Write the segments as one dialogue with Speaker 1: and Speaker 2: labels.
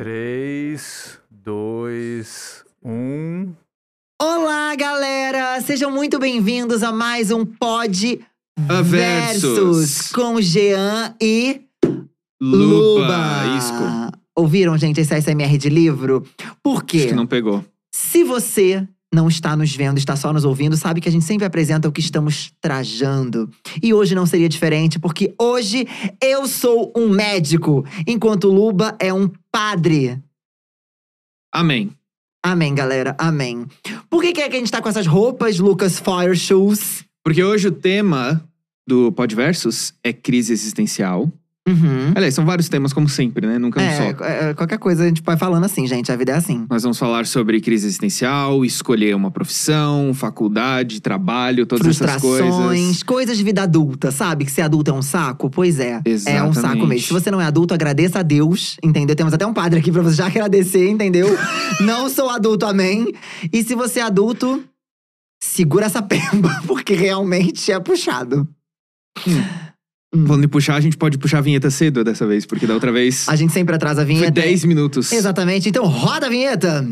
Speaker 1: 3, 2, 1.
Speaker 2: Hum.
Speaker 3: Olá, galera! Sejam muito bem-vindos a mais um Pod Versus
Speaker 2: Versus.
Speaker 3: com Jean e
Speaker 2: Luba. Isco.
Speaker 3: Ouviram, gente, esse ASMR de livro? Por
Speaker 2: Acho
Speaker 3: quê?
Speaker 2: que não pegou.
Speaker 3: Se você não está nos vendo, está só nos ouvindo, sabe que a gente sempre apresenta o que estamos trajando. E hoje não seria diferente, porque hoje eu sou um médico, enquanto Luba é um padre.
Speaker 2: Amém.
Speaker 3: Amém, galera, amém. Por que, que é que a gente tá com essas roupas, Lucas Fire Shoes?
Speaker 2: Porque hoje o tema do Podversus é crise existencial.
Speaker 3: Uhum.
Speaker 2: Aliás, são vários temas, como sempre, né? Nunca é um
Speaker 3: É,
Speaker 2: só.
Speaker 3: é, qualquer coisa a gente vai falando assim, gente. A vida é assim.
Speaker 2: Nós vamos falar sobre crise existencial, escolher uma profissão, faculdade, trabalho, todas essas coisas.
Speaker 3: Frustrações, coisas de vida adulta, sabe? Que ser adulto é um saco? Pois é. É um saco
Speaker 2: Exatamente.
Speaker 3: mesmo. Se você não é adulto, agradeça a Deus, entendeu? Temos até um padre aqui pra você já agradecer, entendeu? não sou adulto, amém. E se você é adulto, segura essa pemba, porque realmente é puxado.
Speaker 2: Falando em puxar, a gente pode puxar a vinheta cedo dessa vez, porque da outra vez
Speaker 3: A gente sempre atrasa a
Speaker 2: foi
Speaker 3: vinheta. é
Speaker 2: 10 minutos.
Speaker 3: Exatamente. Então roda a vinheta!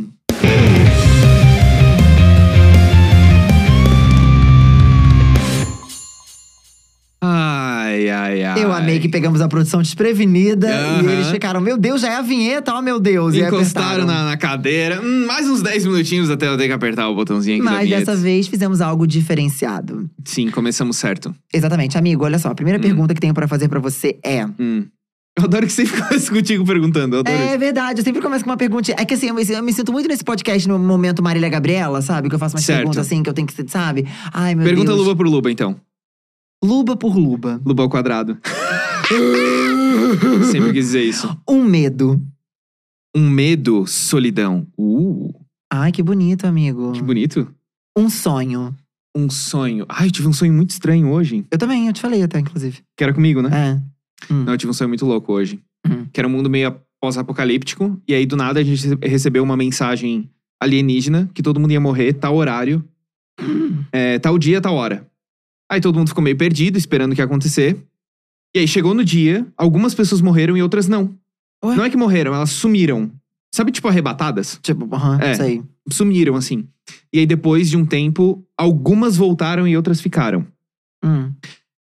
Speaker 2: Ai, ai, ai.
Speaker 3: Eu amei que pegamos a produção desprevenida e
Speaker 2: Aham.
Speaker 3: eles ficaram, meu Deus, já é a vinheta, ó meu Deus. e
Speaker 2: Encostaram
Speaker 3: apertaram.
Speaker 2: na, na cadeira. Hum, mais uns 10 minutinhos até eu ter que apertar o botãozinho aqui da
Speaker 3: Mas
Speaker 2: vinheta.
Speaker 3: dessa vez fizemos algo diferenciado.
Speaker 2: Sim, começamos certo.
Speaker 3: Exatamente, amigo, olha só, a primeira
Speaker 2: Hum.
Speaker 3: pergunta que tenho pra fazer pra você é.
Speaker 2: Hum. Eu adoro que você ficasse contigo perguntando. Eu adoro isso.
Speaker 3: É verdade, eu sempre começo com uma pergunta. É que assim, eu me, eu me sinto muito nesse podcast no momento Marília Gabriela, sabe? Que eu faço umas
Speaker 2: Certo.
Speaker 3: perguntas assim que eu tenho que, sabe? Ai, meu
Speaker 2: Pergunta
Speaker 3: Deus.
Speaker 2: luba por luba, então.
Speaker 3: Luba por luba.
Speaker 2: Luba ao quadrado. Sempre quis dizer isso.
Speaker 3: Um medo.
Speaker 2: Um medo, solidão. Uh,
Speaker 3: Ai, que bonito, amigo.
Speaker 2: que bonito.
Speaker 3: Um sonho.
Speaker 2: Um sonho. Ai, eu tive um sonho muito estranho hoje.
Speaker 3: Eu também, eu te falei até, inclusive.
Speaker 2: Que era comigo, né?
Speaker 3: É.
Speaker 2: Não, eu tive um sonho muito louco hoje.
Speaker 3: Uhum.
Speaker 2: Que era um mundo meio pós-apocalíptico. E aí, do nada, a gente rece- recebeu uma mensagem alienígena que todo mundo ia morrer, tal horário.
Speaker 3: Uhum.
Speaker 2: é, tal dia, tal hora. Aí todo mundo ficou meio perdido, esperando o que ia acontecer. E aí chegou no dia, algumas pessoas morreram e outras não.
Speaker 3: Ué?
Speaker 2: Não é que morreram, elas sumiram. Sabe, tipo, arrebatadas?
Speaker 3: Tipo, aham,
Speaker 2: É.
Speaker 3: sei.
Speaker 2: Sumiram, assim. E aí, depois de um tempo, algumas voltaram e outras ficaram.
Speaker 3: Hum.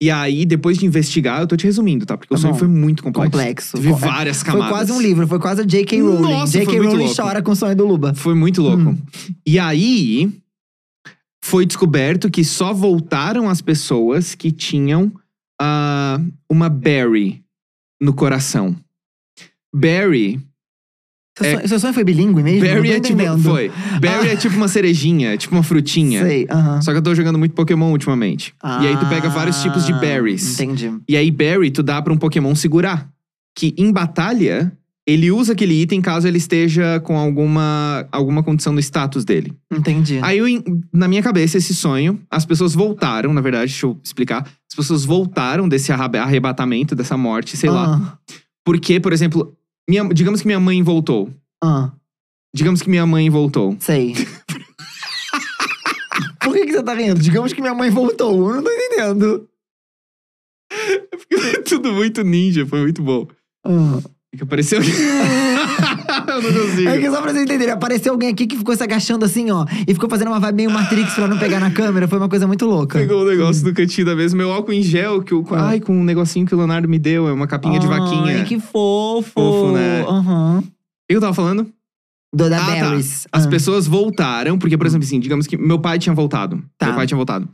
Speaker 2: E aí, depois de investigar, eu tô te resumindo, tá? Porque o
Speaker 3: Tá
Speaker 2: sonho
Speaker 3: bom.
Speaker 2: foi muito complexo.
Speaker 3: Complexo.
Speaker 2: Teve
Speaker 3: Co- é,
Speaker 2: várias
Speaker 3: Foi
Speaker 2: camadas.
Speaker 3: quase um livro, foi quase a J.K. Rowling.
Speaker 2: Nossa, foi
Speaker 3: J.K.
Speaker 2: muito
Speaker 3: Rowling
Speaker 2: louco.
Speaker 3: chora com o sonho do Luba.
Speaker 2: Foi muito louco.
Speaker 3: Hum.
Speaker 2: E aí, foi descoberto que só voltaram as pessoas que tinham ah, uma berry no coração. Berry.
Speaker 3: Seu,
Speaker 2: É-
Speaker 3: sonho, seu sonho foi bilíngue mesmo?
Speaker 2: berry é
Speaker 3: Não tô
Speaker 2: tipo.
Speaker 3: entendendo. Ah.
Speaker 2: Foi. Berry é tipo uma cerejinha, é tipo uma frutinha.
Speaker 3: Sei, aham.
Speaker 2: Só que eu tô jogando muito Pokémon ultimamente. E aí tu pega vários tipos de
Speaker 3: Ah,
Speaker 2: berries.
Speaker 3: Entendi.
Speaker 2: E aí, berry, tu dá pra um Pokémon segurar. Que em batalha, ele usa aquele item caso ele esteja com alguma, alguma condição do status dele.
Speaker 3: Entendi.
Speaker 2: Uhum. Aí, eu, en- na minha cabeça, esse sonho, as pessoas voltaram, na verdade, deixa eu explicar. As pessoas voltaram desse arrabe- arrebatamento, dessa morte, sei lá.
Speaker 3: Ah,
Speaker 2: Porque, por exemplo, minha- digamos que minha mãe voltou.
Speaker 3: ah,
Speaker 2: Digamos que minha mãe voltou.
Speaker 3: sei. Por que, que você tá rindo? Digamos que minha mãe voltou. Eu não tô entendendo.
Speaker 2: Tudo muito ninja, foi muito bom.
Speaker 3: Ah.
Speaker 2: É que apareceu. eu não consigo.
Speaker 3: É que só pra vocês entenderem, apareceu alguém aqui que ficou se agachando assim, ó. E ficou fazendo uma vibe meio Matrix pra não pegar na câmera. Foi uma coisa muito louca.
Speaker 2: Pegou o negócio do cantinho da mesa, meu álcool em gel, que eu,
Speaker 3: Ah.
Speaker 2: ai, com um negocinho que o Leonardo me deu, é uma capinha de
Speaker 3: Ai,
Speaker 2: vaquinha.
Speaker 3: que fofo.
Speaker 2: Fofo, né?
Speaker 3: Aham.
Speaker 2: E eu tava falando?
Speaker 3: Do da
Speaker 2: Ah, tá.
Speaker 3: Berries.
Speaker 2: As
Speaker 3: Ah.
Speaker 2: pessoas voltaram, porque, por exemplo, assim, digamos que meu pai tinha voltado.
Speaker 3: Tá.
Speaker 2: Meu pai tinha voltado.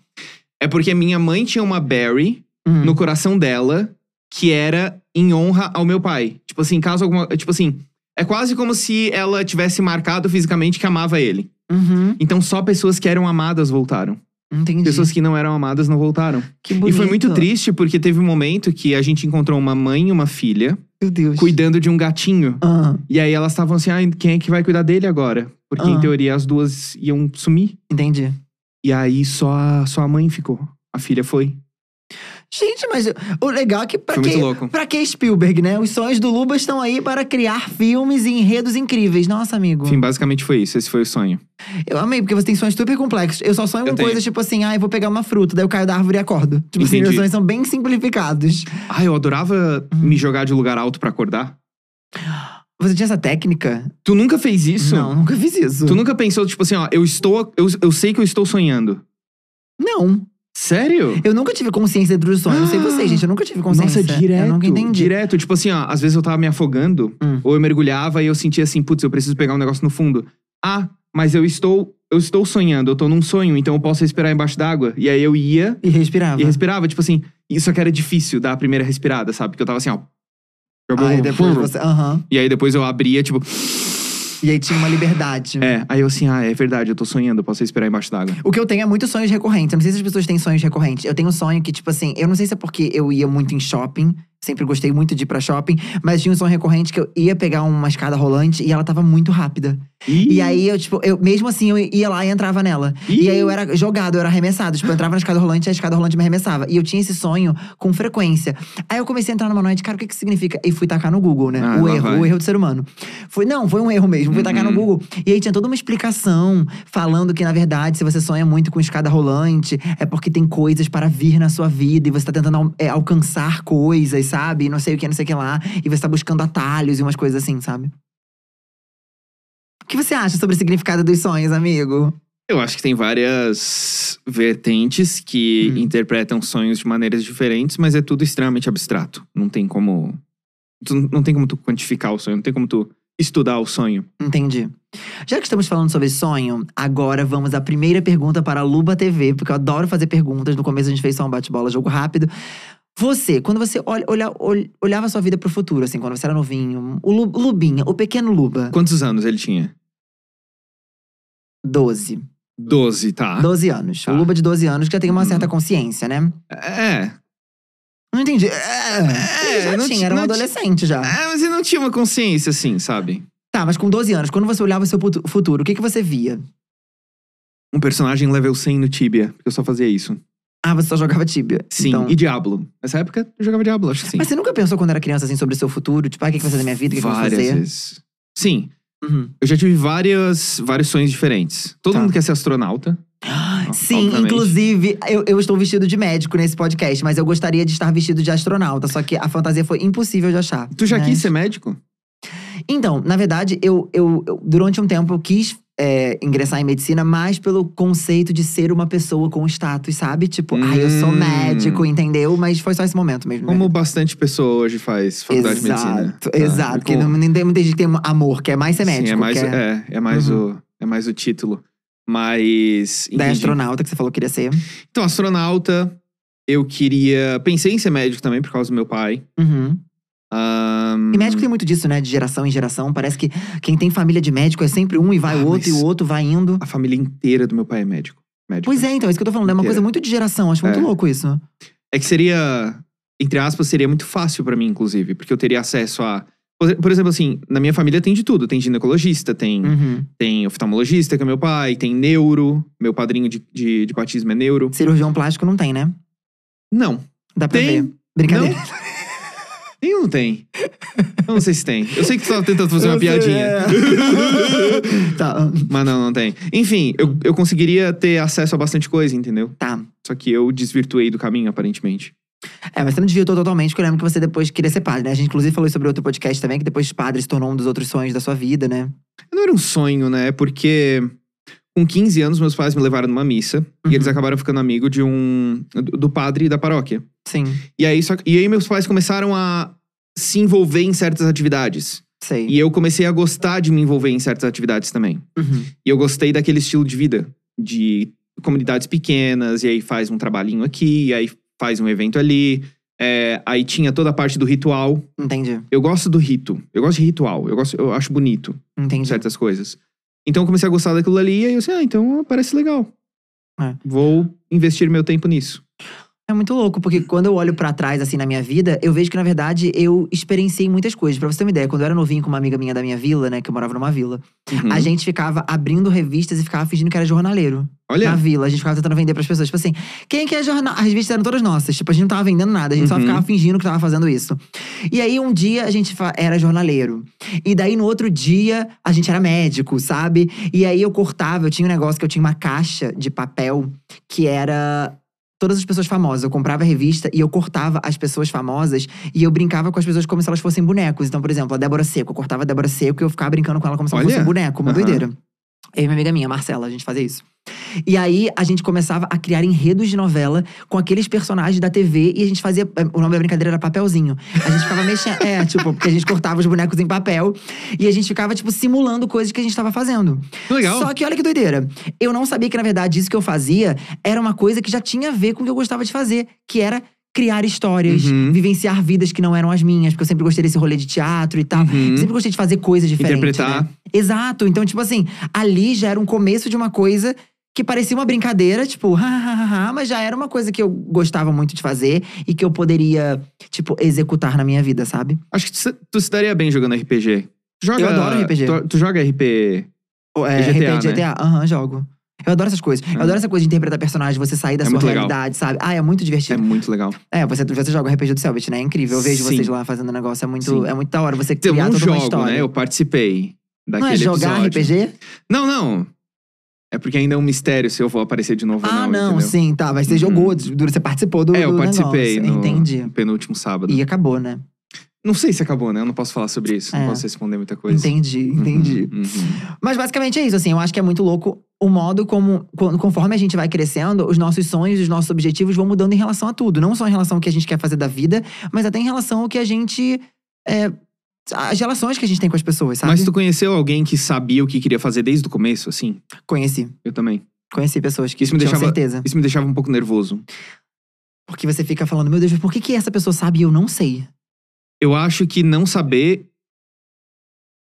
Speaker 2: É porque minha mãe tinha uma berry
Speaker 3: Hum.
Speaker 2: no coração dela, que era em honra ao meu pai. Tipo assim, caso alguma. Tipo assim, é quase como se ela tivesse marcado fisicamente que amava ele.
Speaker 3: Uhum.
Speaker 2: Então só pessoas que eram amadas voltaram.
Speaker 3: Entendi.
Speaker 2: Pessoas que não eram amadas não voltaram.
Speaker 3: que
Speaker 2: E foi muito triste porque teve um momento que a gente encontrou uma mãe e uma filha
Speaker 3: Meu Deus.
Speaker 2: cuidando de um gatinho.
Speaker 3: Ah,
Speaker 2: E aí elas estavam assim, ah, quem é que vai cuidar dele agora? Porque
Speaker 3: Ah.
Speaker 2: em teoria as duas iam sumir.
Speaker 3: entendi.
Speaker 2: E aí só a, só a mãe ficou. A filha foi.
Speaker 3: Gente, mas o legal é que pra
Speaker 2: foi muito
Speaker 3: que,
Speaker 2: louco.
Speaker 3: pra que Spielberg, né? Os sonhos do Luba estão aí para criar filmes e enredos incríveis. Nossa, amigo.
Speaker 2: Enfim, basicamente foi isso. Esse foi o sonho.
Speaker 3: Eu amei, porque você tem sonhos super complexos. Eu só sonho
Speaker 2: Eu
Speaker 3: com
Speaker 2: tenho.
Speaker 3: coisas tipo assim, ah, eu vou pegar uma fruta, daí eu caio da árvore e acordo. Tipo assim,
Speaker 2: Entendi.
Speaker 3: meus sonhos são bem simplificados.
Speaker 2: Ah, eu adorava
Speaker 3: Hum.
Speaker 2: me jogar de lugar alto pra acordar.
Speaker 3: Você tinha essa técnica?
Speaker 2: Tu nunca fez isso?
Speaker 3: Não, nunca fiz isso.
Speaker 2: Tu nunca pensou, tipo assim, ó, eu estou. Eu, eu sei que eu estou sonhando.
Speaker 3: Não.
Speaker 2: Sério?
Speaker 3: Eu nunca tive consciência do sonho. Não sei vocês, gente. Eu nunca tive consciência.
Speaker 2: Ah! Nossa, direto.
Speaker 3: Eu nunca entendi.
Speaker 2: Direto. Tipo assim, ó, às vezes eu tava me afogando,
Speaker 3: Hum.
Speaker 2: ou eu mergulhava e eu sentia assim, putz, eu preciso pegar um negócio no fundo. Ah, mas eu estou. Eu estou sonhando, eu tô num sonho, então eu posso respirar embaixo d'água. E aí eu ia
Speaker 3: E respirava.
Speaker 2: e respirava, tipo assim, isso que era difícil dar a primeira respirada, sabe? Porque eu tava assim, ó.
Speaker 3: Aí depois você. Aham.
Speaker 2: E aí depois eu abria, tipo.
Speaker 3: E aí tinha uma liberdade.
Speaker 2: É, aí eu assim, ah, é verdade, eu tô sonhando, eu posso respirar embaixo d'água.
Speaker 3: O que eu tenho é muitos sonhos recorrentes. Eu não sei se as pessoas têm sonhos recorrentes. Eu tenho um sonho que, tipo assim, eu não sei se é porque eu ia muito em shopping. Sempre gostei muito de ir pra shopping. Mas tinha um sonho recorrente que eu ia pegar uma escada rolante e ela tava muito rápida. E aí eu, tipo, eu, mesmo assim, eu ia lá e entrava nela. E aí eu era jogado, eu era arremessado. Tipo, eu entrava na escada rolante e a escada rolante me arremessava. E eu tinha esse sonho com frequência. Aí eu comecei a entrar numa noite, cara, o que que significa? E fui tacar no Google, né?
Speaker 2: Ah,
Speaker 3: o
Speaker 2: lá
Speaker 3: erro,
Speaker 2: vai.
Speaker 3: o erro do ser humano. Foi, não, foi um erro mesmo. Fui tacar no
Speaker 2: Uhum.
Speaker 3: Google. E aí tinha toda uma explicação falando que, na verdade, se você sonha muito com escada rolante, é porque tem coisas para vir na sua vida e você tá tentando al- é, alcançar coisas, sabe? E Não sei o que, não sei o que lá. E você tá buscando atalhos e umas coisas assim, sabe? O que você acha sobre o significado dos sonhos, amigo?
Speaker 2: Eu acho que tem várias vertentes que
Speaker 3: Hum.
Speaker 2: interpretam sonhos de maneiras diferentes, mas é tudo extremamente abstrato. Não tem como. Tu, não tem como tu quantificar o sonho, não tem como tu estudar o sonho.
Speaker 3: Entendi. Já que estamos falando sobre sonho, agora vamos à primeira pergunta para a Luba TV, porque eu adoro fazer perguntas. No começo a gente fez só um bate-bola, jogo rápido. Você, quando você olha, olha- ol- olhava a sua vida pro futuro, assim, quando você era novinho, o Lu- Lubinha, o pequeno Luba,
Speaker 2: Quantos anos ele tinha?
Speaker 3: 12.
Speaker 2: Doze, tá.
Speaker 3: 12 anos.
Speaker 2: Tá.
Speaker 3: O Luba de 12 anos que já tem uma
Speaker 2: Uhum.
Speaker 3: certa consciência, né?
Speaker 2: É.
Speaker 3: Não entendi. É,
Speaker 2: É,
Speaker 3: ele já
Speaker 2: não ti-
Speaker 3: tinha, era um
Speaker 2: não ti-
Speaker 3: adolescente já.
Speaker 2: É, mas ele não tinha uma consciência, assim, sabe?
Speaker 3: Tá, mas com 12 anos, quando você olhava o seu putu- futuro, o que, que você via?
Speaker 2: Um personagem level 100 no Tibia, porque eu só fazia isso.
Speaker 3: Ah, você só jogava Tibia.
Speaker 2: Sim,
Speaker 3: Então-
Speaker 2: e Diablo. Nessa época eu jogava Diablo, acho que sim.
Speaker 3: Mas você nunca pensou quando era criança, assim, sobre o seu futuro? Tipo, ah, o que, que vai ser da minha vida? O que, que eu vou
Speaker 2: Várias
Speaker 3: fazer?
Speaker 2: vezes. Sim,
Speaker 3: Uhum.
Speaker 2: eu já tive várias, vários sonhos diferentes. Todo
Speaker 3: Tá.
Speaker 2: mundo quer ser astronauta.
Speaker 3: Sim,
Speaker 2: obviamente.
Speaker 3: inclusive, eu, eu estou vestido de médico nesse podcast, mas eu gostaria de estar vestido de astronauta, só que a fantasia foi impossível de achar.
Speaker 2: Tu já
Speaker 3: né?
Speaker 2: quis ser médico?
Speaker 3: Então, na verdade, eu, eu, eu- durante um tempo eu quis é, ingressar em medicina mais pelo conceito de ser uma pessoa com status, sabe? Tipo, ah, eu sou
Speaker 2: Hum.
Speaker 3: médico, entendeu? Mas foi só esse momento mesmo. né?
Speaker 2: Como bastante pessoa hoje faz faculdade
Speaker 3: Exato,
Speaker 2: de medicina. Tá,
Speaker 3: exato.
Speaker 2: é
Speaker 3: Porque
Speaker 2: como-
Speaker 3: não, não tem muita gente que tem amor, que é mais ser médico.
Speaker 2: Sim, é mais,
Speaker 3: que é
Speaker 2: é, é mais, o, é mais o título. Mas.
Speaker 3: da
Speaker 2: entendi.
Speaker 3: astronauta que você falou que queria ser.
Speaker 2: Então, astronauta, eu queria. Pensei em ser médico também por causa do meu pai.
Speaker 3: Uhum.
Speaker 2: Ahn,
Speaker 3: E médico tem muito disso, né? De geração em geração. Parece que quem tem família de médico é sempre um e vai
Speaker 2: Ah,
Speaker 3: o outro, e
Speaker 2: mas-
Speaker 3: o outro vai indo.
Speaker 2: A família inteira do meu pai é médico. médico.
Speaker 3: Pois é, então, é isso que eu tô falando. É uma
Speaker 2: Inteira.
Speaker 3: coisa muito de geração. Acho muito
Speaker 2: É.
Speaker 3: louco isso.
Speaker 2: É que seria, entre aspas, seria muito fácil pra mim, inclusive, porque eu teria acesso a. Por por exemplo, assim, na minha família tem de tudo. Tem ginecologista, tem,
Speaker 3: Uhum.
Speaker 2: tem oftalmologista, que é meu pai, tem neuro. Meu padrinho de, de, de batismo é neuro.
Speaker 3: Cirurgião plástico não tem, né?
Speaker 2: Não.
Speaker 3: Dá pra
Speaker 2: Tem.
Speaker 3: ver. Brincadeira.
Speaker 2: Não? Tem ou não tem? Eu não sei se tem. Eu sei é. que tu tava tentando fazer uma piadinha.
Speaker 3: tá. hum,
Speaker 2: Mas não, não tem. Enfim, eu, eu conseguiria ter acesso a bastante coisa, entendeu?
Speaker 3: Tá.
Speaker 2: Só que eu desvirtuei do caminho, aparentemente.
Speaker 3: É, mas você não desvirtou totalmente, porque eu lembro que você depois queria ser padre, né? A gente inclusive falou sobre outro podcast também, que depois padre se tornou um dos outros sonhos da sua vida, né?
Speaker 2: Não era um sonho, né? Porque com 15 anos, meus pais me levaram numa missa.
Speaker 3: Uhum.
Speaker 2: E eles acabaram ficando amigo de um... do- Do padre da paróquia.
Speaker 3: Sim,
Speaker 2: E aí, só, e aí meus pais começaram a se envolver em certas atividades.
Speaker 3: sei.
Speaker 2: E eu comecei a gostar de me envolver em certas atividades também.
Speaker 3: Uhum.
Speaker 2: E eu gostei daquele estilo de vida, de comunidades pequenas, e aí faz um trabalhinho aqui, e aí faz um evento ali. É, aí tinha toda a parte do ritual.
Speaker 3: Entendi.
Speaker 2: Eu gosto do rito, eu gosto de ritual, eu, gosto, eu acho bonito
Speaker 3: Entendi.
Speaker 2: certas coisas. Então eu comecei a gostar daquilo ali, e aí eu disse, ah, então parece legal.
Speaker 3: É.
Speaker 2: Vou investir meu tempo nisso.
Speaker 3: É muito louco, porque quando eu olho pra trás, assim, na minha vida, eu vejo que, na verdade, eu experienciei muitas coisas. Pra você ter uma ideia, quando eu era novinho com uma amiga minha da minha vila, né, que eu morava numa vila,
Speaker 2: Uhum.
Speaker 3: a gente ficava abrindo revistas e ficava fingindo que era jornaleiro na
Speaker 2: Olha,
Speaker 3: vila. A gente ficava tentando vender pras pessoas. Tipo assim, quem quer jornal? As revistas eram todas nossas. Tipo, a gente não tava vendendo nada, a gente só
Speaker 2: Uhum.
Speaker 3: ficava fingindo que tava fazendo isso. E aí, um dia, a gente fa- era jornaleiro. E daí, no outro dia, a gente era médico, sabe? E aí, eu cortava, eu tinha um negócio que eu tinha uma caixa de papel que era todas as pessoas famosas. Eu comprava a revista e eu cortava as pessoas famosas e eu brincava com as pessoas como se elas fossem bonecos. Então, por exemplo, a Débora Seco. Eu cortava a Débora Seco e eu ficava brincando com ela como se ela
Speaker 2: Olha.
Speaker 3: fosse um boneco. Uma
Speaker 2: Aham.
Speaker 3: doideira. Eu e minha amiga minha, Marcela, a gente fazia isso. E aí, a gente começava a criar enredos de novela com aqueles personagens da TV e a gente fazia. eh, O nome da brincadeira era papelzinho. A gente ficava mexendo. É, tipo, porque a gente cortava os bonecos em papel e a gente ficava, tipo, simulando coisas que a gente tava fazendo.
Speaker 2: Que legal.
Speaker 3: Só que olha que doideira. Eu não sabia que, na verdade, isso que eu fazia era uma coisa que já tinha a ver com o que eu gostava de fazer, que era criar histórias,
Speaker 2: Uhum.
Speaker 3: vivenciar vidas que não eram as minhas, porque eu sempre gostei desse rolê de teatro e tal.
Speaker 2: Uhum.
Speaker 3: Sempre gostei de fazer coisas diferentes.
Speaker 2: Interpretar.
Speaker 3: né? Exato. Então, tipo assim, ali já era um começo de uma coisa que parecia uma brincadeira, tipo, hahaha, mas já era uma coisa que eu gostava muito de fazer e que eu poderia, tipo, executar na minha vida, sabe?
Speaker 2: Acho que tu se, tu se daria bem jogando RPG. Tu joga,
Speaker 3: Eu adoro RPG.
Speaker 2: Tu, tu joga RP.
Speaker 3: Ou, É,
Speaker 2: GTA,
Speaker 3: RPG,
Speaker 2: né?
Speaker 3: GTA. Aham, jogo. Eu adoro essas coisas. Eu
Speaker 2: Ah.
Speaker 3: adoro essa coisa de interpretar personagem, você sair da
Speaker 2: É
Speaker 3: sua
Speaker 2: muito legal.
Speaker 3: realidade, sabe? Ah, é muito
Speaker 2: É
Speaker 3: divertido.
Speaker 2: muito legal.
Speaker 3: É, você, você joga RPG do Selbit, né? É incrível. Eu vejo
Speaker 2: Sim.
Speaker 3: vocês lá fazendo negócio. É muito,
Speaker 2: Sim.
Speaker 3: é muito da hora você
Speaker 2: Eu
Speaker 3: criar
Speaker 2: não
Speaker 3: toda uma
Speaker 2: jogo,
Speaker 3: história.
Speaker 2: né? Eu participei
Speaker 3: não
Speaker 2: daquele
Speaker 3: é jogar
Speaker 2: episódio.
Speaker 3: RPG?
Speaker 2: Não, não. É porque ainda é um mistério se eu vou aparecer de novo
Speaker 3: Ah, não,
Speaker 2: ou não. entendeu?
Speaker 3: sim, tá. Mas você
Speaker 2: Uhum.
Speaker 3: jogou, du- você participou do.
Speaker 2: É, eu
Speaker 3: do
Speaker 2: participei
Speaker 3: negócio.
Speaker 2: no
Speaker 3: Entendi.
Speaker 2: penúltimo sábado.
Speaker 3: E acabou, né?
Speaker 2: Não sei se acabou, né? Eu não posso falar sobre isso.
Speaker 3: É.
Speaker 2: Não posso responder muita coisa.
Speaker 3: Entendi,
Speaker 2: Uhum,
Speaker 3: entendi.
Speaker 2: uhum.
Speaker 3: Mas basicamente é isso, assim. Eu acho que é muito louco o modo como, co- conforme a gente vai crescendo, os nossos sonhos, os nossos objetivos vão mudando em relação a tudo. Não só em relação ao que a gente quer fazer da vida, mas até em relação ao que a gente. É, as relações que a gente tem com as pessoas, sabe?
Speaker 2: Mas tu conheceu alguém que sabia o que queria fazer desde o começo, assim?
Speaker 3: Conheci.
Speaker 2: Eu também.
Speaker 3: Conheci pessoas que
Speaker 2: Isso me
Speaker 3: tinham
Speaker 2: deixava-
Speaker 3: certeza.
Speaker 2: Isso me deixava um pouco nervoso.
Speaker 3: Porque você fica falando, meu Deus, mas por que, que essa pessoa sabe e eu não sei?
Speaker 2: Eu acho que não saber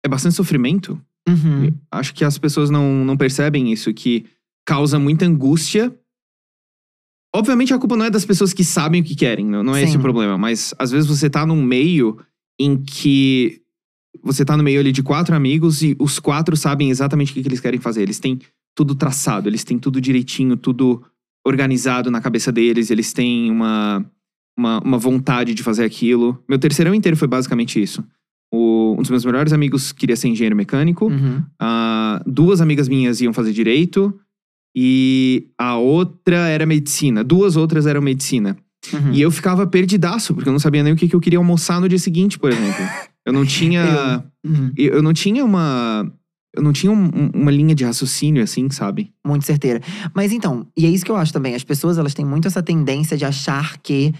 Speaker 2: é bastante sofrimento.
Speaker 3: Uhum.
Speaker 2: Acho que as pessoas não, não percebem isso, que causa muita angústia. Obviamente a culpa não é das pessoas que sabem o que querem, não, não é esse
Speaker 3: Sim.
Speaker 2: o problema, mas às vezes você tá num meio em que você tá no meio ali de quatro amigos e os quatro sabem exatamente o que, que eles querem fazer. Eles têm tudo traçado, eles têm tudo direitinho, tudo organizado na cabeça deles, eles têm uma, uma, uma vontade de fazer aquilo. Meu terceirão inteiro foi basicamente isso. O- um dos meus melhores amigos queria ser engenheiro mecânico.
Speaker 3: Uhum.
Speaker 2: Ah, duas amigas minhas iam fazer direito e a outra era medicina. Duas outras eram medicina.
Speaker 3: Uhum.
Speaker 2: E eu ficava perdidaço, porque eu não sabia nem o que, que eu queria almoçar no dia seguinte, por exemplo. Eu não tinha.
Speaker 3: Uhum.
Speaker 2: Eu, eu não tinha uma. Eu não tinha um- um- uma linha de raciocínio, assim, sabe?
Speaker 3: Muito certeira. Mas então, e é isso que eu acho também. As pessoas, elas têm muito essa tendência de achar que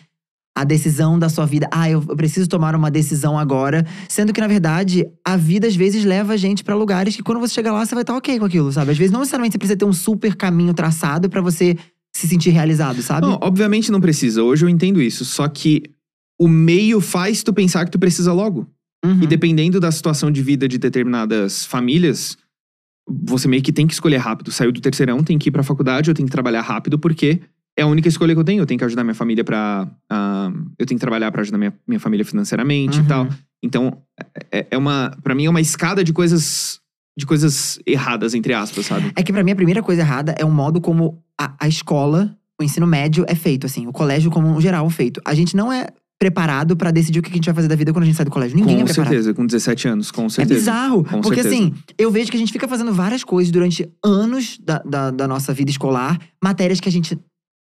Speaker 3: a decisão da sua vida, ah, eu eu preciso tomar uma decisão agora, sendo que na verdade a vida às vezes leva a gente pra lugares que quando você chegar lá você vai estar OK com aquilo, sabe? Às vezes não necessariamente você precisa ter um super caminho traçado pra você se sentir realizado, sabe?
Speaker 2: Não, obviamente não precisa. Hoje eu entendo isso. Só que o meio faz tu pensar que tu precisa logo.
Speaker 3: Uhum.
Speaker 2: E dependendo da situação de vida de determinadas famílias, você meio que tem que escolher rápido. Saiu do terceirão, tem que ir pra faculdade, eu tenho que trabalhar rápido, porque é a única escolha que eu tenho. Eu tenho que ajudar minha família pra. ah, eu tenho que trabalhar pra ajudar minha, minha família financeiramente
Speaker 3: Uhum.
Speaker 2: e tal. Então, é, é uma. para mim, é uma escada de coisas. De coisas erradas, entre aspas, sabe?
Speaker 3: É que pra mim a primeira coisa errada é o modo como a, a escola, o ensino médio é feito, assim, o colégio como um geral é feito. A gente não é preparado pra decidir o que a gente vai fazer da vida quando a gente sai do colégio. Ninguém
Speaker 2: com
Speaker 3: é preparado.
Speaker 2: certeza, com 17 anos, com
Speaker 3: É
Speaker 2: certeza.
Speaker 3: bizarro,
Speaker 2: Com
Speaker 3: porque
Speaker 2: certeza.
Speaker 3: assim, eu vejo que a gente fica fazendo várias coisas durante anos da, da, da nossa vida escolar, matérias que a gente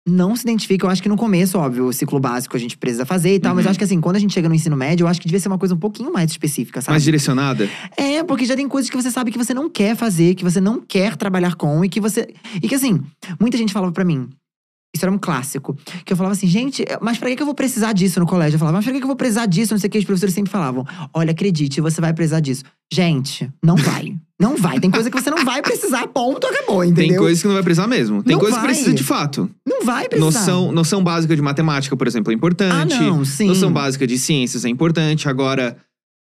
Speaker 3: não se identifica. Eu acho que no começo, óbvio, o ciclo básico a gente precisa fazer e tal, mas eu
Speaker 2: Uhum.
Speaker 3: acho que assim, quando a gente chega no ensino médio, eu acho que devia ser uma coisa um pouquinho mais específica, sabe?
Speaker 2: Mais direcionada.
Speaker 3: É, porque já tem coisas que você sabe que você não quer fazer, que você não quer trabalhar com e que você. E que assim, muita gente falava pra mim. Isso era um clássico. Que eu falava assim, gente, mas pra que que eu vou precisar disso no colégio? Eu falava, mas pra que que eu vou precisar disso? Não sei o que. Os professores sempre falavam, olha, acredite, você vai precisar disso. Gente, não vai. não vai. Tem coisa que você não vai precisar, ponto, acabou, entendeu?
Speaker 2: Tem coisas que não vai precisar mesmo. Tem
Speaker 3: Não
Speaker 2: coisas
Speaker 3: vai.
Speaker 2: que precisa de fato.
Speaker 3: Não vai precisar.
Speaker 2: Noção, noção básica de matemática, por exemplo, é
Speaker 3: Ah,
Speaker 2: importante.
Speaker 3: não, sim.
Speaker 2: Noção básica de ciências é importante. Agora,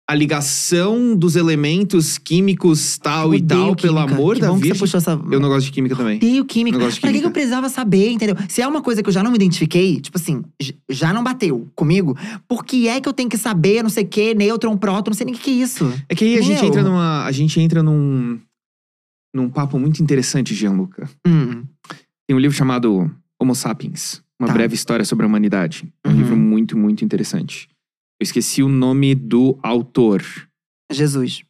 Speaker 2: a ligação dos elementos químicos tal e
Speaker 3: Odeio
Speaker 2: tal,
Speaker 3: química.
Speaker 2: pelo amor
Speaker 3: que
Speaker 2: da
Speaker 3: bom que
Speaker 2: vida.
Speaker 3: você puxou essa...
Speaker 2: Eu não gosto de química também.
Speaker 3: odeio química.
Speaker 2: Não gosto de
Speaker 3: Pra que, que
Speaker 2: química.
Speaker 3: eu precisava saber, entendeu? Se é uma coisa que eu já não me identifiquei, tipo assim, j- já não bateu comigo, por que é que eu tenho que saber, não sei o quê, nêutron, próton, não sei nem o que, que é isso?
Speaker 2: É que aí a gente
Speaker 3: Meu.
Speaker 2: entra numa. A gente entra num. num papo muito interessante, Gianluca.
Speaker 3: Hum,
Speaker 2: Tem um livro chamado Homo Sapiens. Uma
Speaker 3: Tá.
Speaker 2: breve história sobre a humanidade. É um
Speaker 3: Uhum.
Speaker 2: livro muito, muito interessante. Eu esqueci o nome do autor.
Speaker 3: Jesus.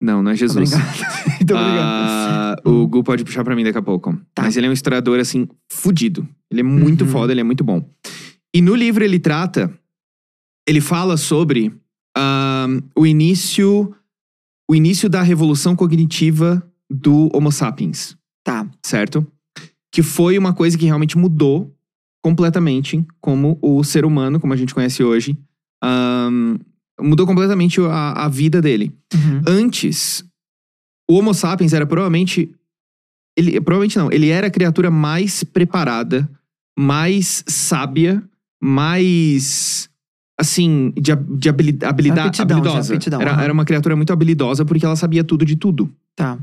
Speaker 2: Não, não é Jesus.
Speaker 3: Obrigada. Muito obrigado.
Speaker 2: Ah, o Gu pode puxar pra mim daqui a pouco.
Speaker 3: Tá.
Speaker 2: Mas ele é um historiador, assim, fudido. Ele é muito
Speaker 3: Uhum.
Speaker 2: foda, ele é muito bom. E no livro ele trata. Ele fala sobre ah, o início. O início da revolução cognitiva do Homo sapiens
Speaker 3: Tá.
Speaker 2: certo? Que foi uma coisa que realmente mudou completamente como o ser humano, como a gente conhece hoje, ahn, mudou completamente a, a vida dele.
Speaker 3: Uhum.
Speaker 2: Antes, o Homo sapiens era provavelmente. Ele, provavelmente não, ele era a criatura mais preparada, mais sábia, mais. Assim, de, hab- de habilidade.
Speaker 3: Aptidão, de
Speaker 2: habilidosa.
Speaker 3: aptidão,
Speaker 2: era,
Speaker 3: aham.
Speaker 2: era uma criatura muito habilidosa porque ela sabia tudo de tudo.
Speaker 3: Tá.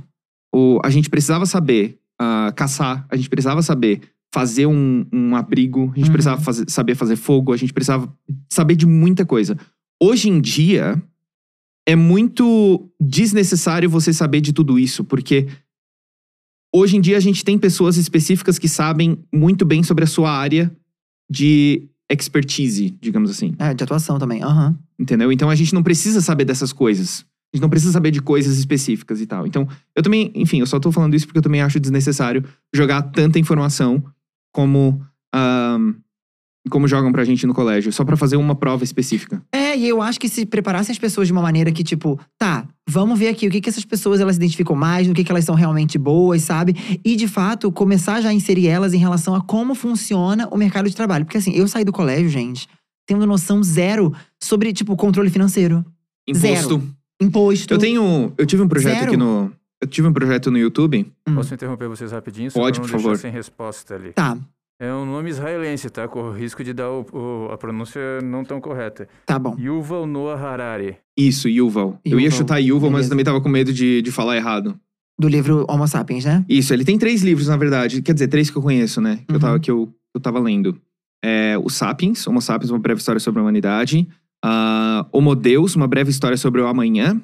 Speaker 2: O, a gente precisava saber ah, caçar, a gente precisava saber fazer um, um abrigo, a gente
Speaker 3: Uhum.
Speaker 2: precisava fazer- saber fazer fogo, a gente precisava saber de muita coisa. Hoje em dia, é muito desnecessário você saber de tudo isso, porque hoje em dia a gente tem pessoas específicas que sabem muito bem sobre a sua área de expertise, digamos assim.
Speaker 3: É, de atuação também. Aham.
Speaker 2: Entendeu? Então a gente não precisa saber dessas coisas. A gente não precisa saber de coisas específicas e tal. Então, eu também, enfim, eu só tô falando isso porque eu também acho desnecessário jogar tanta informação como ahn, como jogam pra gente no colégio, só pra fazer uma prova específica.
Speaker 3: É, e eu acho que se preparassem as pessoas de uma maneira que, tipo, tá, vamos ver aqui o que, que essas pessoas elas se identificam mais, no que, que elas são realmente boas, sabe? E, de fato, começar já a inserir elas em relação a como funciona o mercado de trabalho. Porque, assim, eu saí do colégio, gente, tendo noção zero sobre, tipo, controle financeiro,
Speaker 2: Imposto.
Speaker 3: imposto.
Speaker 2: Eu tenho, eu tive um projeto
Speaker 3: Zero.
Speaker 2: aqui no, eu tive um projeto no YouTube.
Speaker 3: Hum.
Speaker 1: Posso interromper vocês rapidinho? Só
Speaker 2: Pode,
Speaker 1: pra não
Speaker 2: por
Speaker 1: deixar
Speaker 2: favor.
Speaker 1: sem resposta ali.
Speaker 3: Tá,
Speaker 1: É um nome israelense, tá? Com o risco de dar o- o- a pronúncia não tão correta.
Speaker 3: tá bom.
Speaker 1: Yuval Noah Harari.
Speaker 2: Isso, Yuval. Eu ia
Speaker 3: Yuval,
Speaker 2: chutar Yuval, mas
Speaker 3: beleza.
Speaker 2: eu também tava com medo de, de falar errado.
Speaker 3: Do livro Homo Sapiens, né?
Speaker 2: Isso, ele tem três livros, na verdade. Quer dizer, três que eu conheço, né? Que,
Speaker 3: Uhum.
Speaker 2: eu tava, que, eu, que eu tava lendo. É, o Sapiens, Homo Sapiens, Uma Breve História sobre a Humanidade. Ah, Homo Deus, Uma Breve História sobre o Amanhã.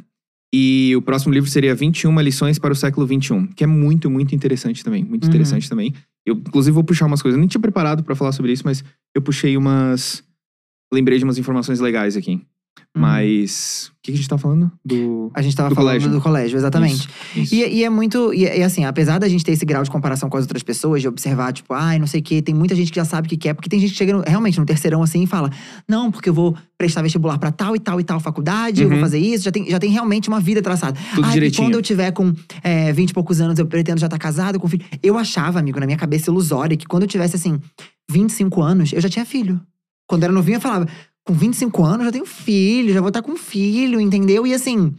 Speaker 2: E o próximo livro seria 21 Lições para o Século XXI. Que é muito, muito interessante também. Muito
Speaker 3: Uhum.
Speaker 2: interessante também. Eu, inclusive, vou puxar umas coisas. Eu nem tinha preparado pra falar sobre isso, mas eu puxei umas... Lembrei de umas informações legais aqui.
Speaker 3: Uhum.
Speaker 2: Mas... O que, que a gente tá falando? Do...
Speaker 3: Hum. A gente tava
Speaker 2: do
Speaker 3: falando
Speaker 2: colégio.
Speaker 3: do colégio, exatamente.
Speaker 2: Isso, isso.
Speaker 3: E, e é muito. E, e assim, apesar da gente ter esse grau de comparação com as outras pessoas, de observar, tipo, ai, não sei o quê, tem muita gente que já sabe o que quer, porque tem gente que chega no- realmente no terceirão assim e fala: não, porque eu vou prestar vestibular pra tal e tal e tal faculdade, eu vou
Speaker 2: Uhum.
Speaker 3: fazer isso, já tem, já tem realmente uma vida traçada.
Speaker 2: Tudo
Speaker 3: ai, e
Speaker 2: direitinho.
Speaker 3: quando eu tiver com é, 20 e poucos anos, eu pretendo já estar casado com filho. Eu achava, amigo, na minha cabeça ilusória, que quando eu tivesse assim, 25 anos, eu já tinha filho. Quando era novinha, eu falava, com 25 anos, eu já tenho filho, já vou estar com filho, entendeu? E assim.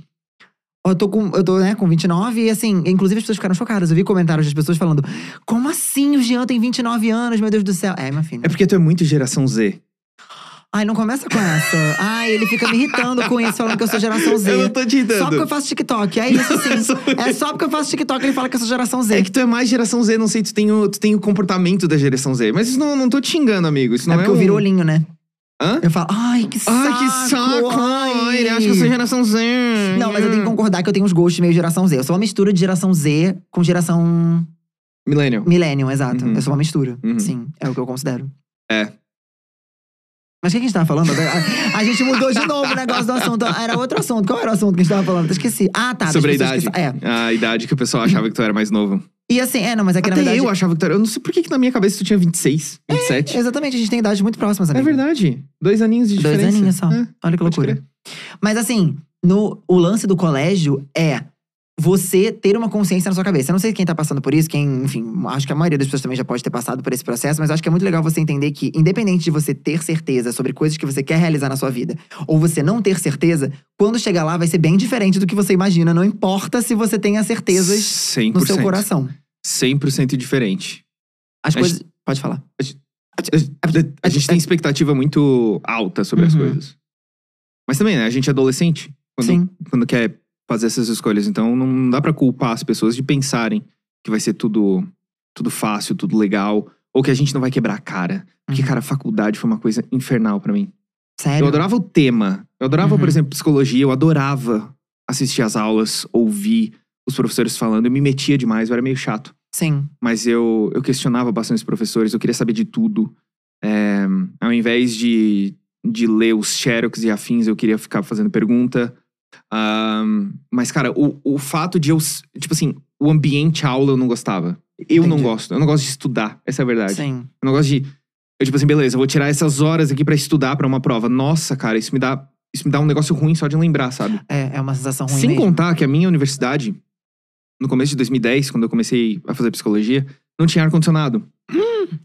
Speaker 3: Eu tô com, eu tô, né, com 29 e assim, inclusive as pessoas ficaram chocadas. Eu vi comentários das pessoas falando: "Como assim o Jean tem 29 anos, meu Deus do céu?". É, minha filha.
Speaker 2: É porque tu é muito geração Z.
Speaker 3: Ai, não começa com essa. Ai, ele fica me irritando com isso falando que eu sou geração Z.
Speaker 2: Eu não tô te dando.
Speaker 3: Só porque eu faço TikTok. É isso sim. É só porque eu faço TikTok ele fala que eu sou geração Z.
Speaker 2: É que tu é mais geração Z, não sei, tu tem o, tu tem o comportamento da geração Z. Mas isso não, não tô te xingando, amigo. Isso
Speaker 3: é
Speaker 2: não é,
Speaker 3: porque eu
Speaker 2: um...
Speaker 3: viro olhinho, né?
Speaker 2: Hã?
Speaker 3: Eu falo: "Ai, que saco".
Speaker 2: Ai, que saco! Ai, ele acha que eu sou geração Hum. Z.
Speaker 3: Não, mas eu tenho que concordar que eu tenho uns gostos meio geração Z. Eu sou uma mistura de geração Z com geração
Speaker 2: Millennial.
Speaker 3: Millennium, exato.
Speaker 2: Uhum.
Speaker 3: Eu sou uma mistura.
Speaker 2: Uhum.
Speaker 3: Sim, é o que eu considero.
Speaker 2: É.
Speaker 3: Mas o que a gente tava falando? A, a gente mudou de novo o negócio do assunto. Era outro assunto. Qual era o assunto que a gente tava falando? Eu esqueci. Ah, tá. das
Speaker 2: Sobre a
Speaker 3: pessoas que
Speaker 2: idade.
Speaker 3: sa- É.
Speaker 2: A idade que o pessoal achava que tu era mais novo.
Speaker 3: E assim, é, não, mas é que
Speaker 2: Até
Speaker 3: na verdade.
Speaker 2: eu achava que tu era. Eu não sei por que que na minha cabeça tu tinha 26, 27.
Speaker 3: Exatamente, a gente tem idades muito próximas,
Speaker 2: É
Speaker 3: amigo.
Speaker 2: verdade. Dois aninhos de
Speaker 3: Dois
Speaker 2: diferença.
Speaker 3: aninhos só.
Speaker 2: É.
Speaker 3: Olha que
Speaker 2: Pode
Speaker 3: loucura. Mas assim, no, o lance do colégio é você ter uma consciência na sua cabeça. Eu não sei quem tá passando por isso, quem, enfim, acho que a maioria das pessoas também já pode ter passado por esse processo, mas acho que é muito legal você entender que, independente de você ter certeza sobre coisas que você quer realizar na sua vida, ou você não ter certeza, quando chegar lá vai ser bem diferente do que você imagina. Não importa se você tenha certezas
Speaker 2: 100%.
Speaker 3: no seu coração.
Speaker 2: 100% diferente.
Speaker 3: As
Speaker 2: Mas-
Speaker 3: coisas. Pode falar.
Speaker 2: A- A gente tem expectativa muito alta sobre as
Speaker 3: Uhum.
Speaker 2: coisas. Mas também, né? A gente é adolescente. Quando
Speaker 3: Sim.
Speaker 2: quando quer fazer essas escolhas. Então não dá pra culpar as pessoas de pensarem que vai ser tudo tudo fácil, tudo legal, ou que a gente não vai quebrar a cara. Porque,
Speaker 3: Uhum.
Speaker 2: cara, faculdade foi uma coisa infernal pra mim.
Speaker 3: Sério.
Speaker 2: Eu adorava o tema. Eu adorava,
Speaker 3: Uhum.
Speaker 2: por exemplo, psicologia, eu adorava assistir às aulas, ouvir os professores falando, eu me metia demais, eu era meio chato.
Speaker 3: Sim.
Speaker 2: Mas eu, eu questionava bastante os professores, eu queria saber de tudo. É, ao invés de, de ler os xerox e afins, eu queria ficar fazendo pergunta. Ahn, mas, cara, o, o fato de eu. s- Tipo assim, o ambiente aula eu não gostava. Eu não
Speaker 3: Entendi.
Speaker 2: gosto. Eu não gosto de estudar. Essa é a verdade.
Speaker 3: Sim.
Speaker 2: Eu não gosto de. Eu, tipo assim, beleza, eu vou tirar essas horas aqui pra estudar pra uma prova. Nossa, cara, isso me dá. Isso me dá um negócio ruim só de lembrar, sabe?
Speaker 3: É, é uma sensação ruim
Speaker 2: Sem
Speaker 3: mesmo.
Speaker 2: contar que a minha universidade, no começo de 2010, quando eu comecei a fazer psicologia, não tinha ar-condicionado.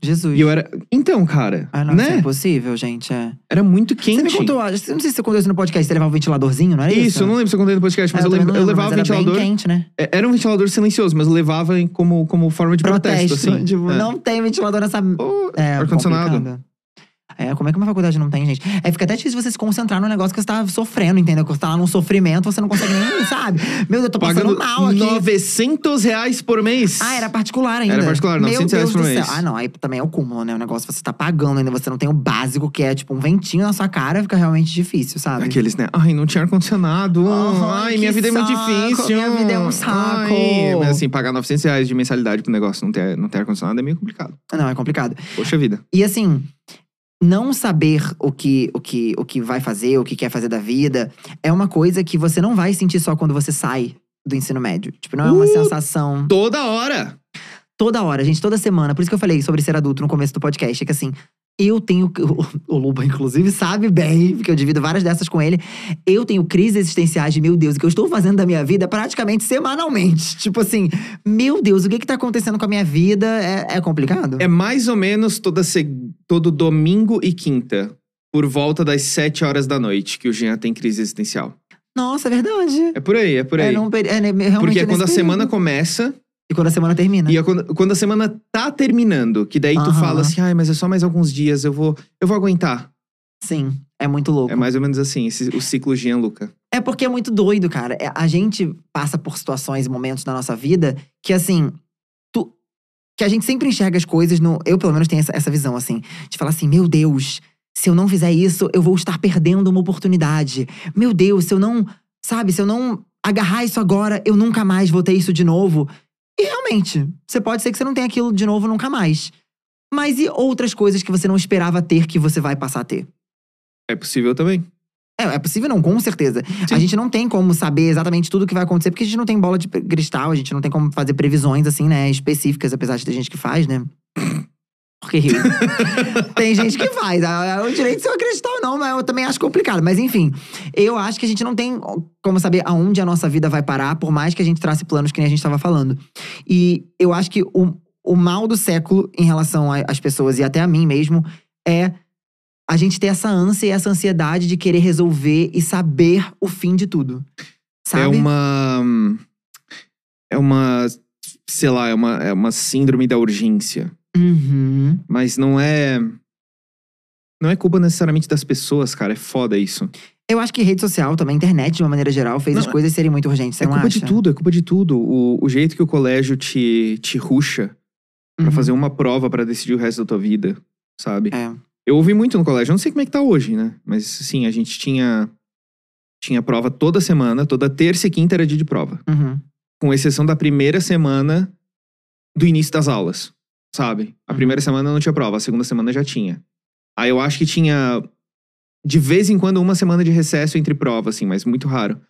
Speaker 3: Jesus.
Speaker 2: E eu era. Então, cara,
Speaker 3: Ah, não, isso é
Speaker 2: né?
Speaker 3: impossível, gente. É.
Speaker 2: Era muito
Speaker 3: Você
Speaker 2: quente.
Speaker 3: me contou, ah, eu não sei se você contou isso no podcast, você levava um ventiladorzinho, não era
Speaker 2: isso,
Speaker 3: isso?
Speaker 2: eu não lembro se eu contei no podcast, mas
Speaker 3: Ah,
Speaker 2: eu,
Speaker 3: também
Speaker 2: lembro-
Speaker 3: não
Speaker 2: eu
Speaker 3: lembro,
Speaker 2: levava
Speaker 3: mas era
Speaker 2: ventilador.
Speaker 3: Bem quente, né?
Speaker 2: É, Era um ventilador silencioso, mas eu levava em- como, como forma de protesto, assim.
Speaker 3: tipo,
Speaker 2: É.
Speaker 3: não tem ventilador nessa.
Speaker 2: Ô,
Speaker 3: É,
Speaker 2: ar-condicionado.
Speaker 3: complicado. É, como é que uma faculdade não tem, gente? É, fica até difícil você se concentrar no negócio que você tá sofrendo, entendeu? Que você tá lá num sofrimento, você não consegue nem, sabe? Meu Deus, eu tô
Speaker 2: pagando
Speaker 3: passando mal aqui.
Speaker 2: 900 reais por mês.
Speaker 3: Ah, era particular ainda.
Speaker 2: Era particular,
Speaker 3: Meu
Speaker 2: 900 reais
Speaker 3: Deus
Speaker 2: por
Speaker 3: do
Speaker 2: mês.
Speaker 3: Céu. Ah, não, aí também é o cúmulo, né? O negócio você tá pagando ainda, você não tem o básico, que é tipo um ventinho na sua cara, fica realmente difícil, sabe?
Speaker 2: Aqueles, né? Ai, não tinha ar-condicionado.
Speaker 3: Ai,
Speaker 2: Ai,
Speaker 3: que
Speaker 2: minha vida é muito
Speaker 3: saco,
Speaker 2: difícil.
Speaker 3: minha vida é um saco.
Speaker 2: Ai, mas assim, pagar 900 reais de mensalidade pro negócio não ter, não ter ar-condicionado é meio complicado.
Speaker 3: Não, é complicado.
Speaker 2: Poxa vida.
Speaker 3: E assim, não saber o que, o que, o que vai fazer, o que quer fazer da vida, é uma coisa que você não vai sentir só quando você sai do ensino médio. Tipo, não é uma
Speaker 2: Uh!
Speaker 3: sensação
Speaker 2: Toda hora!
Speaker 3: toda hora, gente, toda semana. Por isso que eu falei sobre ser adulto no começo do podcast, é que assim, eu tenho o Luba inclusive sabe bem, porque eu divido várias dessas com ele. Eu tenho crises existenciais de, meu Deus, o que eu estou fazendo da minha vida praticamente semanalmente. Tipo assim, meu Deus, o que que tá acontecendo com a minha vida? É, é complicado?
Speaker 2: É mais ou menos toda seg- todo domingo e quinta, por volta das 7 horas da noite, que o Jean tem crise existencial.
Speaker 3: Nossa, é verdade.
Speaker 2: É por aí, é por aí.
Speaker 3: É, num peri- é, né, realmente
Speaker 2: Porque é
Speaker 3: nesse
Speaker 2: quando a
Speaker 3: período.
Speaker 2: semana começa
Speaker 3: E quando a semana termina.
Speaker 2: e é quando, quando a semana tá terminando, que daí tu
Speaker 3: Aham.
Speaker 2: fala assim, ai, mas é só mais alguns dias, eu vou, eu vou aguentar.
Speaker 3: Sim, é muito louco.
Speaker 2: É mais ou menos assim, esse- o ciclo Jean Luca.
Speaker 3: É porque é muito doido, cara. É, a gente passa por situações e momentos na nossa vida que, assim. tu- Que a gente sempre enxerga as coisas no. Eu, pelo menos, tenho essa, essa visão, assim. De falar assim: meu Deus, se eu não fizer isso, eu vou estar perdendo uma oportunidade. Meu Deus, se eu não. Sabe, se eu não agarrar isso agora, eu nunca mais vou ter isso de novo. E realmente, você pode ser que você não tenha aquilo de novo nunca mais. Mas e outras coisas que você não esperava ter que você vai passar a ter?
Speaker 2: É possível também.
Speaker 3: É, é possível não, com certeza.
Speaker 2: Sim.
Speaker 3: A gente não tem como saber exatamente tudo o que vai acontecer, porque a gente não tem bola de pe- cristal, a gente não tem como fazer previsões, assim, né, específicas, apesar de ter gente que faz, né? Porque riu. tem gente que faz. ah, É o direito de ser uma cristal, não, mas eu também acho complicado. Mas enfim, eu acho que a gente não tem como saber aonde a nossa vida vai parar, por mais que a gente trace planos que nem a gente estava falando. E eu acho que o, o mal do século em relação a- às pessoas e até a mim mesmo é a gente ter essa ânsia e essa ansiedade de querer resolver e saber o fim de tudo. Sabe?
Speaker 2: É uma. hum, É uma. Sei lá, é uma, é uma síndrome da urgência.
Speaker 3: Uhum.
Speaker 2: Mas não é. Não é culpa necessariamente das pessoas, cara. É foda isso.
Speaker 3: Eu acho que rede social também, internet de uma maneira geral, fez
Speaker 2: Não,
Speaker 3: as coisas serem muito urgentes, você
Speaker 2: é
Speaker 3: não
Speaker 2: culpa
Speaker 3: acha?
Speaker 2: de tudo, é culpa de tudo. O, o jeito que o colégio te, te ruxa pra
Speaker 3: Uhum.
Speaker 2: fazer uma prova pra decidir o resto da tua vida, sabe?
Speaker 3: É.
Speaker 2: Eu ouvi muito no colégio, eu não sei como é que tá hoje, né? Mas sim, a gente tinha. Tinha prova toda semana, toda terça e quinta era dia de prova.
Speaker 3: Uhum.
Speaker 2: com exceção da primeira semana do início das aulas, sabe? A
Speaker 3: Uhum.
Speaker 2: primeira semana não tinha prova, a segunda semana já tinha. Aí eu acho que tinha de vez em quando uma semana de recesso entre prova, assim, mas muito raro.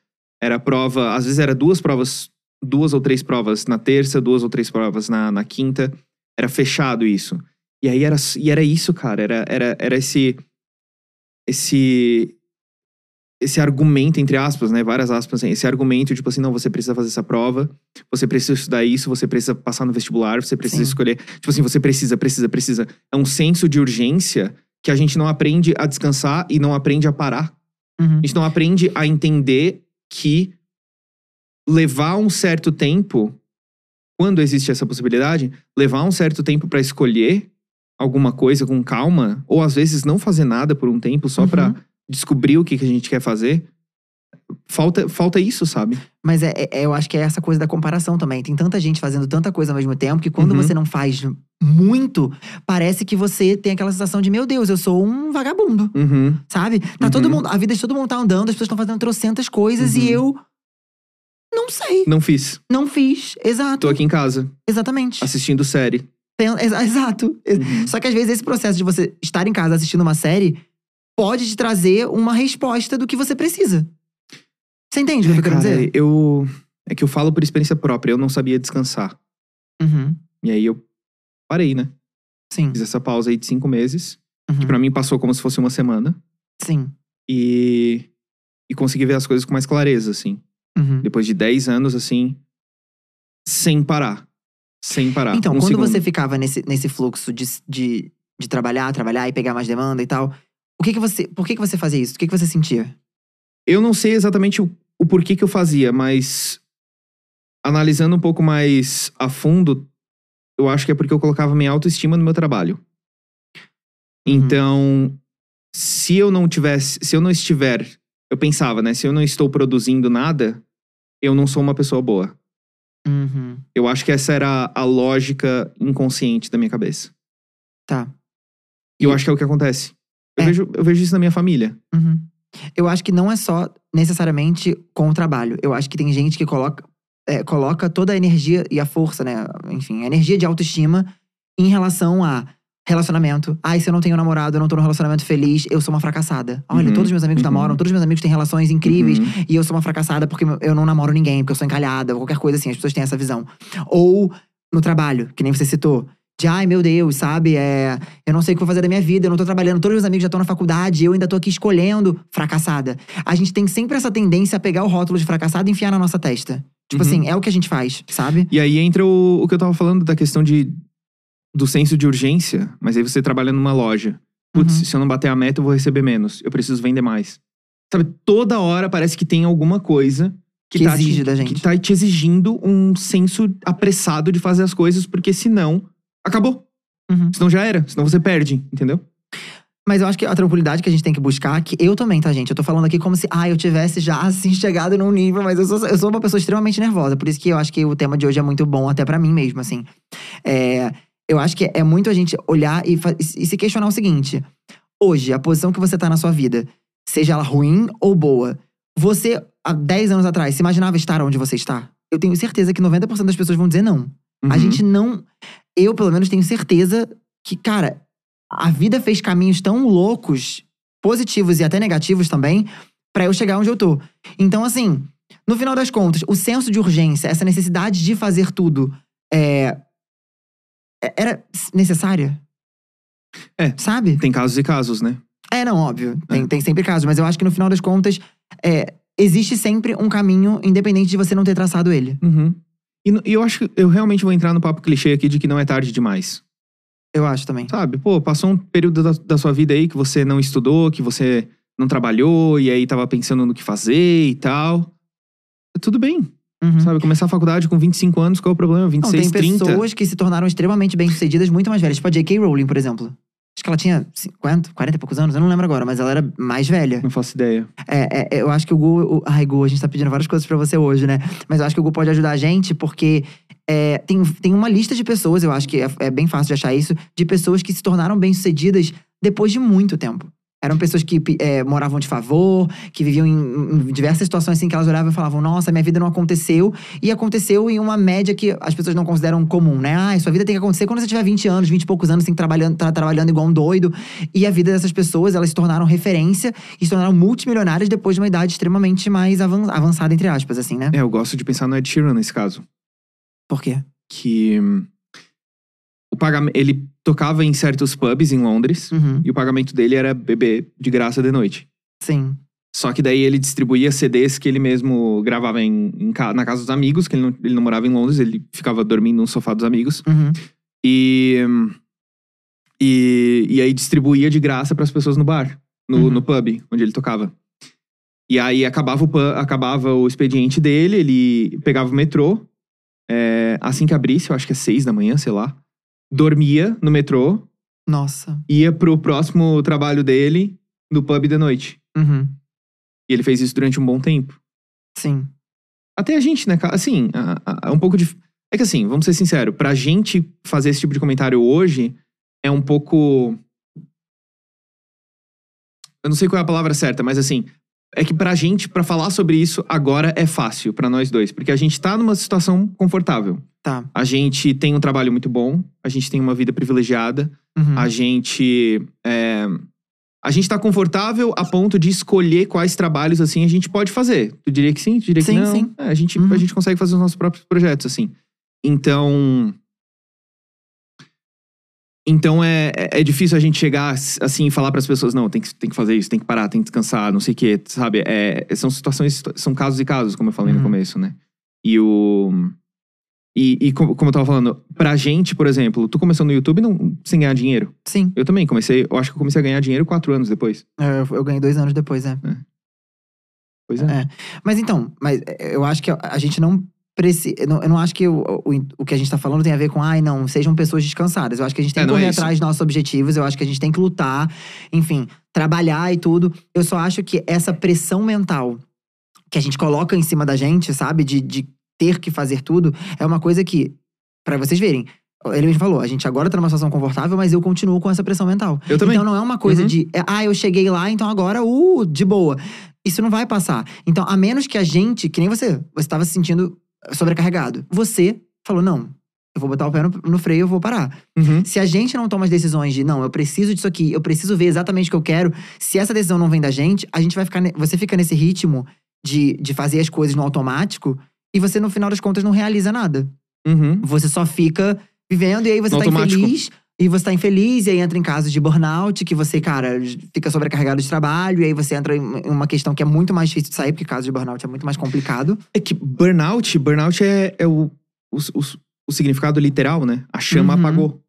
Speaker 2: Era prova, às vezes era duas provas, duas ou três provas na terça, duas ou três provas na, na quinta. Era fechado isso. E aí era, e era isso, cara. Era, era, era esse. Esse esse argumento, entre aspas, né? Várias aspas, assim, esse argumento, tipo assim, não, você precisa fazer essa prova, você precisa estudar isso, você precisa passar no vestibular, você precisa
Speaker 3: Sim.
Speaker 2: escolher. Tipo assim, você precisa, precisa, precisa. É um senso de urgência que a gente não aprende a descansar e não aprende a parar.
Speaker 3: Uhum.
Speaker 2: A gente não aprende a entender que levar um certo tempo, quando existe essa possibilidade, levar um certo tempo pra escolher alguma coisa com calma, ou às vezes não fazer nada por um tempo só pra
Speaker 3: Uhum.
Speaker 2: descobrir o que, que a gente quer fazer. Falta, falta isso, sabe?
Speaker 3: Mas é, é- eu acho que é essa coisa da comparação também. Tem tanta gente fazendo tanta coisa ao mesmo tempo que quando
Speaker 2: Uhum.
Speaker 3: você não faz muito, parece que você tem aquela sensação de: meu Deus, eu sou um vagabundo,
Speaker 2: Uhum.
Speaker 3: sabe? Tá
Speaker 2: Uhum. Uhum.
Speaker 3: todo mundo, a vida de todo mundo tá andando, as pessoas estão fazendo trocentas coisas e eu. Não sei.
Speaker 2: Não fiz.
Speaker 3: Não fiz. Exato.
Speaker 2: Tô aqui em casa,
Speaker 3: Exatamente.
Speaker 2: assistindo série.
Speaker 3: Pen- exa- Exato. Só que às vezes esse processo de você estar em casa assistindo uma série pode te trazer uma resposta do que você precisa. Você entende o que eu tô querendo dizer?
Speaker 2: eu. É que eu falo por experiência própria, eu não sabia descansar. é
Speaker 3: Uhum.
Speaker 2: E aí eu parei, né?
Speaker 3: Sim.
Speaker 2: Fiz essa pausa aí de cinco meses, que
Speaker 3: Uhum.
Speaker 2: pra mim passou como se fosse uma semana.
Speaker 3: Sim.
Speaker 2: E. E consegui ver as coisas com mais clareza, assim.
Speaker 3: Uhum.
Speaker 2: Depois de 10 anos, assim. Sem parar. Sem parar.
Speaker 3: Então,
Speaker 2: um
Speaker 3: quando
Speaker 2: segundo.
Speaker 3: você ficava nesse, nesse fluxo de, de, de trabalhar, trabalhar e pegar mais demanda e tal, o que que você, por que que você fazia isso? O que que você sentia?
Speaker 2: Eu não sei exatamente o, o porquê que eu fazia, mas analisando um pouco mais a fundo, eu acho que é porque eu colocava minha autoestima no meu trabalho.
Speaker 3: Uhum.
Speaker 2: Então, se eu não tivesse, se eu não estiver, eu pensava, né, se eu não estou produzindo nada, eu não sou uma pessoa boa.
Speaker 3: Uhum.
Speaker 2: Eu acho que essa era a lógica inconsciente da minha cabeça.
Speaker 3: Tá.
Speaker 2: E eu
Speaker 3: E-
Speaker 2: acho que é o que acontece. Eu,
Speaker 3: É.
Speaker 2: vejo, eu vejo isso na minha família.
Speaker 3: Uhum. Eu acho que não é só necessariamente com o trabalho. Eu acho que tem gente que coloca, é, coloca toda a energia e a força, né? Enfim, a energia de autoestima em relação a relacionamento. Ai, se eu não tenho namorado, eu não tô num relacionamento feliz, eu sou uma fracassada. Olha,
Speaker 2: Uhum,
Speaker 3: todos os meus amigos
Speaker 2: uhum.
Speaker 3: namoram, todos os meus amigos têm relações incríveis.
Speaker 2: Uhum.
Speaker 3: e eu sou uma fracassada porque eu não namoro ninguém, porque eu sou encalhada, ou qualquer coisa assim, as pessoas têm essa visão. Ou no trabalho, que nem você citou. De, ai meu Deus, sabe? É, eu não sei o que eu vou fazer da minha vida, eu não tô trabalhando, todos os meus amigos já estão na faculdade, eu ainda tô aqui escolhendo fracassada. A gente tem sempre essa tendência a pegar o rótulo de fracassado e enfiar na nossa testa. Tipo
Speaker 2: Uhum.
Speaker 3: assim, é o que a gente faz, sabe?
Speaker 2: E aí entra o, o que eu tava falando da questão de do senso de urgência, mas aí você trabalha numa loja. Putz,
Speaker 3: Uhum.
Speaker 2: se eu não bater a meta, eu vou receber menos. Eu preciso vender mais. Sabe, toda hora parece que tem alguma coisa que,
Speaker 3: Que
Speaker 2: tá
Speaker 3: exige
Speaker 2: te,
Speaker 3: da gente.
Speaker 2: Que tá te exigindo um senso apressado de fazer as coisas, porque senão acabou.
Speaker 3: Uhum.
Speaker 2: Senão já era, senão você perde, entendeu?
Speaker 3: Mas eu acho que a tranquilidade que a gente tem que buscar, que eu também, tá, gente? Eu tô falando aqui como se, ah, eu tivesse já, assim, chegado num nível, mas eu sou, eu sou uma pessoa extremamente nervosa. Por isso que eu acho que o tema de hoje é muito bom, até pra mim mesmo, assim. É, eu acho que é muito a gente olhar e, fa- e se questionar o seguinte: hoje, a posição que você tá na sua vida, seja ela ruim ou boa, você, há 10 anos atrás, se imaginava estar onde você está? Eu tenho certeza que 90% das pessoas vão dizer não. A
Speaker 2: Uhum.
Speaker 3: gente não. Eu, pelo menos, tenho certeza que, cara, a vida fez caminhos tão loucos, positivos e até negativos também, pra eu chegar onde eu tô. Então, assim, no final das contas, o senso de urgência, essa necessidade de fazer tudo, é. é- Era necessária?
Speaker 2: É.
Speaker 3: Sabe?
Speaker 2: Tem casos e casos, né?
Speaker 3: É, não, óbvio. Tem,
Speaker 2: É.
Speaker 3: tem sempre casos, mas eu acho que no final das contas, é, existe sempre um caminho, independente de você não ter traçado ele.
Speaker 2: Uhum. E, no- e eu acho que eu realmente vou entrar no papo clichê aqui de que não é tarde demais.
Speaker 3: Eu acho também.
Speaker 2: Sabe, pô, passou um período da, da sua vida aí que você não estudou, que você não trabalhou, e aí tava pensando no que fazer e tal. Tudo bem,
Speaker 3: Uhum.
Speaker 2: sabe? Começar a faculdade com 25 anos, qual é o problema?
Speaker 3: Não,
Speaker 2: 26,
Speaker 3: tem
Speaker 2: 30.
Speaker 3: pessoas que se tornaram extremamente bem-sucedidas muito mais velhas. Tipo a J.K. Rowling, por exemplo. Acho que ela tinha 50, 40 e poucos anos, eu não lembro agora, mas ela era mais velha.
Speaker 2: Não faço ideia.
Speaker 3: É, é, eu acho que o Gu. o- ai, Gu, a gente tá pedindo várias coisas pra você hoje, né? Mas eu acho que o Gu pode ajudar a gente, porque é, tem, tem uma lista de pessoas, eu acho que é, é bem fácil de achar isso, de pessoas que se tornaram bem-sucedidas depois de muito tempo. Eram pessoas que pi- é, moravam de favor, que viviam em, em diversas situações assim que elas olhavam e falavam: Nossa, minha vida não aconteceu. E aconteceu em uma média que as pessoas não consideram comum, né? Ah, sua vida tem que acontecer quando você tiver 20 anos, 20 e poucos anos, tem que trabalhando, tá trabalhando igual um doido. E a vida dessas pessoas, elas se tornaram referência e se tornaram multimilionárias depois de uma idade extremamente mais avan- avançada, entre aspas, assim, né?
Speaker 2: É, eu gosto de pensar no Ed Sheeran nesse caso.
Speaker 3: Por quê?
Speaker 2: Que hum, o pagamento. Ele tocava em certos pubs em Londres,
Speaker 3: Uhum.
Speaker 2: e o pagamento dele era beber de graça de noite.
Speaker 3: Sim.
Speaker 2: Só que daí ele distribuía CDs que ele mesmo gravava em, em ca- na casa dos amigos, que ele não, ele não morava em Londres, ele ficava dormindo no sofá dos amigos.
Speaker 3: Uhum.
Speaker 2: E, e, e aí distribuía de graça pras pessoas no bar, no,
Speaker 3: Uhum.
Speaker 2: no pub, onde ele tocava. E aí acabava o, pu- acabava o expediente dele, ele pegava o metrô, é, assim que abrisse, eu acho que é seis da manhã, sei lá. Dormia no metrô,
Speaker 3: Nossa.
Speaker 2: ia pro próximo trabalho dele, no pub de noite.
Speaker 3: Uhum.
Speaker 2: E ele fez isso durante um bom tempo.
Speaker 3: Sim.
Speaker 2: Até a gente, né? cara? Assim, a- a- é um pouco de. É que assim, vamos ser sinceros, pra gente fazer esse tipo de comentário hoje é um pouco. Eu não sei qual é a palavra certa, mas assim, é que pra gente, pra falar sobre isso agora é fácil pra nós dois, porque a gente tá numa situação confortável.
Speaker 3: Tá.
Speaker 2: A gente tem um trabalho muito bom, a gente tem uma vida privilegiada,
Speaker 3: Uhum.
Speaker 2: a gente é, A gente tá confortável a ponto de escolher quais trabalhos, assim, a gente pode fazer. Tu diria que sim? Tu diria
Speaker 3: Sim,
Speaker 2: que não?
Speaker 3: sim.
Speaker 2: É, a, gente,
Speaker 3: Uhum.
Speaker 2: a gente consegue fazer os nossos próprios projetos, assim. Então... Então é, é é difícil a gente chegar assim e falar pras pessoas, não, tem que, tem que fazer isso, tem que parar, tem que descansar, não sei o quê, sabe? É, são situações, são casos e casos, como eu falei
Speaker 3: Uhum.
Speaker 2: no começo, né? E o... E, e como, como eu tava falando, pra gente, por exemplo, tu começou no YouTube não, sem ganhar dinheiro.
Speaker 3: Sim,
Speaker 2: Eu também comecei, eu acho que eu comecei a ganhar dinheiro quatro anos depois.
Speaker 3: É, eu, eu ganhei dois anos depois, é.
Speaker 2: Pois é.
Speaker 3: É. Mas então, mas é, eu acho que a, a gente não precisa. Eu não, eu não acho que o, o, o que a gente tá falando tem a ver com, ai, não, sejam pessoas descansadas. Eu acho que a gente tem
Speaker 2: É,
Speaker 3: que
Speaker 2: não
Speaker 3: correr
Speaker 2: é isso.
Speaker 3: atrás dos nossos objetivos, eu acho que a gente tem que lutar, enfim, trabalhar e tudo. Eu só acho que essa pressão mental que a gente coloca em cima da gente, sabe, de, de ter que fazer tudo, é uma coisa que, pra vocês verem. Ele mesmo falou, a gente agora tá numa situação confortável, mas eu continuo com essa pressão mental.
Speaker 2: Eu também.
Speaker 3: Então não é uma coisa
Speaker 2: Uhum.
Speaker 3: de, é, ah, eu cheguei lá, então agora, uh, de boa. Isso não vai passar. Então, a menos que a gente, que nem você, você estava se sentindo eh, sobrecarregado. Você falou, não, eu vou botar o pé no, no freio, eu vou parar.
Speaker 2: Uhum.
Speaker 3: Se a gente não toma as decisões de, não, eu preciso disso aqui, eu preciso ver exatamente o que eu quero, se essa decisão não vem da gente, a gente vai ficar, ne- você fica nesse ritmo de, de fazer as coisas no automático e você, no final das contas, não realiza nada.
Speaker 2: Uhum.
Speaker 3: Você só fica vivendo e aí você
Speaker 2: No
Speaker 3: tá
Speaker 2: automático.
Speaker 3: infeliz. E você tá infeliz, e aí entra em casos de burnout, que você, cara, fica sobrecarregado de trabalho, e aí você entra em em uma questão que é muito mais difícil de sair, porque caso de burnout é muito mais complicado.
Speaker 2: É que burnout, burnout é, é o, o, o- o significado literal, né? A chama
Speaker 3: Uhum.
Speaker 2: apagou.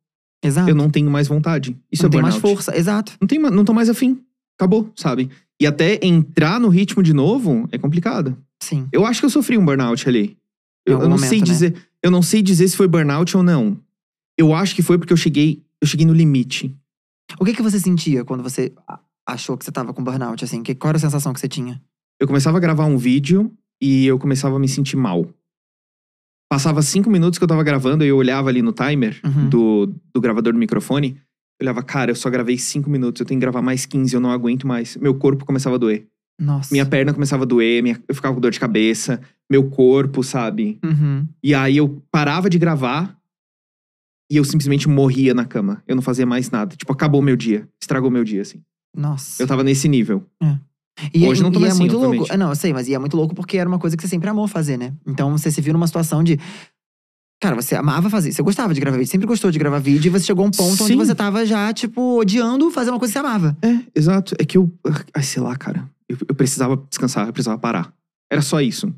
Speaker 3: Exato.
Speaker 2: Eu não tenho mais vontade. Isso
Speaker 3: não
Speaker 2: é
Speaker 3: tem
Speaker 2: burnout.
Speaker 3: mais força. Exato.
Speaker 2: Não, tem, ma- não tô mais afim. Acabou, sabe? E até entrar no ritmo de novo é complicado.
Speaker 3: Sim.
Speaker 2: Eu acho que eu sofri um burnout ali.
Speaker 3: Em
Speaker 2: Eu,
Speaker 3: algum
Speaker 2: eu não
Speaker 3: momento,
Speaker 2: sei
Speaker 3: né?
Speaker 2: dizer. Eu não sei dizer se foi burnout ou não. Eu acho que foi porque eu cheguei, eu cheguei no limite.
Speaker 3: O que que você sentia quando você a- achou que você tava com burnout, assim? Que, qual era a sensação que você tinha?
Speaker 2: Eu começava a gravar um vídeo e eu começava a me sentir mal. Passava cinco minutos que eu tava gravando e eu olhava ali no timer
Speaker 3: Uhum.
Speaker 2: do, do gravador do microfone. Eu olhava, cara, eu só gravei cinco minutos, eu tenho que gravar mais 15, eu não aguento mais. Meu corpo começava a doer.
Speaker 3: Nossa.
Speaker 2: Minha perna começava a doer, minha- eu ficava com dor de cabeça, meu corpo, sabe?
Speaker 3: Uhum.
Speaker 2: E aí eu parava de gravar e eu simplesmente morria na cama. Eu não fazia mais nada. Tipo, acabou meu dia. Estragou meu dia, assim.
Speaker 3: Nossa.
Speaker 2: Eu tava nesse nível.
Speaker 3: E, é-
Speaker 2: Hoje não tô
Speaker 3: e é
Speaker 2: mais assim,
Speaker 3: muito louco.
Speaker 2: obviamente.
Speaker 3: É, não, eu sei, mas e é muito louco porque era uma coisa que você sempre amou fazer, né? Então você se viu numa situação de. Cara, você amava fazer, você gostava de gravar vídeo, sempre gostou de gravar vídeo, e você chegou a um ponto onde
Speaker 2: Sim.
Speaker 3: você tava já, tipo, odiando fazer uma coisa que você amava.
Speaker 2: É, exato. É que eu. Ai, sei lá, cara. Eu, eu precisava descansar, eu precisava parar. Era só isso.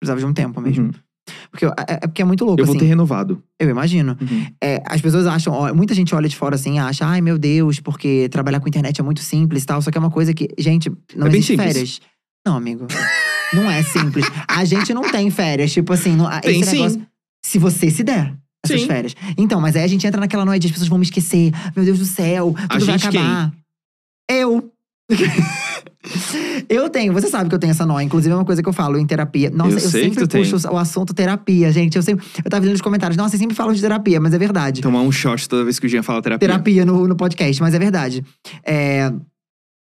Speaker 3: Precisava de um tempo mesmo.
Speaker 2: Uhum.
Speaker 3: Porque eu- é, é porque é muito louco,
Speaker 2: Eu
Speaker 3: assim.
Speaker 2: vou ter renovado.
Speaker 3: Eu imagino.
Speaker 2: Uhum.
Speaker 3: É, as pessoas acham, ó, muita gente olha de fora assim, e acha, ai meu Deus, porque trabalhar com internet é muito simples e tal. Só que é uma coisa que, gente, não
Speaker 2: É bem
Speaker 3: existe
Speaker 2: simples.
Speaker 3: férias. Não, amigo. não é simples. A gente não tem férias, tipo assim, não, a-
Speaker 2: Tem
Speaker 3: esse
Speaker 2: sim.
Speaker 3: negócio. Se você se der. Essas
Speaker 2: Sim.
Speaker 3: férias. Então, mas aí a gente entra naquela noite, as pessoas vão me esquecer. Meu Deus do céu, tudo
Speaker 2: A
Speaker 3: vai
Speaker 2: gente
Speaker 3: acabar. Eu. eu tenho, você sabe que eu tenho essa nóia. Inclusive, é uma coisa que eu falo em terapia. Nossa, eu,
Speaker 2: Eu sei que
Speaker 3: sempre
Speaker 2: tu tem.
Speaker 3: puxo o assunto terapia, gente. Eu sempre. Eu tava lendo os comentários. Nossa, vocês sempre falam de terapia, mas é verdade
Speaker 2: Tomar um shot toda vez que o Jean fala terapia.
Speaker 3: terapia no, no podcast, mas é verdade. É,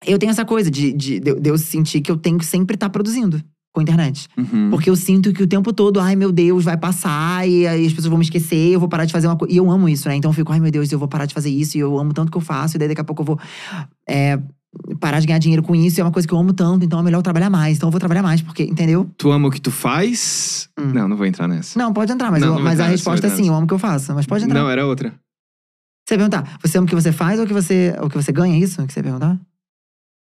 Speaker 3: eu tenho essa coisa de, de, de eu- de eu sentir que eu tenho que sempre estar produzindo com a internet.
Speaker 2: Uhum.
Speaker 3: Porque eu sinto que o tempo todo, ai meu Deus, vai passar, e aí as pessoas vão me esquecer, eu vou parar de fazer uma coisa. E eu amo isso, né? Então eu fico, ai meu Deus, eu vou parar de fazer isso, e eu amo tanto que eu faço, e daí daqui a pouco eu vou é, parar de ganhar dinheiro com isso, e é uma coisa que eu amo tanto, então é melhor eu trabalhar mais. Então eu vou trabalhar mais, porque, entendeu?
Speaker 2: Tu ama o que tu faz?
Speaker 3: Hum.
Speaker 2: Não, não vou entrar nessa.
Speaker 3: Não, pode entrar, mas,
Speaker 2: Não,
Speaker 3: eu-
Speaker 2: não vai
Speaker 3: mas a
Speaker 2: entrar, isso vai
Speaker 3: resposta é
Speaker 2: entrar.
Speaker 3: sim, eu amo o que eu faço, mas pode entrar.
Speaker 2: Não, era outra.
Speaker 3: Você ia perguntar, você ama o que você faz ou o que você, o que você ganha? É Isso que você ia perguntar?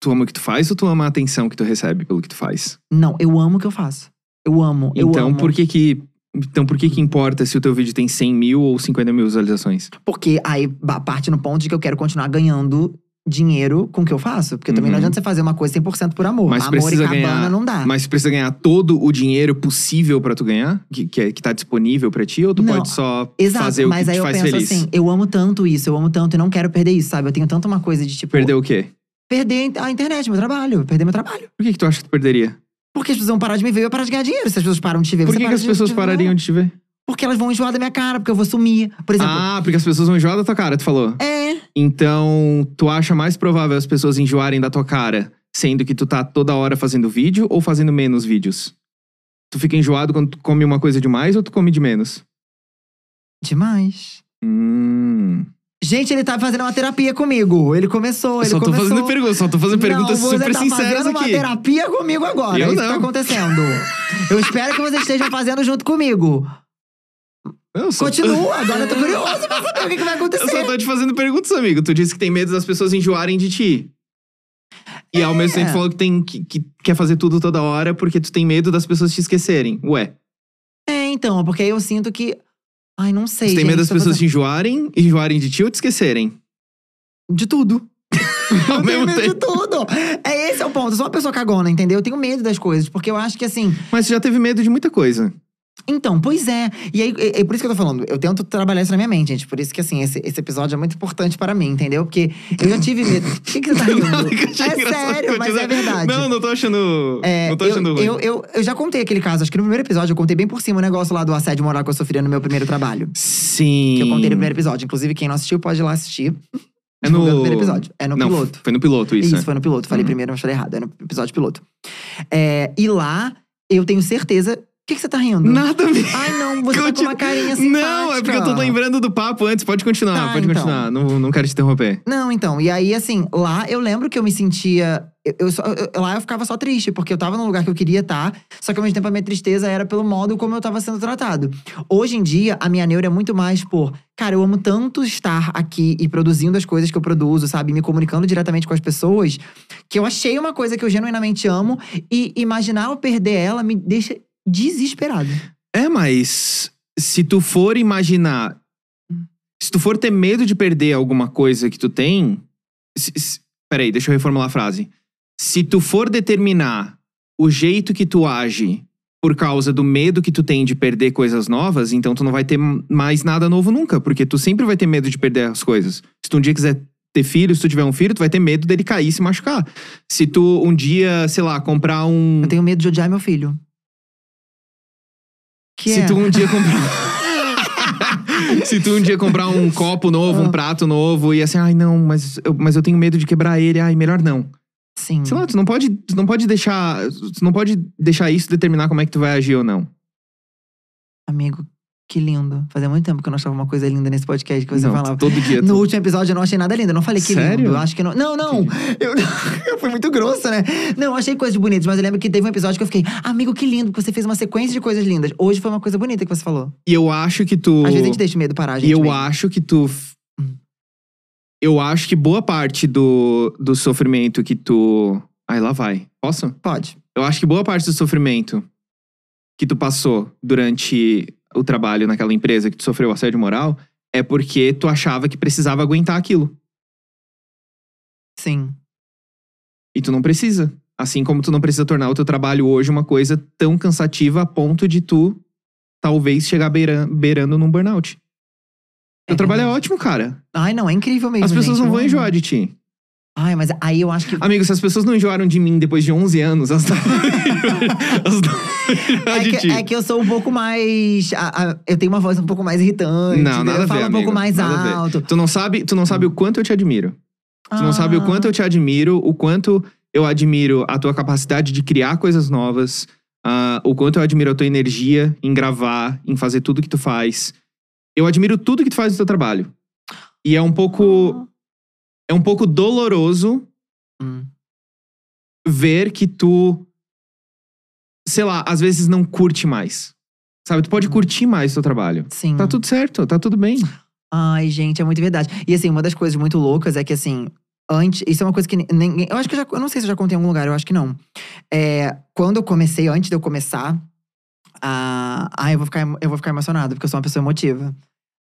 Speaker 2: Tu ama o que tu faz ou tu ama a atenção que tu recebe pelo que tu faz?
Speaker 3: Não, eu amo o que eu faço. Eu amo, eu
Speaker 2: então,
Speaker 3: amo.
Speaker 2: por que que. Então, por que que importa se o teu vídeo tem 100 mil ou 50 mil visualizações?
Speaker 3: Porque aí ba- parte no ponto de que eu quero continuar ganhando dinheiro com o que eu faço. Porque também não
Speaker 2: Uhum.
Speaker 3: adianta você fazer uma coisa 100% por amor.
Speaker 2: Mas
Speaker 3: amor e
Speaker 2: precisa
Speaker 3: cabana
Speaker 2: ganhar-
Speaker 3: não dá.
Speaker 2: Mas tu precisa ganhar todo o dinheiro possível pra tu ganhar? Que, que, é- que tá disponível pra ti? Ou tu
Speaker 3: Não,
Speaker 2: pode só
Speaker 3: Exato,
Speaker 2: fazer o
Speaker 3: mas
Speaker 2: que
Speaker 3: aí
Speaker 2: te
Speaker 3: eu
Speaker 2: faz
Speaker 3: penso
Speaker 2: feliz?
Speaker 3: assim, eu amo tanto isso, eu amo tanto e não quero perder isso, sabe? Eu tenho tanto uma coisa de tipo…
Speaker 2: Perder o quê?
Speaker 3: Perder a internet, meu trabalho, perder meu trabalho.
Speaker 2: Por que que tu acha que tu perderia?
Speaker 3: Porque as pessoas vão parar de me ver, eu paro de ganhar dinheiro. Se as pessoas param de te ver,
Speaker 2: Por
Speaker 3: você
Speaker 2: que, que
Speaker 3: para
Speaker 2: as
Speaker 3: de-
Speaker 2: pessoas
Speaker 3: de-
Speaker 2: parariam de te ver?
Speaker 3: Porque elas vão enjoar da minha cara, porque eu vou sumir. Por exemplo…
Speaker 2: Ah, porque as pessoas vão enjoar da tua cara, tu falou.
Speaker 3: É,
Speaker 2: Então, tu acha mais provável as pessoas enjoarem da tua cara, sendo que tu tá toda hora fazendo vídeo ou fazendo menos vídeos? Tu fica enjoado quando tu come uma coisa demais ou tu come de menos?
Speaker 3: demais.
Speaker 2: Hum.
Speaker 3: Gente, ele tá fazendo uma terapia comigo. Ele começou,
Speaker 2: Eu
Speaker 3: ele
Speaker 2: só tô
Speaker 3: começou.
Speaker 2: fazendo perguntas, só tô fazendo perguntas
Speaker 3: não, você
Speaker 2: super
Speaker 3: tá
Speaker 2: sinceras
Speaker 3: fazendo uma
Speaker 2: aqui.
Speaker 3: terapia comigo agora.
Speaker 2: Eu
Speaker 3: é isso que tá
Speaker 2: não.
Speaker 3: acontecendo. Eu espero que vocês estejam fazendo junto comigo.
Speaker 2: Eu só-
Speaker 3: Continua, agora eu tô curioso pra saber o que, que vai
Speaker 2: Eu só
Speaker 3: acontecer.
Speaker 2: tô te fazendo perguntas, amigo. Tu disse que tem medo das pessoas enjoarem de ti. E ao mesmo
Speaker 3: É.
Speaker 2: tempo falou que, tem, que, que quer fazer tudo toda hora porque tu tem medo das pessoas te esquecerem. Ué,
Speaker 3: É, então, porque aí eu sinto que. Ai, não sei.
Speaker 2: tu tem
Speaker 3: gente,
Speaker 2: medo das
Speaker 3: tô
Speaker 2: pessoas
Speaker 3: fazendo-
Speaker 2: te enjoarem, enjoarem de ti ou te esquecerem?
Speaker 3: De tudo.
Speaker 2: Ao
Speaker 3: Eu tenho
Speaker 2: mesmo
Speaker 3: medo de
Speaker 2: tempo.
Speaker 3: tudo. É esse é o ponto. Eu sou uma pessoa cagona, entendeu? Eu tenho medo das coisas, porque eu acho que assim.
Speaker 2: Mas tu já teve medo de muita coisa.
Speaker 3: Então, pois é. E aí, é, é por isso que eu tô falando. Eu tento trabalhar isso na minha mente, gente. Por isso que, assim, esse, esse episódio é muito importante para mim, entendeu? Porque eu já tive medo. Por que, que você tá rindo?
Speaker 2: Nada que eu achei
Speaker 3: é
Speaker 2: engraçado
Speaker 3: sério, mas é
Speaker 2: continuar.
Speaker 3: verdade.
Speaker 2: Não, não tô achando.
Speaker 3: É,
Speaker 2: não tô achando
Speaker 3: eu,
Speaker 2: ruim.
Speaker 3: eu, eu, eu já contei aquele caso, acho que no primeiro episódio eu contei bem por cima o negócio lá do assédio moral que eu sofria no meu primeiro trabalho.
Speaker 2: Sim.
Speaker 3: Que eu contei no primeiro episódio. Inclusive, quem não assistiu pode ir lá assistir.
Speaker 2: É no-
Speaker 3: primeiro episódio. É no
Speaker 2: não,
Speaker 3: piloto.
Speaker 2: Foi no piloto isso.
Speaker 3: Isso,
Speaker 2: né?
Speaker 3: foi no piloto. Falei
Speaker 2: Uhum.
Speaker 3: primeiro, mas falei errado. É no episódio piloto. É, e lá, eu tenho certeza. O que, que você tá rindo?
Speaker 2: Nada mesmo.
Speaker 3: Ai, não, você tá com
Speaker 2: Continua.
Speaker 3: uma carinha simpática.
Speaker 2: Não, é porque eu tô lembrando do papo antes. Pode continuar,
Speaker 3: Tá,
Speaker 2: pode
Speaker 3: então.
Speaker 2: continuar. Não, não quero te interromper.
Speaker 3: Não, então, e aí, assim, lá eu lembro que eu me sentia. Eu, eu só- eu- lá eu ficava só triste, porque eu tava num lugar que eu queria estar, só que ao mesmo tempo a minha tristeza era pelo modo como eu tava sendo tratado. Hoje em dia, a minha neura é muito mais por. Cara, eu amo tanto estar aqui e produzindo as coisas que eu produzo, sabe? Me comunicando diretamente com as pessoas, que eu achei uma coisa que eu genuinamente amo e imaginar eu perder ela me deixa desesperado.
Speaker 2: É, mas se tu for imaginar. Se tu for ter medo de perder alguma coisa que tu tem. se- se- peraí, deixa eu reformular a frase. Se tu for determinar o jeito que tu age por causa do medo que tu tem de perder coisas novas, então tu não vai ter m- mais nada novo nunca, porque tu sempre vai ter medo de perder as coisas. Se tu um dia quiser ter filho, se tu tiver um filho, tu vai ter medo dele cair e se machucar. Se tu um dia, sei lá, comprar um.
Speaker 3: Eu tenho medo de odiar meu filho. Que
Speaker 2: se
Speaker 3: é?
Speaker 2: tu um dia comprar. se tu um dia comprar um copo novo,
Speaker 3: Ah.
Speaker 2: um prato novo, e assim, ai não, mas eu, mas eu tenho medo de quebrar ele, ai, melhor não.
Speaker 3: Hum. Sim.
Speaker 2: Sei lá, tu não pode, tu não pode deixar. Tu não pode deixar isso determinar como é que tu vai agir ou não.
Speaker 3: Amigo, que lindo. Fazia muito tempo que eu não achava uma coisa linda nesse podcast que você
Speaker 2: não,
Speaker 3: falava.
Speaker 2: Todo dia.
Speaker 3: é, No
Speaker 2: tu-
Speaker 3: último episódio eu não achei nada lindo. Eu não falei que
Speaker 2: Sério?
Speaker 3: lindo. Eu acho que não. Não, não. Eu, eu fui muito grossa, né? Não, eu achei coisas bonitas, mas eu lembro que teve um episódio que eu fiquei, amigo, que lindo, porque você fez uma sequência de coisas lindas. Hoje foi uma coisa bonita que você falou.
Speaker 2: E eu acho que tu.
Speaker 3: Às vezes a gente deixa o medo parar, a gente.
Speaker 2: E eu
Speaker 3: mesmo.
Speaker 2: acho que tu. f-
Speaker 3: Hum.
Speaker 2: Eu acho que boa parte do, do sofrimento que tu. Ai, lá vai. Posso?
Speaker 3: Pode.
Speaker 2: Eu acho que boa parte do sofrimento que tu passou durante o trabalho naquela empresa que tu sofreu assédio moral é porque tu achava que precisava aguentar aquilo.
Speaker 3: Sim.
Speaker 2: E tu não precisa. Assim como tu não precisa tornar o teu trabalho hoje uma coisa tão cansativa a ponto de tu talvez chegar beira- beirando num burnout. Teu
Speaker 3: É
Speaker 2: trabalho é
Speaker 3: verdade.
Speaker 2: ótimo, cara.
Speaker 3: Ai, não, é incrível mesmo.
Speaker 2: As pessoas
Speaker 3: gente.
Speaker 2: não
Speaker 3: Eu
Speaker 2: vão
Speaker 3: amo.
Speaker 2: enjoar de ti.
Speaker 3: Ai, mas aí eu acho que.
Speaker 2: Amigo, se as pessoas não enjoaram de mim depois de 11 anos, elas não elas não vão enjoar
Speaker 3: É
Speaker 2: de
Speaker 3: que,
Speaker 2: ti.
Speaker 3: é que eu sou um pouco mais. a- a- eu tenho uma voz um pouco mais irritante.
Speaker 2: Não,
Speaker 3: daí
Speaker 2: nada a
Speaker 3: Eu falo
Speaker 2: ver,
Speaker 3: um pouco
Speaker 2: amigo,
Speaker 3: mais
Speaker 2: nada a ver.
Speaker 3: alto.
Speaker 2: Tu não sabe, tu não sabe o quanto eu te admiro. Tu não sabe o
Speaker 3: Ah.
Speaker 2: quanto eu te admiro, o quanto eu admiro a tua capacidade de criar coisas novas, ah, o quanto eu admiro a tua energia em gravar, em fazer tudo que tu faz. Eu admiro tudo que tu faz no teu trabalho. E é um
Speaker 3: Ah.
Speaker 2: pouco é um pouco doloroso
Speaker 3: Hum.
Speaker 2: ver que tu sei lá, às vezes não curte mais. Sabe, tu
Speaker 3: Hum.
Speaker 2: pode curtir mais o teu trabalho.
Speaker 3: Sim.
Speaker 2: Tá tudo certo, tá tudo bem.
Speaker 3: Ai, gente, é muito verdade. E assim, uma das coisas muito loucas é que assim, antes. Isso é uma coisa que ni- ninguém. Eu acho que eu já. Eu não sei se eu já contei em algum lugar, eu acho que não. É, quando eu comecei, antes de eu começar. a ai, eu vou, ficar, emo- eu vou ficar emocionada, porque eu sou uma pessoa emotiva.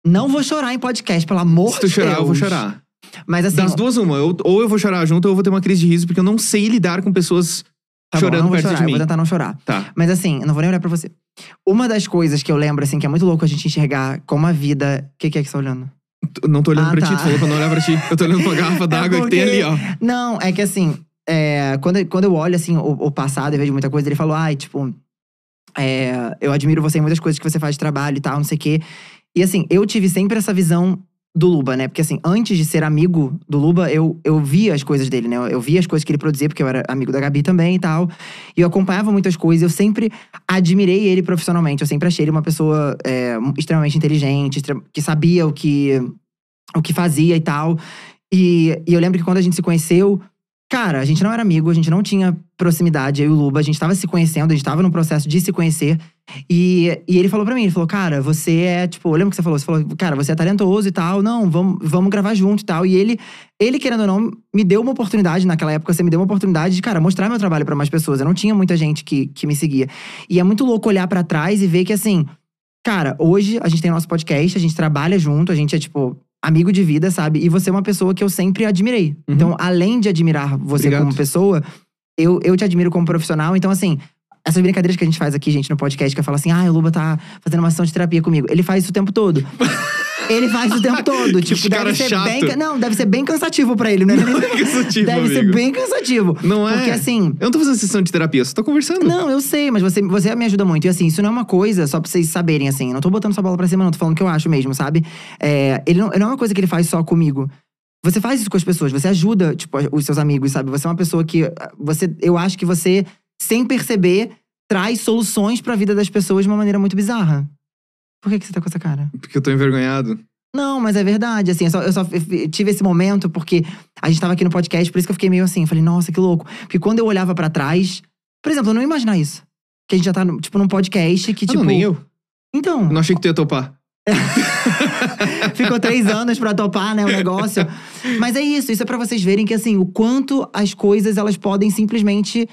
Speaker 3: Não vou chorar em podcast, pelo amor
Speaker 2: Se tu
Speaker 3: de
Speaker 2: chorar,
Speaker 3: Deus.
Speaker 2: eu vou chorar.
Speaker 3: Mas assim,
Speaker 2: Das duas, uma. Eu- ou eu vou chorar junto, ou eu vou ter uma crise de riso, porque eu não sei lidar com
Speaker 3: tá
Speaker 2: pessoas
Speaker 3: bom, eu
Speaker 2: chorando
Speaker 3: não vou
Speaker 2: perto
Speaker 3: chorar,
Speaker 2: de
Speaker 3: eu
Speaker 2: mim.
Speaker 3: vou tentar não chorar.
Speaker 2: Tá.
Speaker 3: Mas assim, eu não vou nem olhar pra você. Uma das coisas que eu lembro, assim, que é muito louco a gente enxergar como a vida. O que, que é que você tá olhando?
Speaker 2: T- Não tô olhando
Speaker 3: Ah,
Speaker 2: pra
Speaker 3: tá.
Speaker 2: ti,
Speaker 3: É
Speaker 2: tu falou pra não olhar pra ti. Eu tô olhando pra garrafa d'água que tem
Speaker 3: porque-
Speaker 2: ali, ó.
Speaker 3: Não, é que assim, é, quando, quando eu olho assim, o, o passado e vejo muita coisa, ele falou, ai, tipo, é, eu admiro você em muitas coisas que você faz de trabalho e tal, não sei o quê. E assim, eu tive sempre essa visão do Luba, né? Porque assim, antes de ser amigo do Luba, eu, eu via as coisas dele, né? Eu via as coisas que ele produzia, porque eu era amigo da Gabi também e tal. E eu acompanhava muitas coisas. Eu sempre admirei ele profissionalmente. Eu sempre achei ele uma pessoa é, extremamente inteligente, extre- que sabia o que o que fazia e tal. E, e eu lembro que quando a gente se conheceu, cara, a gente não era amigo, a gente não tinha proximidade, eu e o Luba, a gente tava se conhecendo, a gente tava num processo de se conhecer. E, e ele falou pra mim, ele falou, cara, você é, tipo, eu lembro que você falou, você falou, cara, você é talentoso e tal, não, vamos, vamos gravar junto e tal. E ele, ele, querendo ou não, me deu uma oportunidade, naquela época você me deu uma oportunidade de, cara, mostrar meu trabalho pra mais pessoas. Eu não tinha muita gente que, que me seguia. E é muito louco olhar pra trás e ver que, assim, cara, hoje a gente tem nosso podcast, a gente trabalha junto, a gente é, tipo, amigo de vida, sabe? E você é uma pessoa que eu sempre admirei.
Speaker 2: Uhum.
Speaker 3: Então, além de admirar você
Speaker 2: Obrigado.
Speaker 3: como pessoa, eu, eu te admiro como profissional. Então, assim, essas brincadeiras que a gente faz aqui, gente, no podcast, que eu falo assim, ah, o Luba tá fazendo uma ação de terapia comigo. Ele faz isso o tempo todo. Ele faz o tempo todo.
Speaker 2: Que
Speaker 3: tipo, deve
Speaker 2: cara é
Speaker 3: ser
Speaker 2: chato. é
Speaker 3: bem. ca- Não, deve ser bem cansativo pra ele, né?
Speaker 2: Cansativo,
Speaker 3: deve ser
Speaker 2: amigo.
Speaker 3: bem cansativo.
Speaker 2: Não é?
Speaker 3: Porque assim.
Speaker 2: Eu não tô fazendo sessão de terapia, eu só tô conversando.
Speaker 3: Não, eu sei, mas você, você me ajuda muito. E assim, isso não é uma coisa, só pra vocês saberem, assim. eu Não tô botando sua bola pra cima, não. Tô falando o que eu acho mesmo, sabe? É, ele não, não é uma coisa que ele faz só comigo. Você faz isso com as pessoas, você ajuda, tipo, os seus amigos, sabe? Você é uma pessoa que. ah, Você, eu acho que você, sem perceber, traz soluções pra vida das pessoas de uma maneira muito bizarra. Por que, que você tá com essa cara?
Speaker 2: Porque eu tô envergonhado. Ah,
Speaker 3: Não, mas é verdade, assim, eu só, eu só f- f- tive esse momento porque a gente tava aqui no podcast, por isso que eu fiquei meio assim, falei, nossa, que louco. Porque quando eu olhava pra trás, por exemplo, eu não ia imaginar isso. Que a gente já tá, no- tipo, num podcast que,
Speaker 2: Ah,
Speaker 3: tipo.
Speaker 2: não, nem eu.
Speaker 3: Então,
Speaker 2: Não achei que tu ia topar.
Speaker 3: ficou três anos pra topar, né, o negócio. Mas é isso, isso é pra vocês verem que, assim, o quanto as coisas, elas podem simplesmente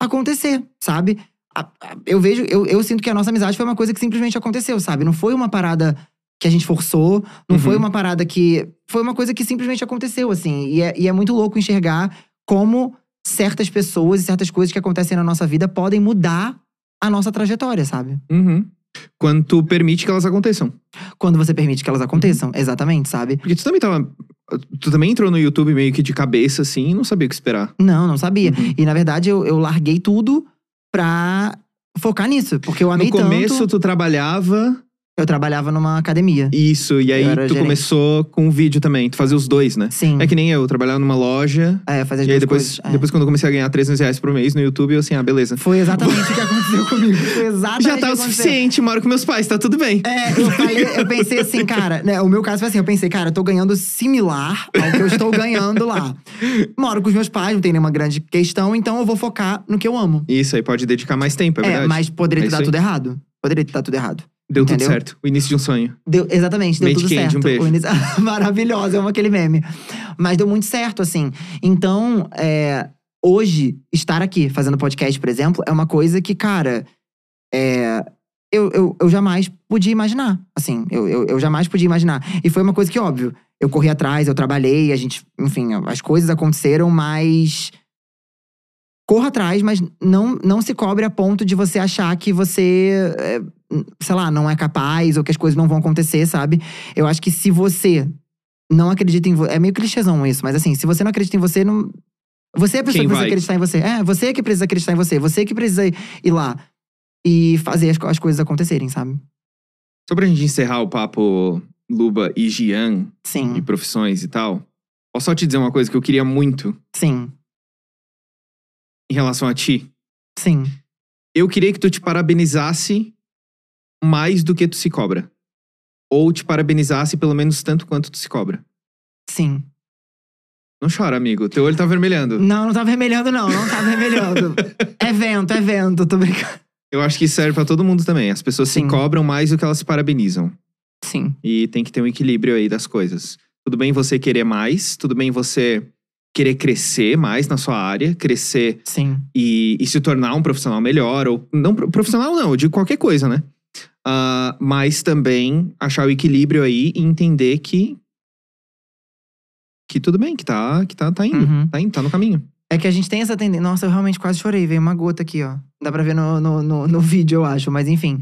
Speaker 3: acontecer, sabe? A- a- Eu vejo, eu, eu sinto que a nossa amizade foi uma coisa que simplesmente aconteceu, sabe? Não foi uma parada que a gente forçou, não
Speaker 2: Uhum.
Speaker 3: foi uma parada que. Foi uma coisa que simplesmente aconteceu, assim. E é, e é muito louco enxergar como certas pessoas e certas coisas que acontecem na nossa vida podem mudar a nossa trajetória, sabe?
Speaker 2: Uhum. Quando tu permite que elas aconteçam.
Speaker 3: Quando você permite que elas aconteçam, exatamente, sabe?
Speaker 2: Porque tu também tava. Tu também entrou no YouTube meio que de cabeça, assim, e não sabia o que esperar.
Speaker 3: Não, não sabia.
Speaker 2: Uhum.
Speaker 3: E na verdade eu, eu larguei tudo pra focar nisso, porque eu amei
Speaker 2: No começo,
Speaker 3: tanto.
Speaker 2: tu trabalhava
Speaker 3: Eu trabalhava numa academia.
Speaker 2: isso, e aí
Speaker 3: Eu era
Speaker 2: tu
Speaker 3: gerente.
Speaker 2: começou com o vídeo também. Tu fazia os dois, né?
Speaker 3: Sim.
Speaker 2: É que nem eu, eu trabalhava numa loja.
Speaker 3: É, fazer as
Speaker 2: e aí
Speaker 3: duas
Speaker 2: depois,
Speaker 3: coisas. É.
Speaker 2: depois, quando eu comecei a ganhar 300 reais por mês no YouTube, eu assim, ah, beleza.
Speaker 3: Foi exatamente o que aconteceu comigo. Foi exatamente
Speaker 2: Já
Speaker 3: o que
Speaker 2: tá o
Speaker 3: aconteceu.
Speaker 2: suficiente, moro com meus pais, tá tudo bem.
Speaker 3: É, eu, falei- eu pensei assim, cara, né, o meu caso foi assim, eu pensei, cara, eu tô ganhando similar ao que eu estou ganhando lá. Moro com os meus pais, não tem nenhuma grande questão, então eu vou focar no que eu amo.
Speaker 2: Isso aí pode dedicar mais tempo, é, verdade.
Speaker 3: mas poderia
Speaker 2: É
Speaker 3: ter
Speaker 2: isso
Speaker 3: dado
Speaker 2: aí.
Speaker 3: tudo errado. Poderia ter dado tudo errado.
Speaker 2: Deu
Speaker 3: entendeu?
Speaker 2: tudo certo. O início de um sonho.
Speaker 3: Deu, exatamente, deu
Speaker 2: Made
Speaker 3: tudo
Speaker 2: Candy,
Speaker 3: certo.
Speaker 2: um beijo.
Speaker 3: O início- Maravilhosa, eu amo aquele meme. Mas deu muito certo, assim. Então, é, hoje, estar aqui fazendo podcast, por exemplo, é uma coisa que, cara, é, eu, eu, eu jamais podia imaginar. Assim, eu, eu, eu jamais podia imaginar. E foi uma coisa que, óbvio, eu corri atrás, eu trabalhei, a gente, enfim, as coisas aconteceram, mas. Corra atrás, mas não, não se cobre a ponto de você achar que você é, sei lá, não é capaz ou que as coisas não vão acontecer, sabe? Eu acho que se você não acredita em você. É meio clichêzão isso, mas assim, se você não acredita em você, não. Você é a pessoa
Speaker 2: Quem
Speaker 3: que precisa
Speaker 2: vai?
Speaker 3: acreditar em você. É, você é que precisa acreditar em você. Você é que precisa ir lá e fazer as, co- as coisas acontecerem, sabe?
Speaker 2: Só pra gente encerrar o papo Luba e Gian e
Speaker 3: Sim,
Speaker 2: profissões e tal, posso só te dizer uma coisa que eu queria muito
Speaker 3: sim,
Speaker 2: em relação a ti?
Speaker 3: sim.
Speaker 2: Eu queria que tu te parabenizasse mais do que tu se cobra. Ou te parabenizasse pelo menos tanto quanto tu se cobra.
Speaker 3: Sim.
Speaker 2: Não chora, amigo. Teu olho tá vermelhando.
Speaker 3: Não, não tá vermelhando, não. Não tá vermelhando. é vento, é vento. Tô brincando.
Speaker 2: Eu acho que isso serve pra todo mundo também. As pessoas
Speaker 3: Sim.
Speaker 2: se cobram mais do que elas se parabenizam.
Speaker 3: Sim,
Speaker 2: E tem que ter um equilíbrio aí das coisas. Tudo bem você querer mais, tudo bem você querer crescer mais na sua área, crescer
Speaker 3: sim,
Speaker 2: e, e se tornar um profissional melhor, ou não pro- profissional não, eu digo qualquer coisa, né? Ah, mas também achar o equilíbrio aí e entender que que tudo bem, que tá, que tá, tá indo,
Speaker 3: Uhum.
Speaker 2: tá indo, tá no caminho.
Speaker 3: É que a gente tem essa tendência. Nossa, eu realmente quase chorei, veio uma gota aqui, ó. Dá pra ver no, no, no, no vídeo, eu acho, mas enfim.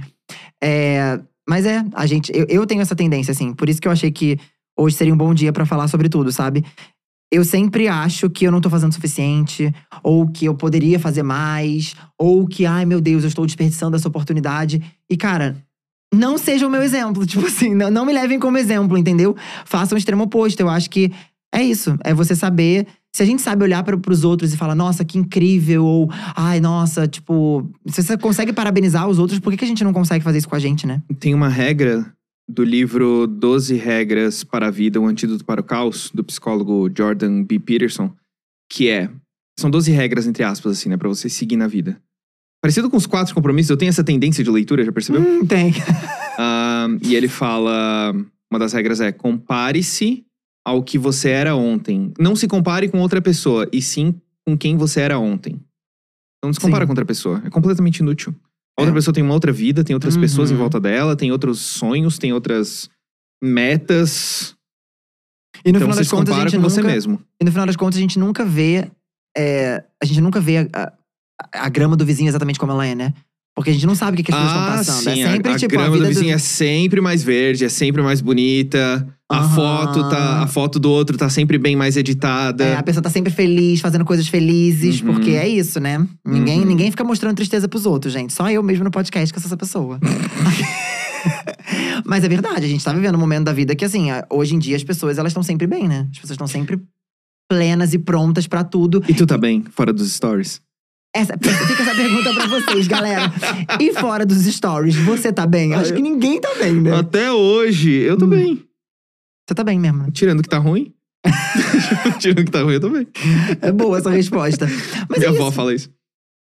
Speaker 3: É, Mas é, a gente. Eu, eu tenho essa tendência, assim. Por isso que eu achei que hoje seria um bom dia pra falar sobre tudo, sabe? Eu sempre acho que eu não tô fazendo o suficiente, ou que eu poderia fazer mais, ou que, ai meu Deus, eu estou desperdiçando essa oportunidade. E, cara, não seja o meu exemplo. Tipo assim, não, não me levem como exemplo, entendeu? Façam o extremo oposto. Eu acho que é isso. É você saber. Se a gente sabe olhar para os outros e falar, nossa, que incrível, ou ai, nossa, tipo. Se você consegue parabenizar os outros, por que, que a gente não consegue fazer isso com a gente, né?
Speaker 2: Tem uma regra do livro 12 Regras para a Vida, um Antídoto para o Caos, do psicólogo Jordan B. Peterson, que é. São 12 regras, entre aspas, assim, né? Pra você seguir na vida. Parecido com os quatro compromissos, eu tenho essa tendência de leitura, já percebeu?
Speaker 3: Hum, tem.
Speaker 2: Ah, e ele fala: uma das regras é compare-se ao que você era ontem. Não se compare com outra pessoa, e sim com quem você era ontem. Não se compara
Speaker 3: Sim.
Speaker 2: com outra pessoa. É completamente inútil. A outra
Speaker 3: É.
Speaker 2: pessoa tem uma outra vida, tem outras
Speaker 1: Uhum.
Speaker 2: pessoas em volta dela, tem outros sonhos, tem outras metas.
Speaker 3: E no
Speaker 2: então
Speaker 3: final
Speaker 2: você
Speaker 3: das
Speaker 2: se
Speaker 3: contas, a
Speaker 2: compara
Speaker 3: gente
Speaker 2: com você
Speaker 3: nunca,
Speaker 2: mesmo.
Speaker 3: E no final das contas, a gente nunca vê. é, a gente nunca vê a, a- a grama do vizinho exatamente como ela é, né? Porque a gente não sabe o que, que as pessoas estão passando.
Speaker 2: Ah, sim,
Speaker 3: é sempre
Speaker 2: a, a
Speaker 3: tipo a
Speaker 2: grama
Speaker 3: vida
Speaker 2: do vizinho é sempre mais verde, é sempre mais bonita. A
Speaker 3: Aham.
Speaker 2: foto tá, a foto do outro tá sempre bem mais editada.
Speaker 3: É, a pessoa tá sempre feliz, fazendo coisas felizes,
Speaker 2: Uhum.
Speaker 3: porque é isso, né? Ninguém,
Speaker 2: Uhum.
Speaker 3: ninguém fica mostrando tristeza pros outros, gente. Só eu mesmo no podcast que eu sou essa pessoa. Mas é verdade, a gente tá vivendo um momento da vida que, assim, a- hoje em dia as pessoas elas estão sempre bem, né? As pessoas estão sempre plenas e prontas pra tudo.
Speaker 2: E tu tá bem, fora dos stories?
Speaker 3: Essa, fica essa pergunta pra vocês, galera. E fora dos stories, você tá bem?
Speaker 2: Ah,
Speaker 3: Acho que ninguém tá bem, né?
Speaker 2: Até hoje, eu tô
Speaker 3: Hum.
Speaker 2: bem.
Speaker 3: Você tá bem mesmo, né?
Speaker 2: Tirando que tá ruim. Tirando que tá ruim, eu tô bem.
Speaker 3: É boa essa resposta. Mas
Speaker 2: Minha
Speaker 3: é
Speaker 2: avó
Speaker 3: isso.
Speaker 2: fala isso.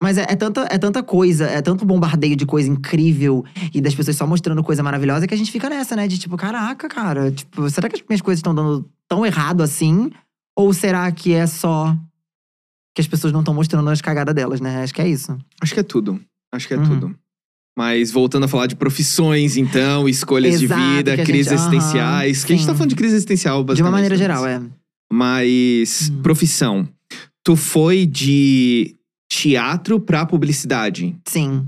Speaker 3: Mas é, é tanta, é tanta coisa, é tanto bombardeio de coisa incrível e das pessoas só mostrando coisa maravilhosa que a gente fica nessa, né? De tipo, caraca, cara, tipo, será que as minhas coisas estão dando tão errado assim? Ou será que é só que as pessoas não estão mostrando as cagadas delas, né? Acho que é isso.
Speaker 2: Acho que é tudo. Acho que é
Speaker 3: Uhum.
Speaker 2: tudo. Mas voltando a falar de profissões, então, escolhas
Speaker 3: Exato,
Speaker 2: de vida,
Speaker 3: que a
Speaker 2: crises
Speaker 3: gente- aham,
Speaker 2: existenciais. que a gente tá
Speaker 3: sim.
Speaker 2: falando de crise existencial, basicamente.
Speaker 3: De uma maneira
Speaker 2: né?
Speaker 3: geral, é.
Speaker 2: Mas,
Speaker 3: Hum.
Speaker 2: profissão. Tu foi de teatro pra publicidade.
Speaker 3: Sim.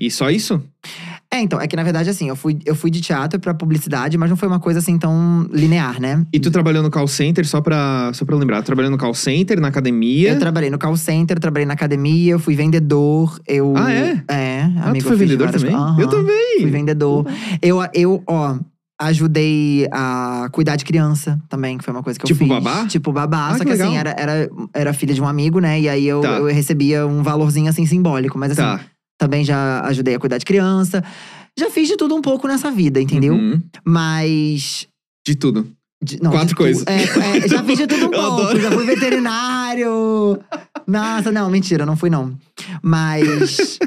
Speaker 2: E só isso?
Speaker 3: É, então, é que na verdade, assim, eu fui, eu fui de teatro pra publicidade, mas não foi uma coisa assim tão linear, né?
Speaker 2: E tu trabalhou no call center, só pra, só pra lembrar. Tu trabalhou no call center, na academia.
Speaker 3: Eu trabalhei no call center, eu trabalhei na academia, eu fui vendedor, eu.
Speaker 2: Ah, é?
Speaker 3: É,
Speaker 2: Ah,
Speaker 3: amigo.
Speaker 2: tu foi
Speaker 3: eu fiz
Speaker 2: vendedor
Speaker 3: várias
Speaker 2: também?
Speaker 3: co- Aham.
Speaker 2: Eu também!
Speaker 3: Fui vendedor. Eu, eu, ó, ajudei a cuidar de criança também, que foi uma coisa que
Speaker 2: Tipo
Speaker 3: eu fiz.
Speaker 2: babá?
Speaker 3: Tipo babá.
Speaker 2: Ah,
Speaker 3: só
Speaker 2: que
Speaker 3: que, assim, era,
Speaker 2: legal.
Speaker 3: era, era filha de um amigo, né? E aí eu,
Speaker 2: Tá.
Speaker 3: eu recebia um valorzinho assim simbólico. Mas assim,
Speaker 2: Tá.
Speaker 3: também já ajudei a cuidar de criança. Já fiz de tudo um pouco nessa vida, entendeu?
Speaker 2: Uhum.
Speaker 3: Mas.
Speaker 2: De tudo.
Speaker 3: de- não,
Speaker 2: Quatro
Speaker 3: de tu-
Speaker 2: coisas.
Speaker 3: é, é, já fiz de tudo um
Speaker 2: Eu
Speaker 3: pouco.
Speaker 2: adoro.
Speaker 3: Já fui veterinário. Nossa, não, mentira, não fui não. Mas.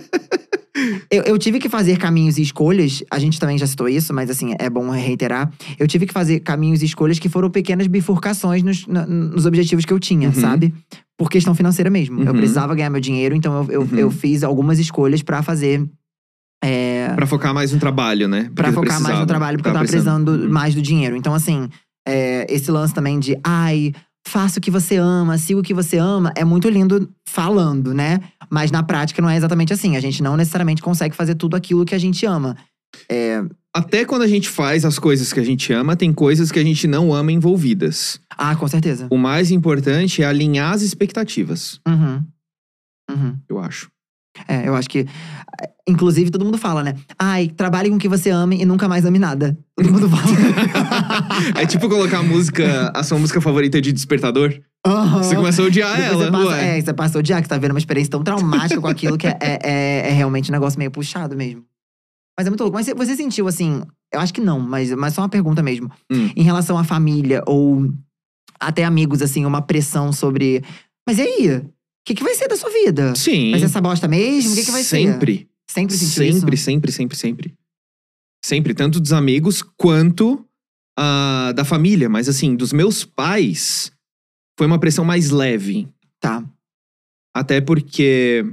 Speaker 3: eu, eu tive que fazer caminhos e escolhas. A gente também já citou isso, mas assim, é bom reiterar. Eu tive que fazer caminhos e escolhas que foram pequenas bifurcações nos, na- nos objetivos que eu tinha,
Speaker 2: Uhum.
Speaker 3: sabe? Por questão financeira mesmo. Eu
Speaker 2: Uhum.
Speaker 3: precisava ganhar meu dinheiro, então eu, eu,
Speaker 2: Uhum.
Speaker 3: eu fiz algumas escolhas pra fazer. é,
Speaker 2: Pra focar mais no trabalho, né? Porque
Speaker 3: Pra
Speaker 2: tu
Speaker 3: focar mais
Speaker 2: precisava.
Speaker 3: no trabalho, porque eu tava precisando mais do dinheiro. Então, assim, é, esse lance também de, ai, faça o que você ama, siga o que você ama, é muito lindo falando, né? Mas na prática não é exatamente assim. A gente não necessariamente consegue fazer tudo aquilo que a gente ama. É,
Speaker 2: Até quando a gente faz as coisas que a gente ama, tem coisas que a gente não ama envolvidas.
Speaker 3: Ah, com certeza.
Speaker 2: O mais importante é alinhar as expectativas,
Speaker 3: Uhum. Uhum.
Speaker 2: eu acho.
Speaker 3: É, eu acho que. Inclusive, todo mundo fala, né? Ai, trabalhe com o que você ame e nunca mais ame nada. Todo mundo fala.
Speaker 2: É tipo colocar a música, a sua música favorita de despertador.
Speaker 3: Aham.
Speaker 2: Você começa a odiar
Speaker 3: Depois
Speaker 2: Ah, ela,
Speaker 3: você passa,
Speaker 2: ué.
Speaker 3: é, você passa a odiar, que você tá vendo uma experiência tão traumática com aquilo que é, é- é- é realmente um negócio meio puxado mesmo. Mas é muito louco. Mas você, você sentiu assim, eu acho que não, mas, mas só uma pergunta mesmo.
Speaker 2: Hum.
Speaker 3: Em relação à família ou até amigos, assim, uma pressão sobre. Mas e aí? O que, que vai ser da sua vida?
Speaker 2: Sim.
Speaker 3: Vai ser essa bosta mesmo? é O que, que vai ser?
Speaker 2: sempre,
Speaker 3: Sempre. sentiu isso?
Speaker 2: sempre, sempre, sempre, sempre. Sempre, tanto dos amigos quanto ah, da família. Mas assim, dos meus pais, foi uma pressão mais leve.
Speaker 3: Tá.
Speaker 2: Até porque,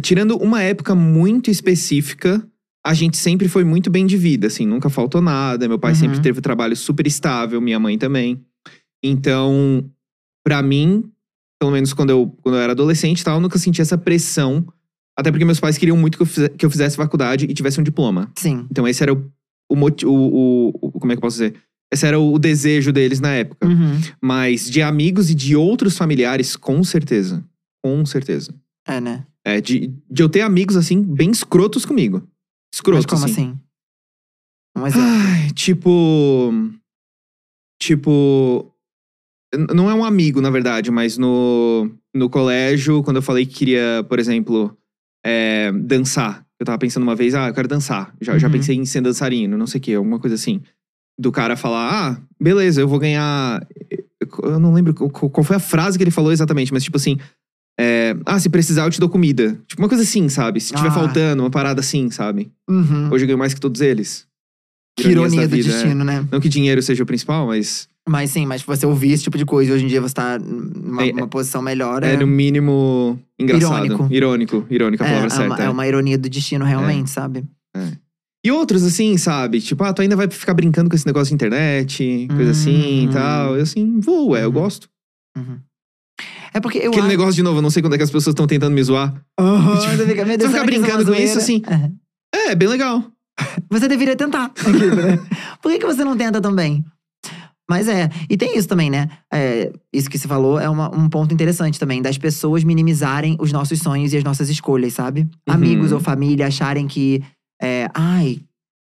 Speaker 2: tirando uma época muito específica, a gente sempre foi muito bem de vida, assim, nunca faltou nada. Meu pai
Speaker 3: Uhum.
Speaker 2: sempre teve um trabalho super estável, minha mãe também. Então, pra mim, pelo menos quando eu, quando eu era adolescente e tal, eu nunca senti essa pressão. Até porque meus pais queriam muito que eu fize- que eu fizesse faculdade e tivesse um diploma.
Speaker 3: Sim.
Speaker 2: Então, esse era o, o, moti- o, o- o- Como é que eu posso dizer? Esse era o, o desejo deles na época.
Speaker 3: Uhum.
Speaker 2: Mas de amigos e de outros familiares, com certeza. Com certeza.
Speaker 3: É, né?
Speaker 2: É, de, de eu ter amigos, assim, bem escrotos comigo. Escrotos,
Speaker 3: mas como
Speaker 2: assim.
Speaker 3: assim? Um exemplo.
Speaker 2: Ai, tipo... Tipo... n- Não é um amigo, na verdade, mas no, no colégio, quando eu falei que queria, por exemplo, é, dançar. Eu tava pensando uma vez, ah, eu quero dançar. Já, já
Speaker 3: Uhum.
Speaker 2: pensei em ser dançarino, não sei o quê, alguma coisa assim. Do cara falar, ah, beleza, eu vou ganhar. Eu não lembro qual- qual foi a frase que ele falou exatamente, mas tipo assim. é, ah, se precisar, eu te dou comida. Tipo, uma coisa assim, sabe? Se tiver
Speaker 3: Ah.
Speaker 2: faltando, uma parada assim, sabe?
Speaker 3: Uhum.
Speaker 2: Hoje eu ganho mais que todos eles.
Speaker 3: Que
Speaker 2: Ironias
Speaker 3: ironia do
Speaker 2: da vida, é.
Speaker 3: destino, né?
Speaker 2: Não que dinheiro seja o principal, mas
Speaker 3: Mas sim, mas você ouvir esse tipo de coisa e hoje em dia você tá numa
Speaker 2: É-
Speaker 3: uma posição melhor.
Speaker 2: é, no mínimo engraçado.
Speaker 3: Irônico.
Speaker 2: Irônico, irônico a
Speaker 3: é,
Speaker 2: palavra
Speaker 3: é
Speaker 2: certa.
Speaker 3: uma, é uma ironia do destino, realmente,
Speaker 2: É.
Speaker 3: sabe?
Speaker 2: E outros, assim, sabe? Tipo, ah, tu ainda vai ficar brincando com esse negócio de internet, coisa assim
Speaker 3: Hum.
Speaker 2: e tal. Eu assim, vou, é, eu
Speaker 3: Uhum.
Speaker 2: gosto.
Speaker 3: Uhum. É porque eu
Speaker 2: Aquele
Speaker 3: acho...
Speaker 2: negócio de novo, eu não sei quando é que as pessoas estão tentando me zoar.
Speaker 3: Aham,
Speaker 2: Tipo,
Speaker 3: você fica, meu Deus,
Speaker 2: você fica
Speaker 3: será que é
Speaker 2: brincando
Speaker 3: uma
Speaker 2: com isso,
Speaker 3: zoeira? É.
Speaker 2: É, é bem legal.
Speaker 3: Você deveria tentar. Aquilo, né? Por que, que você não tenta também? Mas é, e tem isso também, né? É, isso que você falou é uma- um ponto interessante também, das pessoas minimizarem os nossos sonhos e as nossas escolhas, sabe? Amigos ou família acharem que, é, ai,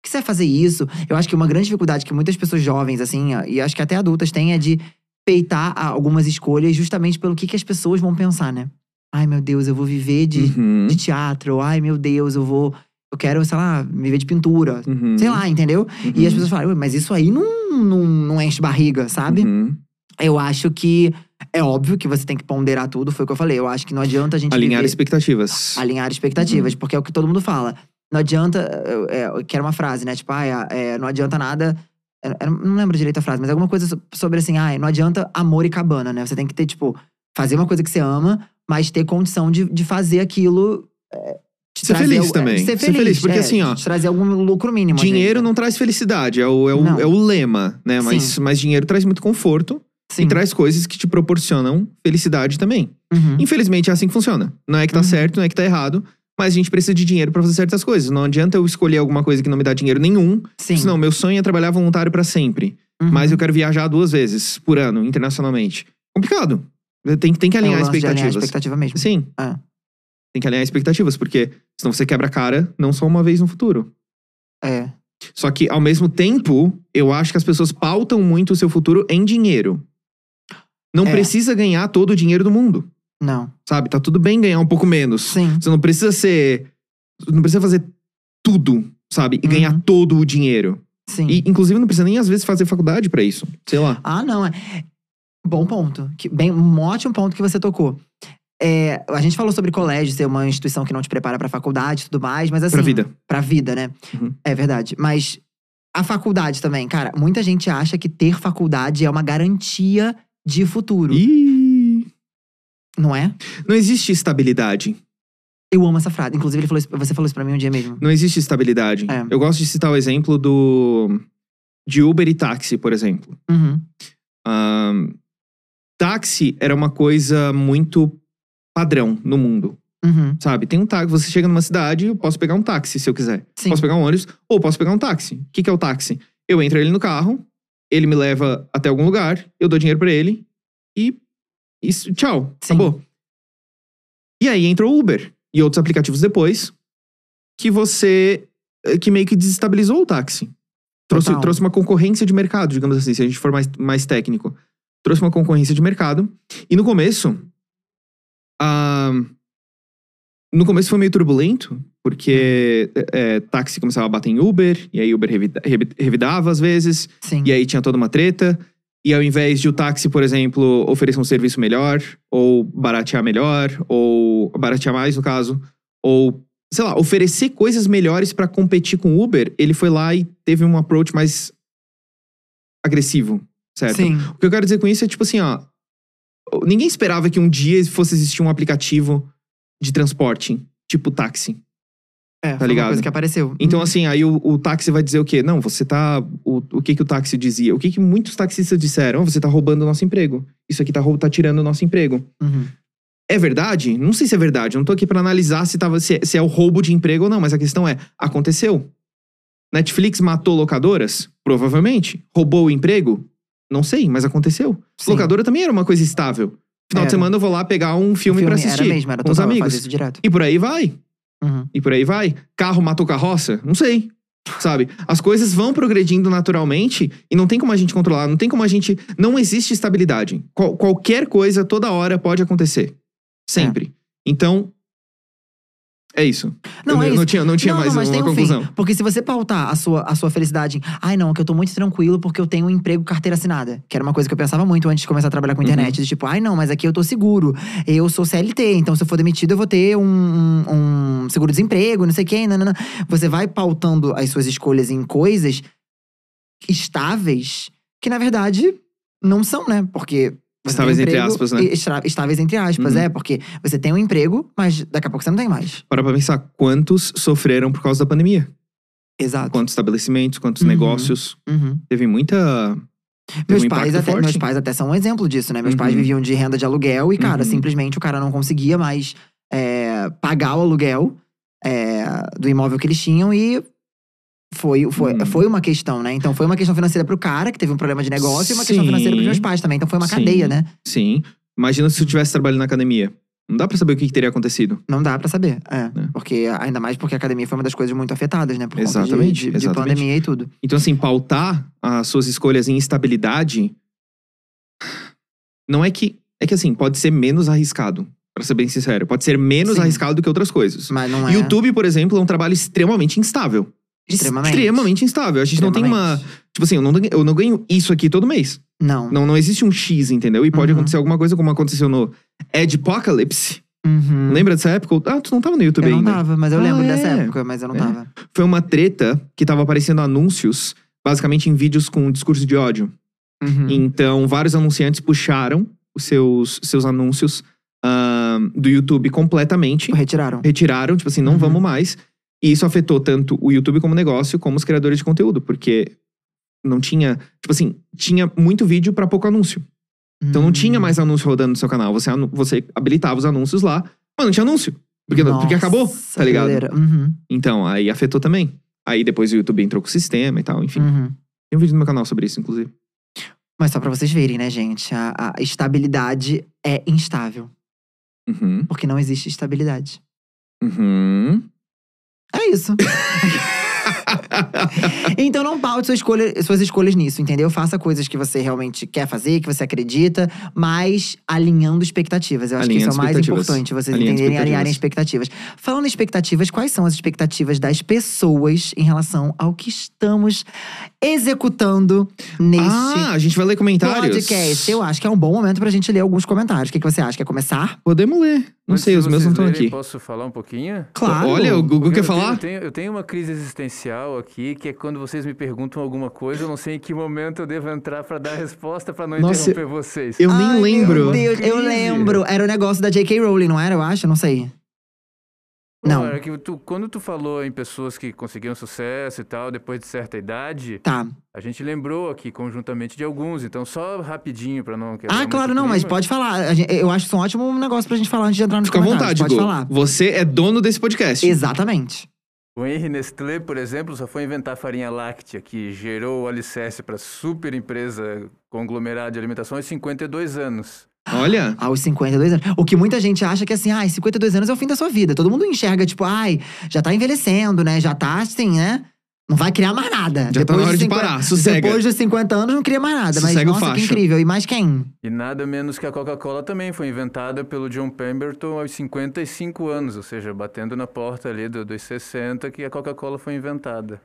Speaker 3: que você vai fazer isso? Eu acho que uma grande dificuldade que muitas pessoas jovens, assim, e acho que até adultas têm, é de peitar a- algumas escolhas justamente pelo que, que as pessoas vão pensar, né? Ai, meu Deus, eu vou viver de,
Speaker 2: Uhum,
Speaker 3: de teatro. Ai, meu Deus, eu vou. Eu quero, sei lá, me ver de pintura.
Speaker 2: uhum,
Speaker 3: Sei lá, entendeu?
Speaker 2: uhum,
Speaker 3: E as pessoas falam, "Ué, mas isso aí não, não, não enche barriga, sabe?
Speaker 2: uhum.
Speaker 3: Eu acho que é óbvio que você tem que ponderar tudo, foi o que eu falei. Eu acho que não adianta a gente
Speaker 2: Alinhar
Speaker 3: viver-
Speaker 2: expectativas.
Speaker 3: alinhar expectativas,
Speaker 2: Uhum.
Speaker 3: porque é o que todo mundo fala. Não adianta. É, é, que era uma frase, né? Tipo, ai, é, não adianta nada. eu- eu não lembro direito a frase, mas alguma coisa so- sobre assim, ai, não adianta amor e cabana, né? Você tem que ter, tipo, fazer uma coisa que você ama, mas ter condição de, de fazer aquilo. é, te
Speaker 2: Ser
Speaker 3: trazer
Speaker 2: feliz
Speaker 3: al- é,
Speaker 2: também.
Speaker 3: Ser
Speaker 2: Ser
Speaker 3: feliz,
Speaker 2: feliz, porque
Speaker 3: é,
Speaker 2: assim, ó,
Speaker 3: Te trazer algum lucro mínimo. às vezes,
Speaker 2: Dinheiro
Speaker 3: né?
Speaker 2: não traz felicidade, é o, é
Speaker 3: Não.
Speaker 2: o, é o lema, né? Mas,
Speaker 3: Sim.
Speaker 2: mas dinheiro traz muito conforto
Speaker 3: Sim.
Speaker 2: e traz coisas que te proporcionam felicidade também.
Speaker 3: Uhum.
Speaker 2: Infelizmente é assim que funciona. Não é que tá
Speaker 3: Uhum.
Speaker 2: certo, não é que tá errado, mas a gente precisa de dinheiro pra fazer certas coisas. Não adianta eu escolher alguma coisa que não me dá dinheiro nenhum.
Speaker 3: Sim.
Speaker 2: Senão, meu sonho é trabalhar voluntário pra sempre.
Speaker 3: Uhum.
Speaker 2: Mas eu quero viajar duas vezes por ano, internacionalmente. Complicado. Tem, tem que
Speaker 3: É o
Speaker 2: alinhar
Speaker 3: lance de
Speaker 2: expectativas.
Speaker 3: Alinhar expectativa mesmo.
Speaker 2: Sim.
Speaker 3: Ah.
Speaker 2: Tem que alinhar expectativas, porque senão você quebra a cara não só uma vez no futuro.
Speaker 3: É.
Speaker 2: Só que, ao mesmo tempo, eu acho que as pessoas pautam muito o seu futuro em dinheiro. Não
Speaker 3: É.
Speaker 2: precisa ganhar todo o dinheiro do mundo,
Speaker 3: Não.
Speaker 2: sabe? Tá tudo bem ganhar um pouco menos.
Speaker 3: Sim.
Speaker 2: Você não precisa ser. Não precisa fazer tudo, sabe? E
Speaker 3: Uhum.
Speaker 2: ganhar todo o dinheiro.
Speaker 3: Sim.
Speaker 2: E, inclusive, não precisa nem às vezes fazer faculdade pra isso. Sei lá.
Speaker 3: Ah, não. É. Bom ponto. Que, bem, um ótimo ponto que você tocou. É, a gente falou sobre colégio ser uma instituição que não te prepara pra faculdade e tudo mais, mas assim.
Speaker 2: pra vida.
Speaker 3: Pra vida, né?
Speaker 2: Uhum.
Speaker 3: É verdade. Mas a faculdade também, cara, muita gente acha que ter faculdade é uma garantia de futuro,
Speaker 2: Ih,
Speaker 3: não é?
Speaker 2: não existe estabilidade.
Speaker 3: Eu amo essa frase. Inclusive, ele falou isso- você falou isso pra mim um dia mesmo.
Speaker 2: Não existe estabilidade.
Speaker 3: É.
Speaker 2: Eu gosto de citar o exemplo do. de Uber e táxi, por exemplo.
Speaker 3: Uhum.
Speaker 2: Ahn, táxi era uma coisa muito padrão no mundo,
Speaker 3: Uhum.
Speaker 2: sabe? Tem um táxi, você chega numa cidade, eu posso pegar um táxi se eu quiser.
Speaker 3: Sim.
Speaker 2: Posso pegar um ônibus ou posso pegar um táxi. O que, que é o táxi? Eu entro ele no carro, ele me leva até algum lugar, eu dou dinheiro pra ele e. Isso, tchau,
Speaker 3: Sim.
Speaker 2: acabou. E aí entrou o Uber e outros aplicativos depois que você. eh, que meio que desestabilizou o táxi. Trouxe,
Speaker 3: Total.
Speaker 2: trouxe uma concorrência de mercado, digamos assim, se a gente for mais, mais técnico. Trouxe uma concorrência de mercado. E no começo. ah, no começo foi meio turbulento, porque é, é, táxi começava a bater em Uber, e aí Uber revida- revi- revidava às vezes,
Speaker 3: Sim.
Speaker 2: e aí tinha toda uma treta. E ao invés de o táxi, por exemplo, oferecer um serviço melhor, ou baratear melhor, ou baratear mais, no caso, ou, sei lá, oferecer coisas melhores pra competir com o Uber, ele foi lá e teve um approach mais agressivo, certo?
Speaker 3: Sim.
Speaker 2: O que eu quero dizer com isso é tipo assim, ó. Ninguém esperava que um dia fosse existir um aplicativo de transporte, tipo táxi.
Speaker 3: É, foi uma
Speaker 2: Tá ligado?
Speaker 3: coisa que apareceu.
Speaker 2: Então, assim, aí o, o táxi vai dizer o quê? Não, você tá. O, o que que o táxi dizia? O que que muitos taxistas disseram? "Oh, você tá roubando o nosso emprego. Isso aqui tá, rou- tá tirando o nosso emprego.
Speaker 3: Uhum.
Speaker 2: É verdade? Não sei se é verdade. Eu Não tô aqui pra analisar se, tava, se, é- se é o roubo de emprego ou não, mas a questão é: aconteceu? Netflix matou locadoras? Provavelmente. Roubou o emprego? Não sei, mas aconteceu.
Speaker 3: Sim.
Speaker 2: Locadora também era uma coisa estável. Final
Speaker 3: Era.
Speaker 2: de semana eu vou lá pegar um
Speaker 3: O
Speaker 2: filme, pra assistir.
Speaker 3: Era mesmo, era
Speaker 2: com os
Speaker 3: total, eu
Speaker 2: amigos.
Speaker 3: fazia isso direto.
Speaker 2: E por aí vai.
Speaker 3: Uhum.
Speaker 2: E por aí vai. Carro matou carroça? Não sei. Sabe? As coisas vão progredindo naturalmente e não tem como a gente controlar, não tem como a gente. Não existe estabilidade. Qual-
Speaker 3: É.
Speaker 2: qualquer coisa, toda hora, pode acontecer. Sempre. Então, É isso.
Speaker 3: Não,
Speaker 2: Eu
Speaker 3: é
Speaker 2: n-
Speaker 3: isso.
Speaker 2: Não tinha, não tinha
Speaker 3: não,
Speaker 2: mais
Speaker 3: não, mas
Speaker 2: uma
Speaker 3: tem um
Speaker 2: conclusão.
Speaker 3: fim. Porque se você pautar a sua, a sua felicidade em, ai não, que eu tô muito tranquilo porque eu tenho um emprego carteira assinada, que era uma coisa que eu pensava muito antes de começar a trabalhar
Speaker 2: Uhum.
Speaker 3: com internet, do tipo, ai não, mas aqui eu tô seguro, eu sou CLT, então se eu for demitido eu vou ter um, um- um seguro-desemprego, não sei o quê, nanana. Você vai pautando as suas escolhas em coisas estáveis que na verdade não são, né? Porque. você tem um
Speaker 2: Estáveis entre
Speaker 3: emprego-
Speaker 2: aspas, né?
Speaker 3: e- estra- Estáveis entre aspas,
Speaker 2: Uhum.
Speaker 3: é, porque você tem um emprego, mas daqui a pouco você não tem mais.
Speaker 2: Para pra pensar quantos sofreram por causa da pandemia.
Speaker 3: Exato.
Speaker 2: Quantos estabelecimentos, quantos
Speaker 3: Uhum.
Speaker 2: negócios.
Speaker 3: Uhum.
Speaker 2: Teve muita. Teve
Speaker 3: Meus
Speaker 2: um
Speaker 3: pais,
Speaker 2: impacto
Speaker 3: até,
Speaker 2: forte.
Speaker 3: meus pais até são um exemplo disso, né? Meus pais
Speaker 2: Uhum.
Speaker 3: viviam de renda de aluguel e, cara,
Speaker 2: Uhum.
Speaker 3: simplesmente o cara não conseguia mais é, pagar o aluguel é, do imóvel que eles tinham e foi, foi,
Speaker 2: Uhum.
Speaker 3: foi uma questão, né? Então foi uma questão financeira pro cara, que teve um problema de negócio, e uma questão
Speaker 2: Sim.
Speaker 3: financeira pros meus pais também. Então foi uma
Speaker 2: Sim.
Speaker 3: cadeia, né?
Speaker 2: Sim. Imagina se eu tivesse trabalhado na academia. Não dá pra saber o que, que teria acontecido.
Speaker 3: Não dá pra saber. É,
Speaker 2: É.
Speaker 3: Porque, ainda mais porque a academia foi uma das coisas muito afetadas, né? Por conta de-
Speaker 2: Exatamente,
Speaker 3: de, de
Speaker 2: exatamente.
Speaker 3: pandemia e tudo.
Speaker 2: Então, assim, pautar as suas escolhas em estabilidade. Não é que. É que assim, pode ser menos arriscado. Pra ser bem sincero. Pode ser menos
Speaker 3: Sim.
Speaker 2: arriscado do que outras coisas.
Speaker 3: Mas não é.
Speaker 2: YouTube, por exemplo, é um trabalho extremamente instável.
Speaker 3: Extremamente.
Speaker 2: Extremamente instável. A gente não tem uma.
Speaker 3: extremamente.
Speaker 2: Tipo assim, eu não, eu não ganho isso aqui todo mês.
Speaker 3: Não.
Speaker 2: Não, não existe um X, entendeu? E pode
Speaker 3: Uhum.
Speaker 2: acontecer alguma coisa como aconteceu no Edpocalypse.
Speaker 3: Uhum.
Speaker 2: Lembra dessa época? Ah, tu não tava no YouTube
Speaker 3: Eu não
Speaker 2: ainda.
Speaker 3: tava, mas eu
Speaker 2: Ah,
Speaker 3: lembro
Speaker 2: é?
Speaker 3: dessa época, mas eu não
Speaker 2: É.
Speaker 3: tava.
Speaker 2: Foi uma treta que tava aparecendo anúncios, basicamente em vídeos com discurso de ódio.
Speaker 3: Uhum.
Speaker 2: Então, vários anunciantes puxaram os seus, seus anúncios ah, do YouTube completamente.
Speaker 3: Retiraram.
Speaker 2: retiraram, tipo assim, não
Speaker 3: Uhum.
Speaker 2: vamos mais. E isso afetou tanto o YouTube como negócio, como os criadores de conteúdo, porque não tinha, tipo assim, tinha muito vídeo pra pouco anúncio. Então não
Speaker 3: Hum.
Speaker 2: tinha mais anúncio rodando no seu canal. Você, anu- você habilitava os anúncios lá, mas não tinha anúncio. Porque, não- porque acabou, tá ligado?
Speaker 3: Uhum,
Speaker 2: Então, aí afetou também. Aí depois o YouTube entrou com o sistema e tal, enfim.
Speaker 3: uhum.
Speaker 2: Tem um vídeo no meu canal sobre isso, inclusive.
Speaker 3: Mas só pra vocês verem, né, gente? A, a estabilidade é instável.
Speaker 2: Uhum.
Speaker 3: Porque não existe estabilidade.
Speaker 2: Uhum.
Speaker 3: É isso. então não paute sua escolha- suas escolhas nisso, entendeu? Faça coisas que você realmente quer fazer, que você acredita, mas alinhando expectativas. Eu acho que
Speaker 2: Alinhando
Speaker 3: isso é o mais
Speaker 2: expectativas.
Speaker 3: importante, vocês
Speaker 2: Alinhando
Speaker 3: entenderem e alinharem expectativas. Falando em expectativas, quais são as expectativas das pessoas em relação ao que estamos executando neste
Speaker 2: ah, a gente vai ler comentários.
Speaker 3: podcast? Eu acho que é um bom momento pra gente ler alguns comentários. O que, que você acha? Quer começar?
Speaker 2: Podemos ler. Não
Speaker 1: Antes
Speaker 2: sei,
Speaker 1: de
Speaker 2: os meus
Speaker 1: vocês
Speaker 2: não estão
Speaker 1: lerem,
Speaker 2: aqui.
Speaker 1: Posso falar um pouquinho?
Speaker 3: Claro.
Speaker 2: Olha, o Gugu
Speaker 1: Porque
Speaker 2: quer
Speaker 1: eu tenho-
Speaker 2: falar?
Speaker 1: Eu tenho, eu tenho uma crise existencial aqui, que é quando vocês me perguntam alguma coisa, eu não sei em que momento eu devo entrar pra dar a resposta pra não
Speaker 2: Nossa,
Speaker 1: interromper vocês.
Speaker 2: eu nem
Speaker 3: Ai,
Speaker 2: lembro.
Speaker 3: Meu Deus, eu
Speaker 1: Crise.
Speaker 3: lembro. Era o negócio da J.K. Rowling, não era? Eu acho, não sei.
Speaker 1: Pô,
Speaker 3: não.
Speaker 1: era que tu- quando tu falou em pessoas que conseguiam sucesso e tal, depois de certa idade,
Speaker 3: Tá.
Speaker 1: a gente lembrou aqui conjuntamente de alguns. Então, só rapidinho pra não quebrar
Speaker 3: Ah,
Speaker 1: muito
Speaker 3: claro, não,
Speaker 1: clima.
Speaker 3: mas pode falar. A gen- Eu acho que isso é um ótimo negócio pra gente falar antes de entrar no
Speaker 2: Fica à vontade,
Speaker 3: Pode
Speaker 2: Gu.
Speaker 3: falar.
Speaker 2: Você é dono desse podcast.
Speaker 3: Exatamente.
Speaker 1: O Henry Nestlé, por exemplo, só foi inventar a farinha láctea, que gerou o alicerce para super empresa conglomerado de alimentação aos 52 anos.
Speaker 2: Olha,
Speaker 3: Aos 52 anos. O que muita gente acha que assim, ai, 52 anos é o fim da sua vida. Todo mundo enxerga, tipo, ai, já tá envelhecendo, né? Já tá assim, né? Não vai criar mais nada.
Speaker 2: já tá na
Speaker 3: Depois
Speaker 2: hora
Speaker 3: dos
Speaker 2: de
Speaker 3: 50
Speaker 2: parar. Sossega.
Speaker 3: Depois dos 50 anos não cria mais nada. Mas
Speaker 2: Sossega o
Speaker 3: nossa, que
Speaker 2: facho.
Speaker 3: incrível. E mais quem?
Speaker 1: E nada menos que a Coca-Cola também foi inventada pelo John Pemberton aos 55 anos, ou seja, batendo na porta ali do- dos 60 que a Coca-Cola foi inventada.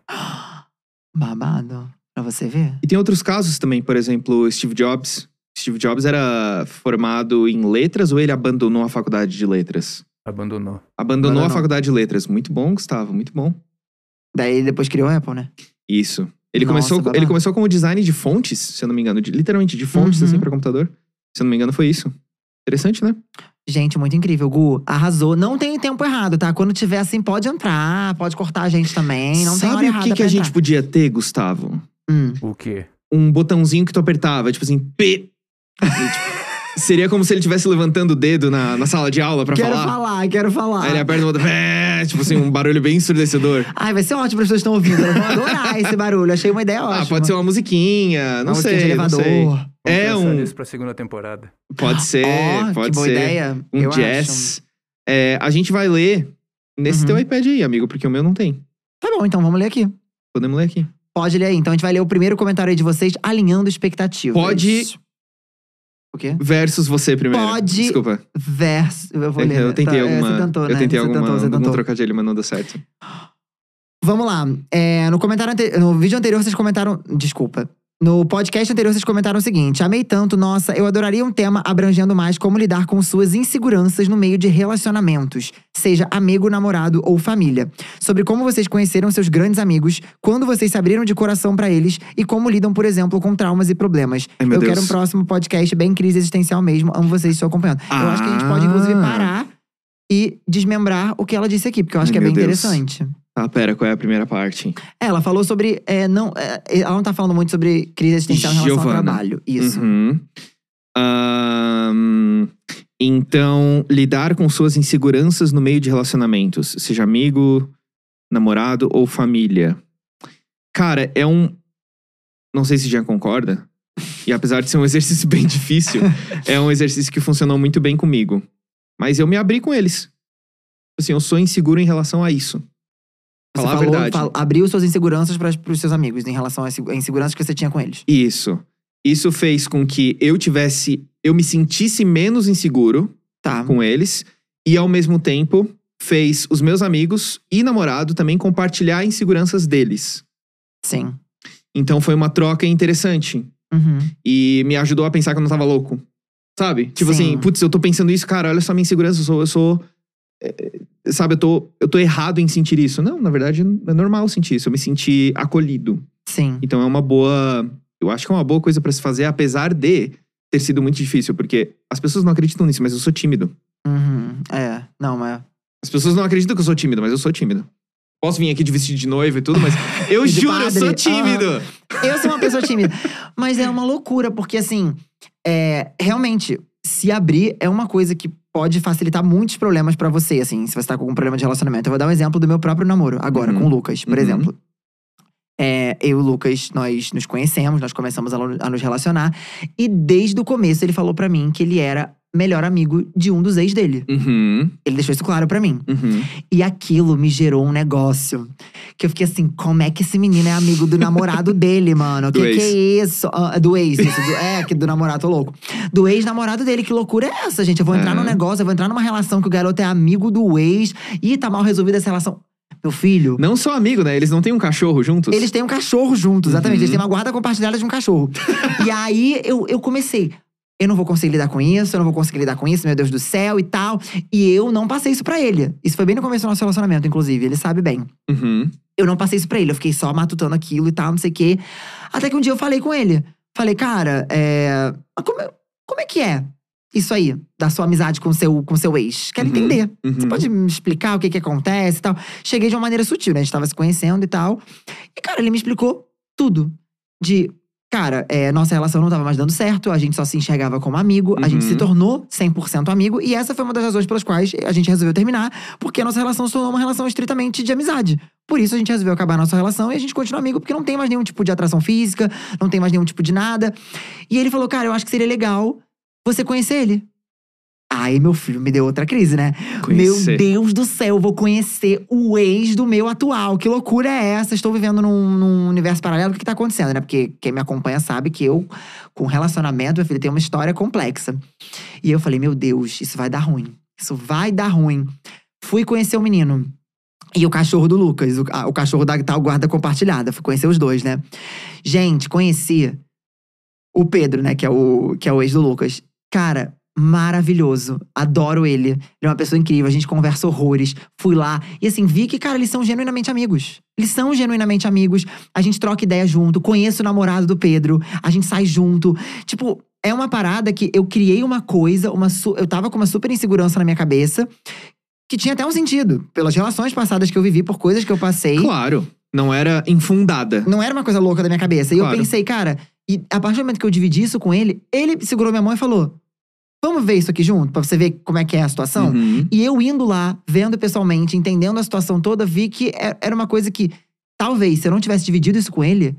Speaker 3: Babado. Pra você ver.
Speaker 2: E tem outros casos também, por exemplo, Steve Jobs. Steve Jobs era formado em letras ou ele abandonou a faculdade de letras?
Speaker 1: Abandonou.
Speaker 2: Abandonou
Speaker 3: Abandonou.
Speaker 2: a faculdade de letras. Muito bom, Gustavo, muito bom.
Speaker 3: Daí ele depois criou a Apple, né?
Speaker 2: Isso. Ele,
Speaker 3: Nossa,
Speaker 2: começou,
Speaker 3: babado.
Speaker 2: ele começou como design de fontes, se eu não me engano. de- literalmente, de fontes,
Speaker 3: Uhum.
Speaker 2: assim, pra computador. Se eu não me engano, foi isso. Interessante, né?
Speaker 3: Gente, muito incrível. Gu, arrasou. Não tem tempo errado, tá? Quando tiver assim, pode entrar, pode cortar a gente também. Não tem
Speaker 2: Sabe
Speaker 3: hora
Speaker 2: o
Speaker 3: errada
Speaker 2: que, que
Speaker 3: pra
Speaker 2: a gente
Speaker 3: entrar.
Speaker 2: podia ter, Gustavo?
Speaker 3: Hum.
Speaker 1: O quê?
Speaker 2: um botãozinho que tu apertava, tipo assim, P. E, tipo, seria como se ele estivesse levantando o dedo na, na sala de aula pra
Speaker 3: Quero
Speaker 2: falar.
Speaker 3: falar, quero falar.
Speaker 2: Aí ele é aperta o botão, Pé, tipo assim, um barulho bem ensurdecedor.
Speaker 3: Ai, vai ser ótimo para as pessoas que estão ouvindo. Eu vou adorar esse barulho. Achei uma ideia ótima.
Speaker 2: Ah, pode ser uma musiquinha, não
Speaker 3: Uma
Speaker 2: sei,
Speaker 3: musiquinha de
Speaker 2: não
Speaker 3: elevador.
Speaker 2: sei. É
Speaker 1: pensar
Speaker 2: um-
Speaker 1: nisso pra segunda temporada.
Speaker 2: Pode ser,
Speaker 3: Ó, que
Speaker 2: pode
Speaker 3: boa
Speaker 2: ser.
Speaker 3: ideia.
Speaker 2: Um
Speaker 3: eu Acho.
Speaker 2: jazz. É, a gente vai ler nesse
Speaker 3: Uhum.
Speaker 2: teu iPad aí, amigo, porque o meu não tem.
Speaker 3: Tá bom, então vamos ler aqui.
Speaker 2: Podemos ler aqui.
Speaker 3: Pode ler aí. Então a gente vai ler o primeiro comentário aí de vocês, alinhando expectativas.
Speaker 2: Pode.
Speaker 3: O quê?
Speaker 2: Versus você primeiro.
Speaker 3: Pode-
Speaker 2: Desculpa.
Speaker 3: Verso. Eu vou
Speaker 2: É que
Speaker 3: ler.
Speaker 2: eu tentei
Speaker 3: tá, é,
Speaker 2: alguma.
Speaker 3: Você tentou, né?
Speaker 2: Eu tentei
Speaker 3: você
Speaker 2: alguma,
Speaker 3: tentou, você
Speaker 2: algum
Speaker 3: tentou.
Speaker 2: trocadilho, mas não deu certo.
Speaker 3: Vamos lá. É, no comentário ante- no vídeo anterior vocês comentaram, desculpa. No podcast anterior vocês comentaram o seguinte: "Amei tanto, nossa, eu adoraria um tema abrangendo mais como lidar com suas inseguranças no meio de relacionamentos, seja amigo, namorado ou família. Sobre como vocês conheceram seus grandes amigos, quando vocês se abriram de coração pra eles e como lidam, por exemplo, com traumas e problemas.
Speaker 2: Ai, meu
Speaker 3: eu
Speaker 2: Deus.
Speaker 3: quero um próximo podcast bem crise existencial mesmo. Amo vocês, estou acompanhando. Eu acho que a gente pode
Speaker 2: Ah.
Speaker 3: inclusive parar e desmembrar o que ela disse aqui, porque eu acho
Speaker 2: Ai,
Speaker 3: que é
Speaker 2: meu
Speaker 3: bem
Speaker 2: Deus.
Speaker 3: interessante.
Speaker 2: Ah, pera, qual é a primeira parte?
Speaker 3: É, Ela falou sobre. é, não, é, ela não tá falando muito sobre crise existencial em relação
Speaker 2: Giovana.
Speaker 3: ao trabalho. Isso.
Speaker 2: Uhum. Ahn, então, lidar com suas inseguranças no meio de relacionamentos, seja amigo, namorado ou família. Cara, é um. Não sei se já concorda. E apesar de ser um exercício bem difícil, é um exercício que funcionou muito bem comigo. Mas eu me abri com eles. Assim, eu sou inseguro em relação a isso.
Speaker 3: Você
Speaker 2: Falar a
Speaker 3: falou,
Speaker 2: verdade.
Speaker 3: fal- abriu suas inseguranças para os seus amigos em relação às inse- inseguranças que você tinha com eles.
Speaker 2: Isso. Isso fez com que eu tivesse. Eu me sentisse menos inseguro
Speaker 3: Tá.
Speaker 2: com eles. E ao mesmo tempo, fez os meus amigos e namorado também compartilhar inseguranças deles.
Speaker 3: Sim.
Speaker 2: Então foi uma troca interessante.
Speaker 3: Uhum.
Speaker 2: E me ajudou a pensar que eu não tava louco. Sabe? Tipo
Speaker 3: Sim.
Speaker 2: assim, putz, eu tô pensando isso, cara, olha só minha insegurança, eu sou. Eu sou é, é, sabe, eu tô, eu tô errado em sentir isso. Não, na verdade, é normal sentir isso. Eu me senti acolhido.
Speaker 3: Sim.
Speaker 2: Então é uma boa. Eu acho que é uma boa coisa pra se fazer, apesar de ter sido muito difícil, porque as pessoas não acreditam nisso, mas eu sou tímido.
Speaker 3: Uhum. É. Não, mas.
Speaker 2: As pessoas não acreditam que eu sou tímido, mas eu sou tímido. Posso vir aqui de vestido de noiva e tudo, mas eu
Speaker 3: E de
Speaker 2: juro, eu
Speaker 3: padre. Ah.
Speaker 2: sou tímido.
Speaker 3: Eu sou uma pessoa tímida. Mas é uma loucura, porque assim. é, realmente, se abrir é uma coisa que pode facilitar muitos problemas pra você, assim, se você tá com algum problema de relacionamento. Eu vou dar um exemplo do meu próprio namoro, agora,
Speaker 2: Uhum.
Speaker 3: com o Lucas, por
Speaker 2: Uhum.
Speaker 3: exemplo. É, eu e o Lucas, nós nos conhecemos, nós começamos a, lo- a nos relacionar. E desde o começo ele falou pra mim que ele era melhor amigo de um dos ex dele.
Speaker 2: Uhum,
Speaker 3: Ele deixou isso claro pra mim.
Speaker 2: uhum.
Speaker 3: E aquilo me gerou um negócio. Que eu fiquei assim, como é que esse menino é amigo do namorado dele, mano?
Speaker 2: Do
Speaker 3: que que
Speaker 2: ex.
Speaker 3: é isso? Ah, do ex, isso. do- é, que do namorado, tô louco. Do ex-namorado dele, que loucura é essa, gente? Eu vou entrar
Speaker 2: É.
Speaker 3: num negócio, eu vou entrar numa relação que o garoto é amigo do ex. Ih, tá mal resolvida essa relação. Meu filho,
Speaker 2: Não só amigo, né? Eles não têm um cachorro juntos?
Speaker 3: eles têm um cachorro junto, exatamente.
Speaker 2: Uhum.
Speaker 3: Eles têm uma guarda compartilhada de um cachorro. e aí eu, eu comecei. Eu não vou conseguir lidar com isso, eu não vou conseguir lidar com isso, meu Deus do céu e tal. E eu não passei isso pra ele. Isso foi bem no começo do nosso relacionamento, inclusive. Ele sabe bem.
Speaker 2: Uhum.
Speaker 3: Eu não passei isso pra ele, eu fiquei só matutando aquilo e tal, não sei o quê. Até que um dia eu falei com ele. Falei, cara, é. mas Como, é- como é que é isso aí, da sua amizade com seu, com seu ex? Quero
Speaker 2: Uhum.
Speaker 3: entender.
Speaker 2: uhum.
Speaker 3: Você pode me explicar o que que acontece e tal? Cheguei de uma maneira sutil, né? A gente tava se conhecendo e tal. E, cara, ele me explicou tudo. De, cara, é, nossa relação não tava mais dando certo, a gente só se enxergava como amigo, a gente
Speaker 2: Uhum.
Speaker 3: se tornou 100% amigo. E essa foi uma das razões pelas quais a gente resolveu terminar, porque a nossa relação se tornou uma relação estritamente de amizade. Por isso a gente resolveu acabar a nossa relação e a gente continua amigo, porque não tem mais nenhum tipo de atração física, não tem mais nenhum tipo de nada. E ele falou, cara, eu acho que seria legal você conhecer ele. Aí, meu filho, me deu outra crise, né? Meu
Speaker 2: Conhecer.
Speaker 3: Deus do céu, eu vou conhecer o ex do meu atual. Que loucura é essa? Estou vivendo num, num universo paralelo. O que, que tá acontecendo, né? Porque quem me acompanha sabe que eu, com relacionamento, meu filho, tem uma história complexa. E eu falei, meu Deus, isso vai dar ruim. Isso vai dar ruim. Fui conhecer o menino. E o cachorro do Lucas, o, a- o cachorro da tal guarda compartilhada. Fui conhecer os dois, né? Gente, conheci o Pedro, né? Que é o, que é o ex do Lucas. Cara, maravilhoso. Adoro ele. Ele é uma pessoa incrível. A gente conversa horrores. Fui lá. E assim, vi que, cara, eles são genuinamente amigos. Eles são genuinamente amigos. A gente troca ideia junto. Conheço o namorado do Pedro. A gente sai junto. Tipo. É uma parada que eu criei uma coisa, uma su- eu tava com uma super insegurança na minha cabeça, que tinha até um sentido, pelas relações passadas que eu vivi, por coisas que eu passei.
Speaker 2: Claro, não era infundada.
Speaker 3: Não era uma coisa louca da minha cabeça. E
Speaker 2: Claro.
Speaker 3: eu pensei, cara, e a partir do momento que eu dividi isso com ele, ele segurou minha mão e falou: Vamos ver isso aqui junto, pra você ver como é que é a situação?
Speaker 2: Uhum.
Speaker 3: E eu indo lá, vendo pessoalmente, entendendo a situação toda, vi que é- era uma coisa que talvez, se eu não tivesse dividido isso com ele.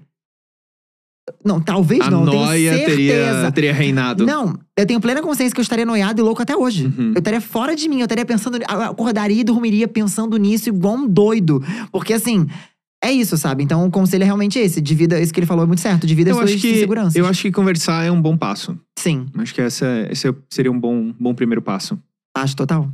Speaker 3: Não, talvez
Speaker 2: A
Speaker 3: não, eu tenho
Speaker 2: noia
Speaker 3: certeza.
Speaker 2: teria, teria reinado.
Speaker 3: Não, eu tenho plena consciência que eu estaria noiado e louco até hoje.
Speaker 2: Uhum.
Speaker 3: Eu estaria fora de mim, eu estaria pensando. eu Acordaria e dormiria pensando nisso igual um doido. Porque assim. É isso, sabe? Então o conselho é realmente esse. Divida, isso que ele falou é muito certo. Divida
Speaker 2: Eu
Speaker 3: suas
Speaker 2: acho, que,
Speaker 3: inseguranças.
Speaker 2: eu acho que conversar é um bom passo.
Speaker 3: Sim,
Speaker 2: Acho que essa, esse seria um bom, bom primeiro passo.
Speaker 3: acho total.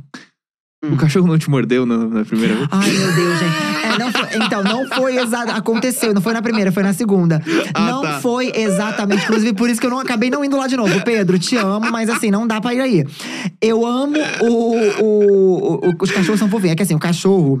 Speaker 3: Hum.
Speaker 2: O cachorro não te mordeu na, na primeira vez?
Speaker 3: Ai, meu Deus, gente. É, não foi- então, não foi exatamente. Aconteceu, não foi na primeira, foi na segunda.
Speaker 2: Ah,
Speaker 3: não
Speaker 2: tá.
Speaker 3: foi exatamente. Inclusive, por isso que eu não acabei não indo lá de novo. Pedro, te amo, mas assim, não dá pra ir aí. Eu amo o. o- o- os cachorros são fofinhos. É que assim, o cachorro.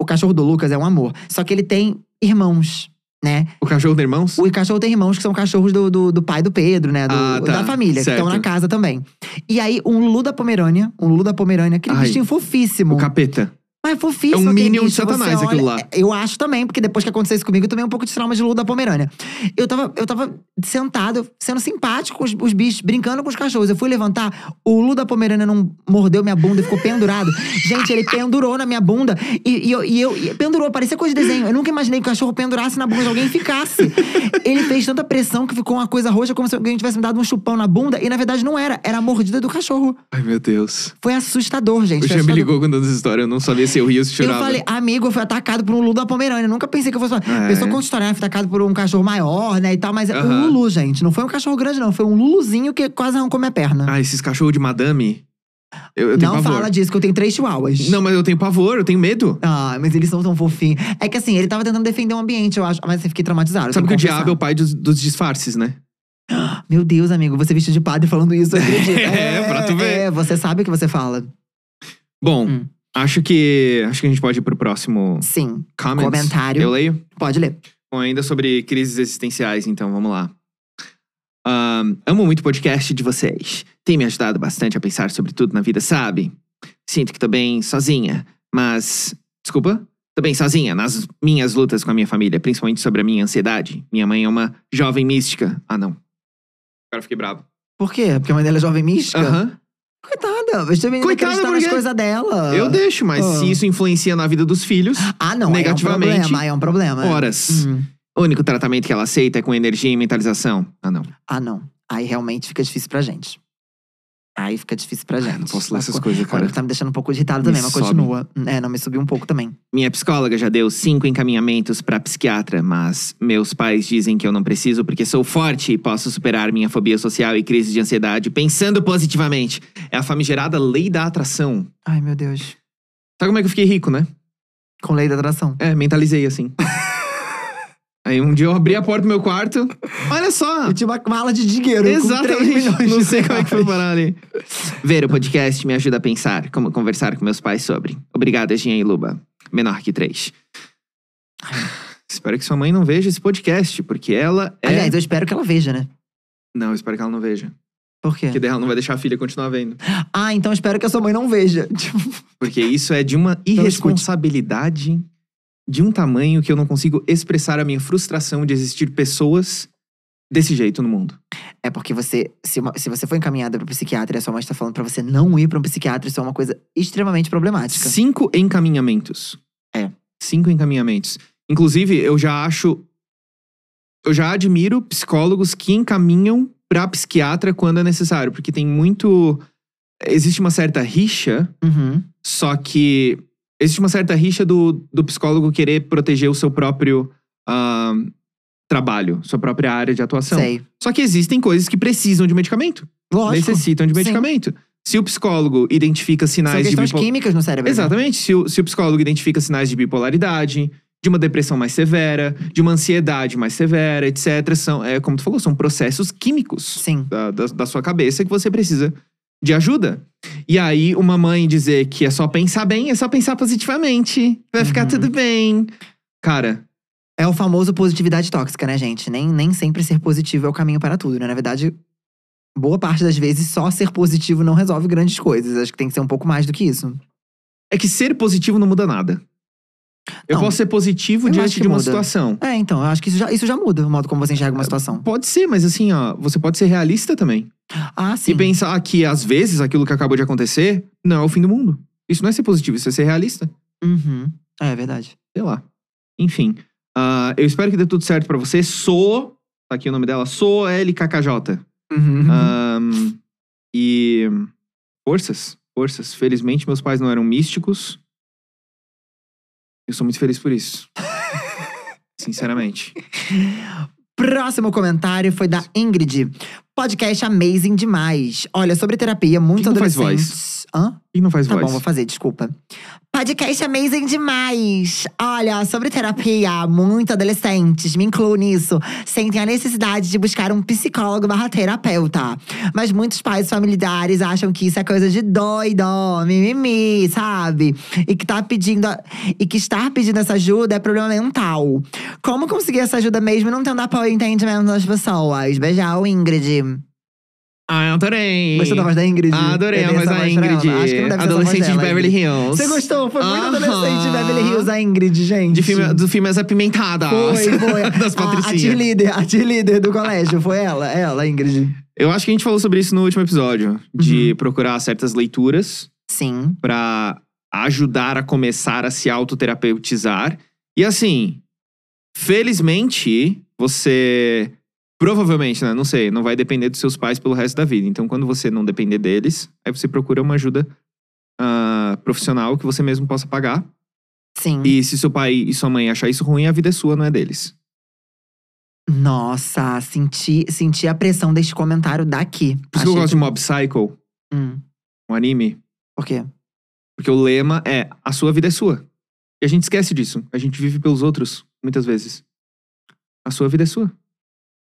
Speaker 3: O cachorro do Lucas é um amor. Só que ele tem irmãos, né?
Speaker 2: O cachorro de irmãos?
Speaker 3: O cachorro tem irmãos que são cachorros do, do, do pai do Pedro, né? Do-
Speaker 2: Ah, tá.
Speaker 3: Da família,
Speaker 2: Certo.
Speaker 3: que estão na casa também. E aí, um Lulu da Pomerânia, um Lulu da Pomerânia, aquele
Speaker 2: Ai.
Speaker 3: bichinho fofíssimo.
Speaker 2: O capeta.
Speaker 3: Mas é fofíssimo.
Speaker 2: É um
Speaker 3: aquele
Speaker 2: Minion de
Speaker 3: bicho, você é,
Speaker 2: Satanás aquilo lá.
Speaker 3: Eu acho também, porque depois que aconteceu isso comigo, eu tomei um pouco de trauma de Lula da Pomerânia. Eu tava, eu tava sentado, sendo simpático com os, os bichos, brincando com os cachorros. Eu fui levantar, o Lula da Pomerânia não mordeu minha bunda e ficou pendurado. Gente, ele pendurou na minha bunda. E, e eu, e eu- e pendurou, parecia coisa de desenho. Eu nunca imaginei que o cachorro pendurasse na bunda de alguém e ficasse. ele fez tanta pressão que ficou uma coisa roxa, como se alguém tivesse me dado um chupão na bunda. E na verdade não era, era a mordida do cachorro.
Speaker 2: Ai, meu Deus.
Speaker 3: Foi assustador, gente. foi
Speaker 2: O Jean me
Speaker 3: assustador.
Speaker 2: ligou contando essa história. Eu não sabia se eu ria ou se
Speaker 3: Eu
Speaker 2: chorava.
Speaker 3: falei, amigo, eu fui atacado por um Lulu da Pomerânia. Eu Nunca pensei que eu fosse.
Speaker 2: É.
Speaker 3: Pessoa conta história, né? Fui atacado por um cachorro maior, né? E tal, mas é
Speaker 2: Aham.
Speaker 3: um Lulu, gente. Não foi um cachorro grande, não. Foi um Luluzinho que quase arrancou minha perna.
Speaker 2: Ah, esses cachorros de madame. Eu, eu tenho
Speaker 3: não
Speaker 2: pavor.
Speaker 3: fala disso, que eu tenho três chihuahuas.
Speaker 2: Não, mas eu tenho pavor, eu tenho medo.
Speaker 3: Ah, mas eles são tão fofinhos. É que assim, ele tava tentando defender o ambiente, eu acho. Mas eu fiquei traumatizado. eu
Speaker 2: Sabe que o
Speaker 3: tenho
Speaker 2: diabo é o pai dos, dos disfarces, né?
Speaker 3: confessar. Meu Deus, amigo, você vestido de padre falando isso, eu acredito.
Speaker 2: É, pra tu ver.
Speaker 3: É, você sabe o que você fala.
Speaker 2: Bom,
Speaker 3: Hum.
Speaker 2: acho que acho que a gente pode ir pro próximo
Speaker 3: Sim,
Speaker 2: comments.
Speaker 3: Comentário.
Speaker 2: Eu leio?
Speaker 3: pode ler.
Speaker 2: Bom, ainda sobre crises existenciais, então, vamos lá. Ahn, amo muito o podcast de vocês. Tem me ajudado bastante a pensar sobre tudo na vida, sabe? Sinto que tô bem sozinha, mas. Desculpa? Tô bem sozinha nas minhas lutas com a minha família, principalmente sobre a minha ansiedade. Minha mãe é uma jovem mística. Ah, não. Agora eu fiquei bravo.
Speaker 3: Por quê? Porque a mãe dela é jovem mística?
Speaker 2: Aham.
Speaker 3: Coitada, você também não
Speaker 2: Coitada,
Speaker 3: acredita nas
Speaker 2: porque-
Speaker 3: coisas dela.
Speaker 2: Eu deixo, mas
Speaker 3: Ah.
Speaker 2: se isso influencia na vida dos filhos,
Speaker 3: Ah, não.
Speaker 2: Negativamente.
Speaker 3: Aí é um problema. Aí é um problema.
Speaker 2: horas.
Speaker 3: Hum.
Speaker 2: O único tratamento que ela aceita é com energia e mentalização. Ah, não.
Speaker 3: Ah, não. Aí realmente fica difícil pra gente. Aí fica difícil pra gente.
Speaker 2: É, Não posso
Speaker 3: Uma
Speaker 2: ler essas
Speaker 3: co-
Speaker 2: coisas,
Speaker 3: Olha,
Speaker 2: cara.
Speaker 3: que tá me deixando um pouco irritado
Speaker 2: Me
Speaker 3: também, mas
Speaker 2: sobe.
Speaker 3: continua. É, não, me subiu um pouco também.
Speaker 2: Minha psicóloga já deu cinco encaminhamentos pra psiquiatra, mas meus pais dizem que eu não preciso porque sou forte e posso superar minha fobia social e crise de ansiedade pensando positivamente. É a famigerada lei da atração.
Speaker 3: Ai, meu Deus.
Speaker 2: Sabe como é que eu fiquei rico, né?
Speaker 3: Com lei da atração.
Speaker 2: É, mentalizei assim. Aí um dia eu abri a porta do meu quarto. Olha só!
Speaker 3: Eu tinha uma mala de dinheiro. com três
Speaker 2: Ah. Exatamente.
Speaker 3: milhões
Speaker 2: Não
Speaker 3: de
Speaker 2: sei como é que foi
Speaker 3: reais.
Speaker 2: parar ali. Ver o podcast me ajuda a pensar, como conversar com meus pais sobre. Obrigada, Jean e Luba. Menor que três. Espero que sua mãe não veja esse podcast, porque ela é.
Speaker 3: Aliás, eu espero que ela veja, né?
Speaker 2: Não, eu espero que ela não veja.
Speaker 3: Por quê?
Speaker 2: Porque daí ela não vai deixar a filha continuar vendo.
Speaker 3: Ah, então eu espero que a sua mãe não veja. Tipo,
Speaker 2: Porque isso é de uma irresponsabilidade de um tamanho que eu não consigo expressar a minha frustração de existir pessoas desse jeito no mundo.
Speaker 3: É porque você, se, uma- se você for encaminhada pra psiquiatra e a sua mãe está falando pra você não ir pra um psiquiatra, isso é uma coisa extremamente problemática.
Speaker 2: Cinco encaminhamentos.
Speaker 3: É.
Speaker 2: Cinco encaminhamentos. Inclusive, eu já acho. Eu já admiro psicólogos que encaminham pra psiquiatra quando é necessário, porque tem muito. Existe uma certa rixa,
Speaker 3: Uhum.
Speaker 2: só que. Existe uma certa rixa do, do psicólogo querer proteger o seu próprio ah, trabalho, sua própria área de atuação.
Speaker 3: Sei.
Speaker 2: Só que existem coisas que precisam de medicamento,
Speaker 3: Lógico.
Speaker 2: necessitam de
Speaker 3: Sim.
Speaker 2: medicamento. Se o psicólogo identifica
Speaker 3: São
Speaker 2: sinais tipo de
Speaker 3: questões
Speaker 2: bipo-
Speaker 3: químicas no cérebro. né?
Speaker 2: Exatamente. Se o, se o psicólogo identifica sinais de bipolaridade, de uma depressão mais severa, de uma ansiedade mais severa, etc., são, é, como tu falou, são processos químicos
Speaker 3: Sim.
Speaker 2: da, da, da sua cabeça que você precisa de ajuda. E aí, uma mãe dizer que é só pensar bem, é só pensar positivamente. Vai ficar
Speaker 3: Uhum.
Speaker 2: tudo bem. Cara,
Speaker 3: É o famoso positividade tóxica, né, gente? Nem, nem sempre ser positivo é o caminho para tudo, né? Na verdade, boa parte das vezes só ser positivo não resolve grandes coisas. Acho que tem que ser um pouco mais do que isso.
Speaker 2: é que ser positivo não muda nada. Eu
Speaker 3: Não.
Speaker 2: posso ser positivo
Speaker 3: Eu acho
Speaker 2: diante
Speaker 3: que
Speaker 2: de uma
Speaker 3: muda.
Speaker 2: situação.
Speaker 3: É, então, eu acho que isso já, isso já muda o modo como você enxerga uma situação.
Speaker 2: Pode ser, mas assim, ó, você pode ser realista também.
Speaker 3: Ah, sim.
Speaker 2: E pensar que, às vezes, aquilo que acabou de acontecer não é o fim do mundo. Isso não é ser positivo, isso é ser realista.
Speaker 3: Uhum. É, é verdade.
Speaker 2: Sei lá. Enfim. ah, eu espero que dê tudo certo pra você. Sou. Tá aqui o nome dela. Sou LKKJ.
Speaker 3: Uhum.
Speaker 2: Ahn, e. Forças. Forças. Felizmente, meus pais não eram místicos. Eu sou muito feliz por isso. sinceramente.
Speaker 3: Próximo comentário foi da Ingrid. Podcast amazing demais. Olha, sobre terapia, muitos
Speaker 2: Quem não faz
Speaker 3: adolescentes. Hã?
Speaker 2: E não faz
Speaker 3: Tá
Speaker 2: voz.
Speaker 3: bom, vou fazer, desculpa. Podcast amazing demais. Olha, sobre terapia, muito adolescentes, me incluo nisso, sentem a necessidade de buscar um psicólogo barra terapeuta. Mas muitos pais familiares acham que isso é coisa de doido, mimimi, sabe? E que tá pedindo… a- E que estar pedindo essa ajuda é problema mental. Como conseguir essa ajuda mesmo não tendo apoio e entendimento das pessoas? Beijão, Ingrid.
Speaker 2: Ah, eu adorei.
Speaker 3: Gostou da voz da Ingrid?
Speaker 2: Ah, adorei
Speaker 3: Eu
Speaker 2: a
Speaker 3: dei
Speaker 2: voz
Speaker 3: essa
Speaker 2: da
Speaker 3: pra ela.
Speaker 2: Ingrid.
Speaker 3: Acho que não deve ser essa voz
Speaker 2: Adolescente de
Speaker 3: dela,
Speaker 2: Beverly
Speaker 3: Ingrid.
Speaker 2: Hills.
Speaker 3: Você gostou? Foi muito
Speaker 2: Aham.
Speaker 3: adolescente de Beverly Hills, a Ingrid, gente.
Speaker 2: De, filme, do filme As Apimentadas.
Speaker 3: Foi, foi.
Speaker 2: das
Speaker 3: a, a
Speaker 2: Patricinhas.
Speaker 3: cheerleader, a cheerleader do colégio. Foi ela, ela, a Ingrid.
Speaker 2: Eu acho que a gente falou sobre isso no último episódio. De
Speaker 3: Uhum.
Speaker 2: procurar certas leituras
Speaker 3: Sim.
Speaker 2: pra ajudar a começar a se autoterapeutizar. E assim, felizmente, você… Provavelmente, né? Não sei. Não vai depender dos seus pais pelo resto da vida. Então, quando você não depender deles, aí você procura uma ajuda ah, profissional que você mesmo possa pagar.
Speaker 3: Sim.
Speaker 2: E se seu pai e sua mãe achar isso ruim, a vida é sua, não é deles.
Speaker 3: Nossa, senti, senti a pressão deste comentário daqui.
Speaker 2: Por isso que eu
Speaker 3: Achei
Speaker 2: gosto de Mob Psycho,
Speaker 3: Hum,
Speaker 2: um anime.
Speaker 3: por quê?
Speaker 2: Porque o lema é a sua vida é sua. E a gente esquece disso. A gente vive pelos outros, muitas vezes. A sua vida é sua.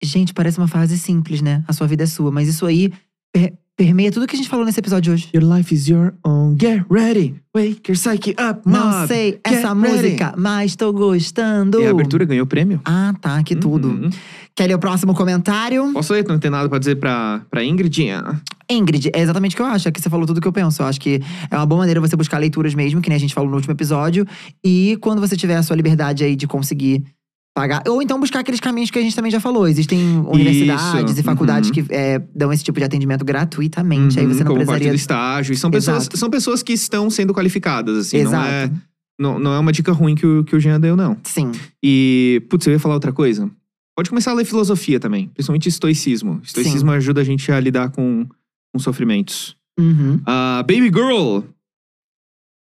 Speaker 3: Gente, parece uma frase simples, né? A sua vida é sua. Mas isso aí per- permeia tudo que a gente falou nesse episódio hoje.
Speaker 2: Your life is your own. Get ready. Wake your psyche up,
Speaker 3: Não sei
Speaker 2: get
Speaker 3: essa
Speaker 2: ready.
Speaker 3: música, mas tô gostando.
Speaker 2: E a abertura ganhou o prêmio.
Speaker 3: Ah, tá, que tudo.
Speaker 2: Uhum.
Speaker 3: Quer ler o próximo comentário?
Speaker 2: Posso ler? Não tem nada pra dizer pra, pra Ingridinha.
Speaker 3: Ingrid, é exatamente o que eu acho. É que você falou tudo que eu penso. Eu acho que é uma boa maneira você buscar leituras mesmo, que nem a gente falou no último episódio. E quando você tiver a sua liberdade aí de conseguir pagar. Ou então buscar aqueles caminhos que a gente também já falou. Existem universidades e faculdades que é, dão esse tipo de atendimento gratuitamente. aí
Speaker 2: Uhum,
Speaker 3: você não
Speaker 2: Como parte
Speaker 3: precisaria.
Speaker 2: do estágio. E são pessoas,
Speaker 3: Exato.
Speaker 2: são pessoas que estão sendo qualificadas, assim. Não é,
Speaker 3: Exato.
Speaker 2: não, não é uma dica ruim que o, que o Jean deu, não.
Speaker 3: Sim.
Speaker 2: E, putz, eu ia falar outra coisa. Pode começar a ler filosofia também, principalmente estoicismo. Estoicismo ajuda a gente a lidar com, com sofrimentos.
Speaker 3: Uhum.
Speaker 2: Ah, Baby Girl!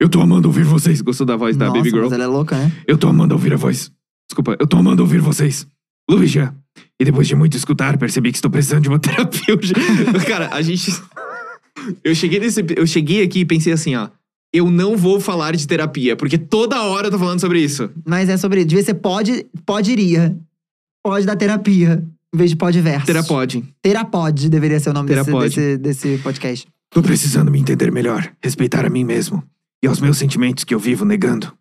Speaker 2: Eu tô amando ouvir vocês. Gostou da voz da
Speaker 3: Nossa,
Speaker 2: Baby Girl?
Speaker 3: mas ela é louca, né?
Speaker 2: Eu tô amando ouvir a voz. Desculpa, eu tô amando ouvir vocês. Luísa. E depois de muito escutar, percebi que estou precisando de uma terapia. hoje. Cara, a gente. Eu cheguei, nesse... eu cheguei aqui e pensei assim, ó. Eu não vou falar de terapia, porque toda hora eu tô falando sobre isso.
Speaker 3: Mas é sobre. Devia ser pode, pode iria. Pode dar terapia. Em vez de pode verso.
Speaker 2: Terapode.
Speaker 3: Terapod deveria ser o nome desse,
Speaker 2: Terapod.
Speaker 3: desse, desse podcast.
Speaker 2: Tô precisando me entender melhor, respeitar a mim mesmo e aos meus sentimentos que eu vivo negando.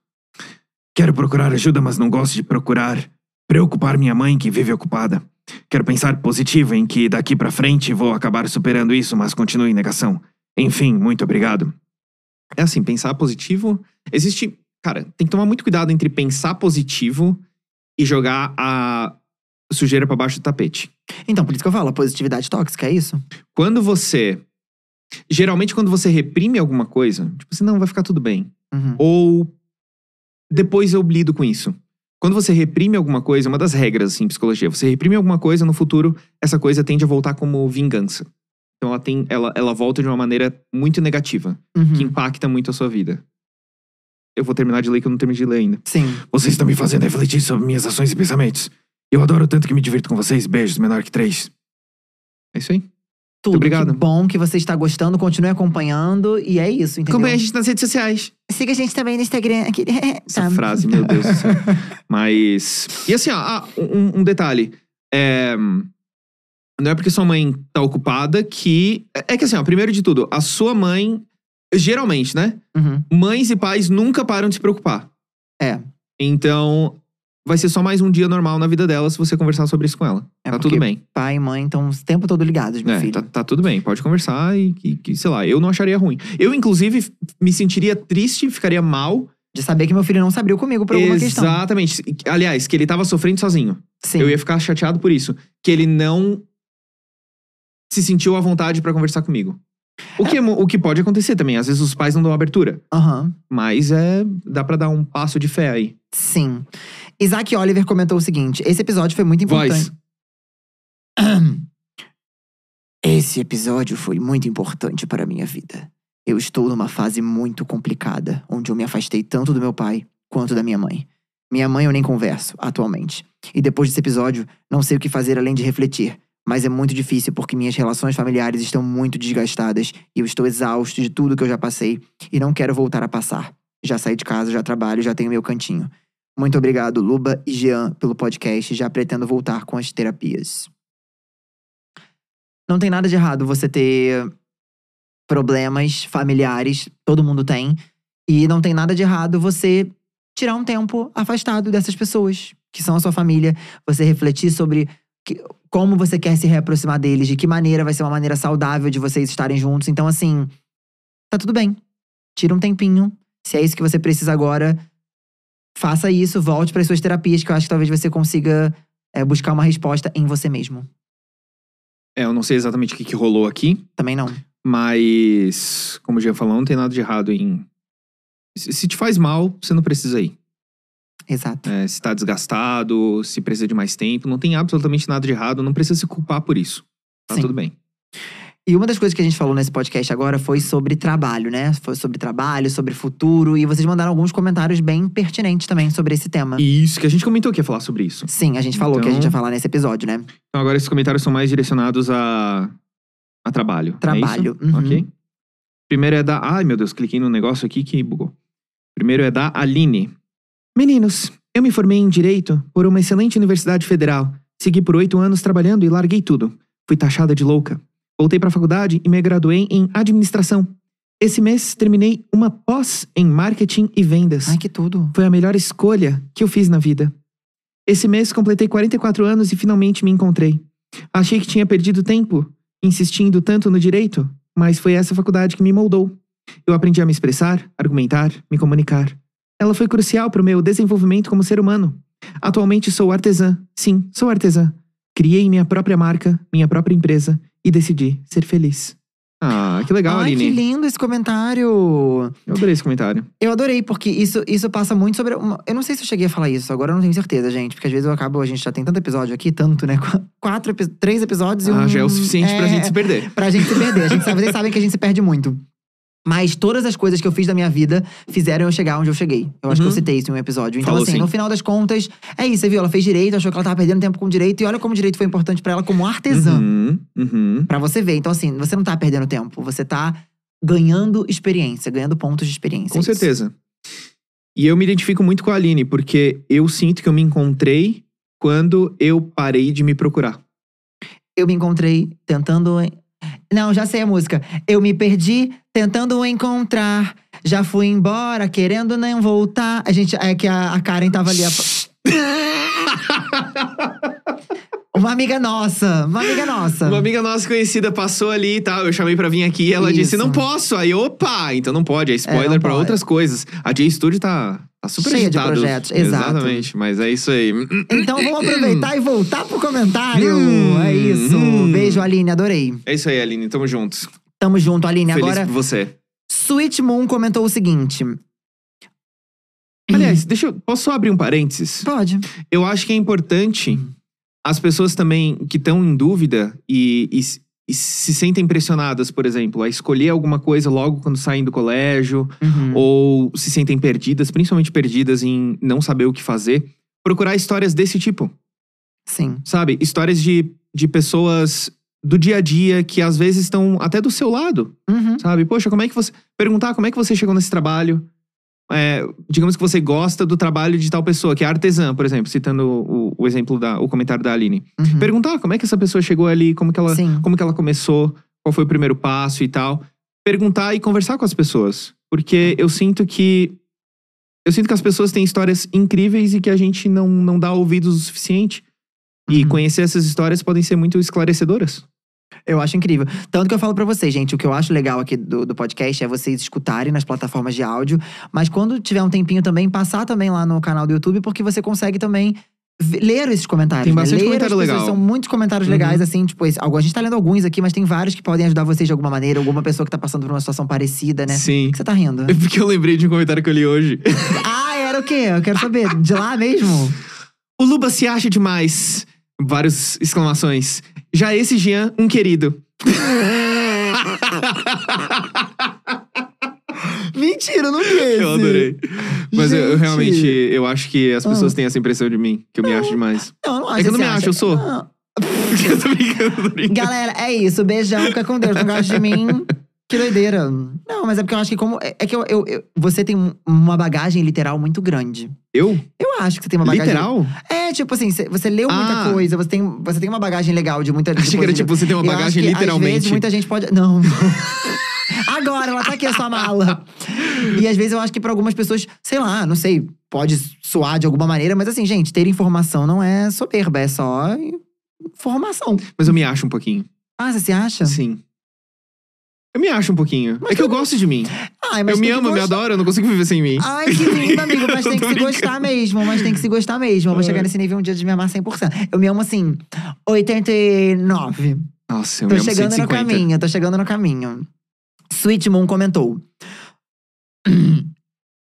Speaker 2: Quero procurar ajuda, mas não gosto de procurar. Preocupar minha mãe que vive ocupada. Quero pensar positivo em que daqui pra frente vou acabar superando isso, mas continuo em negação. Enfim, muito obrigado. É assim, pensar positivo. Existe. Cara, tem que tomar muito cuidado entre pensar positivo e jogar a sujeira pra baixo do tapete.
Speaker 3: Então, por isso que eu falo, a positividade tóxica, é isso?
Speaker 2: Quando você. Geralmente, quando você reprime alguma coisa, tipo assim, não, vai ficar tudo bem.
Speaker 3: Uhum.
Speaker 2: Ou depois eu lido com isso. Quando você reprime alguma coisa, uma das regras assim, em psicologia, você reprime alguma coisa, no futuro, essa coisa tende a voltar como vingança. Então ela, tem, ela, ela volta de uma maneira muito negativa,
Speaker 3: Uhum.
Speaker 2: que impacta muito a sua vida. Eu vou terminar de ler que eu não terminei de ler ainda.
Speaker 3: Sim.
Speaker 2: Vocês estão me fazendo refletir sobre minhas ações e pensamentos. Eu adoro tanto que me divirto com vocês. Beijos, menor que três. É isso aí.
Speaker 3: Tudo
Speaker 2: obrigado.
Speaker 3: que bom que você está gostando, continue acompanhando e é isso, entendeu?
Speaker 2: Acompanhe a gente nas redes sociais.
Speaker 3: Siga a gente também no Instagram. aqui.
Speaker 2: Essa
Speaker 3: Tá.
Speaker 2: frase, meu Deus do céu. Mas. E assim, ó, ah, um, um detalhe. É, não é porque sua mãe tá ocupada que. é- É que assim, ó, primeiro de tudo, a sua mãe. Geralmente, né?
Speaker 3: Uhum.
Speaker 2: Mães e pais nunca param de se preocupar.
Speaker 3: É.
Speaker 2: Então, vai ser só mais um dia normal na vida dela se você conversar sobre isso com ela.
Speaker 3: É
Speaker 2: tá
Speaker 3: porque
Speaker 2: tudo bem.
Speaker 3: Pai e mãe estão o tempo todo ligados, meu
Speaker 2: É,
Speaker 3: filho.
Speaker 2: tá, tá tudo bem, pode conversar e que, que, sei lá, eu não acharia ruim. Eu, inclusive, f- me sentiria triste, ficaria mal
Speaker 3: De saber que meu filho não se abriu comigo por alguma questão.
Speaker 2: Exatamente. Aliás, que ele tava sofrendo sozinho.
Speaker 3: Sim.
Speaker 2: Eu ia ficar chateado por isso. Que ele não se sentiu à vontade pra conversar comigo. O que, é mo- o que pode acontecer também. Às vezes os pais não dão abertura.
Speaker 3: Aham.
Speaker 2: Mas é. dá pra dar um passo de fé aí.
Speaker 3: Sim. Isaac Oliver comentou o seguinte: esse episódio foi muito importante.
Speaker 2: Voz.
Speaker 3: Esse episódio foi muito importante para a minha vida. Eu estou numa fase muito complicada, onde eu me afastei tanto do meu pai quanto da minha mãe. Minha mãe eu nem converso, atualmente. E depois desse episódio, não sei o que fazer além de refletir. Mas é muito difícil porque minhas relações familiares estão muito desgastadas e eu estou exausto de tudo que eu já passei e não quero voltar a passar. Já saí de casa, já trabalho, já tenho meu cantinho. Muito obrigado, Luba e Jean, pelo podcast. Já pretendo voltar com as terapias. Não tem nada de errado você ter problemas familiares, todo mundo tem. E não tem nada de errado você tirar um tempo afastado dessas pessoas que são a sua família, você refletir sobre que- como você quer se reaproximar deles, de que maneira vai ser uma maneira saudável de vocês estarem juntos. Então, assim, tá tudo bem. Tira um tempinho. Se é isso que você precisa agora, faça isso, volte para suas terapias, que eu acho que talvez você consiga é, buscar uma resposta em você mesmo.
Speaker 2: É, eu não sei exatamente o que, que rolou aqui,
Speaker 3: Também não.
Speaker 2: mas como o Jean falou, não tem nada de errado em. Se se te faz mal, você não precisa ir.
Speaker 3: Exato.
Speaker 2: É, se tá desgastado, se precisa de mais tempo, não tem absolutamente nada de errado, não precisa se culpar por isso. Tá
Speaker 3: Sim.
Speaker 2: tudo bem.
Speaker 3: E uma das coisas que a gente falou nesse podcast agora foi sobre trabalho, né? Foi sobre trabalho, sobre futuro. E vocês mandaram alguns comentários bem pertinentes também sobre esse tema.
Speaker 2: E isso que a gente comentou que ia falar sobre isso.
Speaker 3: Sim, a gente falou que a
Speaker 2: Então-
Speaker 3: gente ia falar nesse episódio, né?
Speaker 2: Então agora esses comentários são mais direcionados a, a trabalho. não é
Speaker 3: Trabalho.
Speaker 2: isso?
Speaker 3: uhum.
Speaker 2: Ok. Primeiro é da. Ai, meu Deus, cliquei num negócio aqui que bugou. Primeiro é da Aline. Meninos, eu me formei em Direito por uma excelente universidade federal. Segui por oito anos trabalhando e larguei tudo. Fui taxada de louca. Voltei para a faculdade e me graduei em Administração. Esse mês terminei uma pós em Marketing e Vendas
Speaker 3: Ai, que tudo.
Speaker 2: foi a melhor escolha que eu fiz na vida. Esse mês completei 44 anos e finalmente me encontrei. Achei que tinha perdido tempo, insistindo tanto no direito, mas foi essa faculdade que me moldou. Eu aprendi a me expressar, argumentar, me comunicar. Ela foi crucial para o meu desenvolvimento como ser humano. Atualmente sou artesã. Sim, sou artesã. Criei minha própria marca, minha própria empresa e decidi ser feliz. Ah, que legal,
Speaker 3: Ai, que
Speaker 2: Aline.
Speaker 3: lindo esse comentário.
Speaker 2: Eu adorei esse comentário.
Speaker 3: Eu adorei, porque isso, isso passa muito sobre. uma- Eu não sei se eu cheguei a falar isso, agora eu não tenho certeza, gente. Porque às vezes eu acabo, a gente já tem tanto episódio aqui, tanto, né? Qu- Quatro, epi- três episódios e um.
Speaker 2: Ah, já é o suficiente pra
Speaker 3: é,
Speaker 2: gente se perder.
Speaker 3: pra gente se perder. A gente sabe, vocês sabem que a gente se perde muito. Mas todas as coisas que eu fiz da minha vida fizeram eu chegar onde eu cheguei. Eu acho que eu
Speaker 2: Uhum.
Speaker 3: citei isso em um episódio. Então,
Speaker 2: Falou
Speaker 3: assim,
Speaker 2: sim.
Speaker 3: no final das contas, é isso. Você viu, ela fez direito, achou que ela tava perdendo tempo com direito. E olha como o direito foi importante pra ela como artesã.
Speaker 2: Uhum, uhum.
Speaker 3: Pra você ver. Então, assim, você não tá perdendo tempo. Você tá ganhando experiência, ganhando pontos de experiência.
Speaker 2: Com
Speaker 3: é isso.
Speaker 2: certeza. E eu me identifico muito com a Aline, porque eu sinto que eu me encontrei quando eu parei de me procurar.
Speaker 3: Eu me encontrei tentando. en- Não, já sei a música. Eu me perdi tentando encontrar. Já fui embora, querendo não voltar. A gente. É que a, a Karen tava ali. a- Uma amiga nossa. Uma amiga nossa.
Speaker 2: Uma amiga nossa conhecida passou ali e tal, eu chamei pra vir aqui e ela disse:
Speaker 3: Isso.
Speaker 2: não posso. Aí, opa, então não pode. É spoiler
Speaker 3: não
Speaker 2: pra
Speaker 3: pode.
Speaker 2: outras coisas. A J Studio tá, tá super
Speaker 3: Cheia de
Speaker 2: agitado.
Speaker 3: projetos, exato.
Speaker 2: Exatamente, mas é isso aí.
Speaker 3: Então vamos aproveitar e voltar pro comentário.
Speaker 2: Hum,
Speaker 3: é isso.
Speaker 2: hum.
Speaker 3: Beijo, Aline. Adorei.
Speaker 2: É isso aí, Aline, tamo juntos.
Speaker 3: Tamo junto, Aline.
Speaker 2: Feliz
Speaker 3: Agora,
Speaker 2: por você.
Speaker 3: Sweet Moon comentou o seguinte.
Speaker 2: Aliás, deixa eu. Posso só abrir um parênteses?
Speaker 3: Pode.
Speaker 2: Eu acho que é importante as pessoas também que estão em dúvida e, e s- e se sentem pressionadas, por exemplo, a escolher alguma coisa logo quando saem do colégio,
Speaker 3: Uhum.
Speaker 2: ou se sentem perdidas, principalmente perdidas em não saber o que fazer, procurar histórias desse tipo,
Speaker 3: Sim.
Speaker 2: sabe? Histórias de, de pessoas do dia a dia que às vezes estão até do seu lado.
Speaker 3: Uhum.
Speaker 2: Sabe? Poxa, como é que você. Perguntar como é que você chegou nesse trabalho. É, digamos que você gosta do trabalho de tal pessoa, que é artesã, por exemplo, citando o, o exemplo da, o comentário da Aline.
Speaker 3: uhum.
Speaker 2: Perguntar como é que essa pessoa chegou ali, como que ela,
Speaker 3: Sim.
Speaker 2: como que ela começou, qual foi o primeiro passo e tal. Perguntar e conversar com as pessoas. Porque eu sinto que. Eu sinto que as pessoas têm histórias incríveis e que a gente não, não dá ouvidos o suficiente. E
Speaker 3: Uhum.
Speaker 2: conhecer essas histórias podem ser muito esclarecedoras.
Speaker 3: Eu acho incrível. Tanto que eu falo pra vocês, gente, o que eu acho legal aqui do, do podcast é vocês escutarem nas plataformas de áudio, mas quando tiver um tempinho também, passar também lá no canal do YouTube, porque você consegue também v- ler esses comentários.
Speaker 2: Tem
Speaker 3: né?
Speaker 2: bastante
Speaker 3: ler
Speaker 2: comentário
Speaker 3: as pessoas,
Speaker 2: legal.
Speaker 3: São muitos comentários
Speaker 2: Uhum.
Speaker 3: legais, assim, tipo, esse- algu- a gente tá lendo alguns aqui, mas tem vários que podem ajudar vocês de alguma maneira, alguma pessoa que tá passando por uma situação parecida, né?
Speaker 2: Sim.
Speaker 3: Por que você tá rindo?
Speaker 2: É porque eu lembrei de um comentário que eu li hoje.
Speaker 3: ah, era o quê? Eu quero saber. De lá mesmo?
Speaker 2: O Luba se acha demais. Vários exclamações. Já esse Jean, um querido.
Speaker 3: mentira, não li esse.
Speaker 2: Eu adorei. Mas eu, eu
Speaker 3: Gente. Ah.
Speaker 2: realmente, eu acho que as pessoas têm essa impressão de mim, que eu me acho demais.
Speaker 3: Não, eu não acho.
Speaker 2: É que eu não
Speaker 3: você
Speaker 2: me
Speaker 3: acha?
Speaker 2: acho, eu sou.
Speaker 3: Não.
Speaker 2: eu tô brincando, tô brincando.
Speaker 3: Galera, é isso. Beijão, fica com Deus. Não gosta de mim. Que doideira. Não, mas é porque eu acho que como. É é que eu, eu- eu- você tem um- uma bagagem literal muito grande.
Speaker 2: Eu?
Speaker 3: Eu acho que você tem uma bagagem.
Speaker 2: Literal?
Speaker 3: É, tipo assim, cê- você leu muita
Speaker 2: Ah.
Speaker 3: coisa, você tem, você tem uma bagagem legal de muita de
Speaker 2: Achei que era
Speaker 3: coisa.
Speaker 2: tipo, você tem uma
Speaker 3: Eu acho
Speaker 2: bagagem
Speaker 3: que,
Speaker 2: literalmente.
Speaker 3: Às vezes, muita gente pode. Não. Agora, ela tá aqui, a sua mala. E às vezes eu acho que pra algumas pessoas, sei lá, não sei, pode soar de alguma maneira, mas assim, gente, ter informação não é soberba, é só informação.
Speaker 2: Mas eu me acho um pouquinho.
Speaker 3: Ah, você se acha?
Speaker 2: Sim. Eu me acho um pouquinho. é que eu gosto de mim.
Speaker 3: Ai,
Speaker 2: Eu
Speaker 3: tem
Speaker 2: me
Speaker 3: que
Speaker 2: amo, eu me
Speaker 3: gostar. Ah.
Speaker 2: adoro, eu não consigo viver sem mim.
Speaker 3: Ai, que lindo, amigo. Mas tem que
Speaker 2: Tô
Speaker 3: se
Speaker 2: brincando. É.
Speaker 3: gostar mesmo. Mas tem que se gostar mesmo. Eu vou chegar nesse nível um dia de me amar 100%. Eu me amo assim, 89.
Speaker 2: Nossa, eu
Speaker 3: Tô
Speaker 2: me amo
Speaker 3: chegando no
Speaker 2: 150.
Speaker 3: caminho, tô chegando no caminho. Sweet Moon comentou.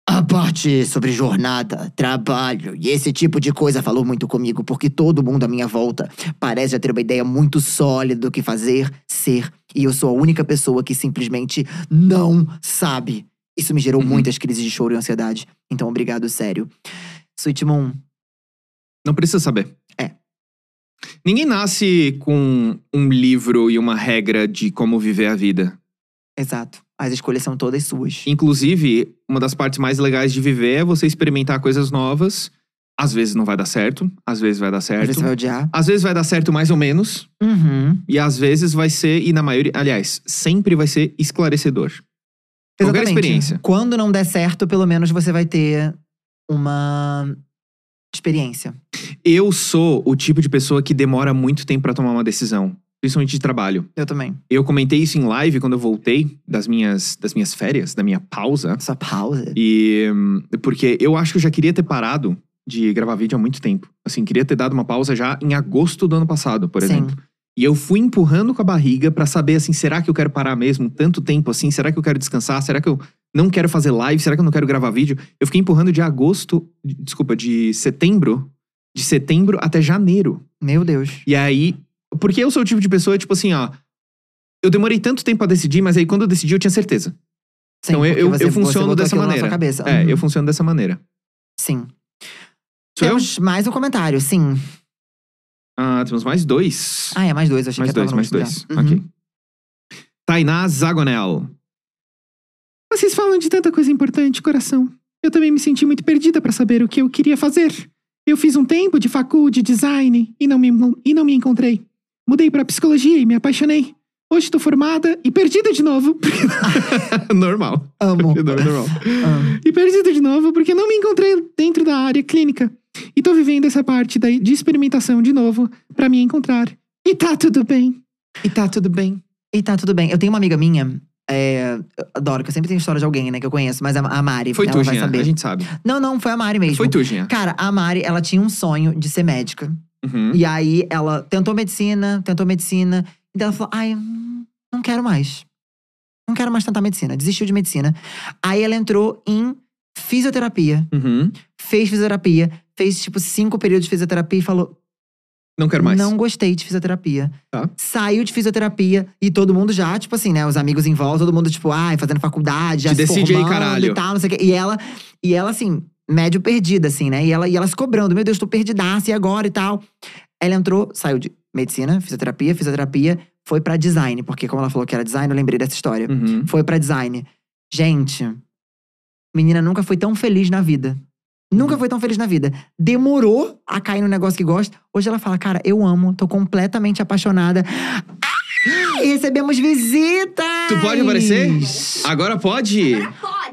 Speaker 3: A parte sobre jornada, trabalho e esse tipo de coisa falou muito comigo, porque todo mundo à minha volta parece já ter uma ideia muito sólida do que fazer, ser, e eu sou a única pessoa que simplesmente não sabe. Isso me gerou
Speaker 2: Uhum.
Speaker 3: muitas crises de choro e ansiedade. Então, obrigado, sério. Sweet Moon,
Speaker 2: Não precisa saber.
Speaker 3: É.
Speaker 2: Ninguém nasce com um livro e uma regra de como viver a vida.
Speaker 3: exato. As escolhas são todas suas.
Speaker 2: Inclusive, uma das partes mais legais de viver é você experimentar coisas novas. Às vezes não vai dar certo, às vezes vai dar
Speaker 3: Às vezes
Speaker 2: certo.
Speaker 3: Você vai odiar.
Speaker 2: Às vezes vai dar certo mais ou menos,
Speaker 3: Uhum.
Speaker 2: e às vezes vai ser, e na maioria, aliás, sempre vai ser esclarecedor. Qualquer
Speaker 3: Exatamente.
Speaker 2: experiência.
Speaker 3: Quando não der certo, pelo menos você vai ter uma experiência.
Speaker 2: Eu sou o tipo de pessoa que demora muito tempo pra tomar uma decisão, principalmente de trabalho.
Speaker 3: Eu também.
Speaker 2: Eu comentei isso em live quando eu voltei das minhas, das minhas férias, da minha pausa.
Speaker 3: Só pausa.
Speaker 2: E hum, porque eu acho que eu já queria ter parado de gravar vídeo há muito tempo. Assim, queria ter dado uma pausa já em agosto do ano passado, por
Speaker 3: Sim.
Speaker 2: exemplo. E eu fui empurrando com a barriga pra saber assim, será que eu quero parar mesmo tanto tempo assim? Será que eu quero descansar? Será que eu não quero fazer live? Será que eu não quero gravar vídeo? Eu fiquei empurrando de agosto, de- desculpa, de setembro, de setembro até janeiro.
Speaker 3: Meu Deus.
Speaker 2: E aí, porque eu sou o tipo de pessoa tipo assim, ó, eu demorei tanto tempo pra decidir, mas aí quando eu decidi eu tinha certeza.
Speaker 3: Sim,
Speaker 2: Então, eu-
Speaker 3: porque
Speaker 2: eu-
Speaker 3: você-
Speaker 2: eu
Speaker 3: você
Speaker 2: funciono
Speaker 3: botou
Speaker 2: dessa
Speaker 3: aquilo na sua
Speaker 2: maneira.
Speaker 3: cabeça.
Speaker 2: É,
Speaker 3: Uhum.
Speaker 2: eu funciono dessa maneira.
Speaker 3: Sim.
Speaker 2: Sou eu?
Speaker 3: Temos mais um comentário, sim.
Speaker 2: Ah, temos mais dois.
Speaker 3: Ah, é mais dois, eu achei
Speaker 2: mais
Speaker 3: que
Speaker 2: dois,
Speaker 3: tava
Speaker 2: mais
Speaker 3: no
Speaker 2: dois.
Speaker 3: último já. Uhum.
Speaker 2: Ok. Tainá Zagonel. Vocês falam de tanta coisa importante, coração. Eu também me senti muito perdida pra saber o que eu queria fazer. Eu fiz um tempo de facul de design e não me, encon- e não me encontrei. Mudei pra psicologia e me apaixonei. Hoje tô formada e perdida de novo. porque- normal.
Speaker 3: Uhum. Amo.
Speaker 2: Normal.
Speaker 3: Amo.
Speaker 2: E perdida de novo porque não me encontrei dentro da área clínica. E tô vivendo essa parte da, de experimentação de novo pra me encontrar. E tá tudo bem. E tá tudo bem.
Speaker 3: E tá tudo bem. Eu tenho uma amiga minha, é, eu adoro, que eu sempre tenho história de alguém, né, que eu conheço, mas a, a Mari,
Speaker 2: Foi
Speaker 3: ela
Speaker 2: tu,
Speaker 3: vai
Speaker 2: Jean.
Speaker 3: saber.
Speaker 2: A gente sabe.
Speaker 3: Não, não, foi a Mari mesmo.
Speaker 2: Foi tu, Jean.
Speaker 3: Cara, a Mari, ela tinha um sonho de ser médica.
Speaker 2: Uhum.
Speaker 3: E aí ela tentou medicina, tentou medicina. E daí ela falou: ai, hum, não quero mais. Não quero mais tentar medicina. Desistiu de medicina. Aí ela entrou em fisioterapia.
Speaker 2: Uhum.
Speaker 3: Fez fisioterapia. Fez, tipo, cinco períodos de fisioterapia e falou:
Speaker 2: Não quero mais.
Speaker 3: não gostei de fisioterapia.
Speaker 2: Tá.
Speaker 3: Saiu de fisioterapia e todo mundo já, tipo assim, né? Os amigos em volta, todo mundo, tipo, ai, fazendo faculdade, já
Speaker 2: Te
Speaker 3: se
Speaker 2: decide aí,
Speaker 3: formando
Speaker 2: caralho.
Speaker 3: e tal, não sei o quê. E ela, e ela assim, médio perdida, assim, né? E ela, e ela se cobrando, meu Deus, tô perdidaça, e agora e tal. Ela entrou, saiu de medicina, fisioterapia, fisioterapia, foi pra design, porque como ela falou que era design, eu lembrei dessa história.
Speaker 2: Uhum.
Speaker 3: Foi pra design. Gente, menina nunca foi tão feliz na vida.
Speaker 2: Uhum.
Speaker 3: Nunca foi tão feliz na vida. Demorou a cair no negócio que gosta. Hoje ela fala, cara, eu amo, tô completamente apaixonada. Ah, e recebemos visitas!
Speaker 2: Tu pode aparecer? Agora pode?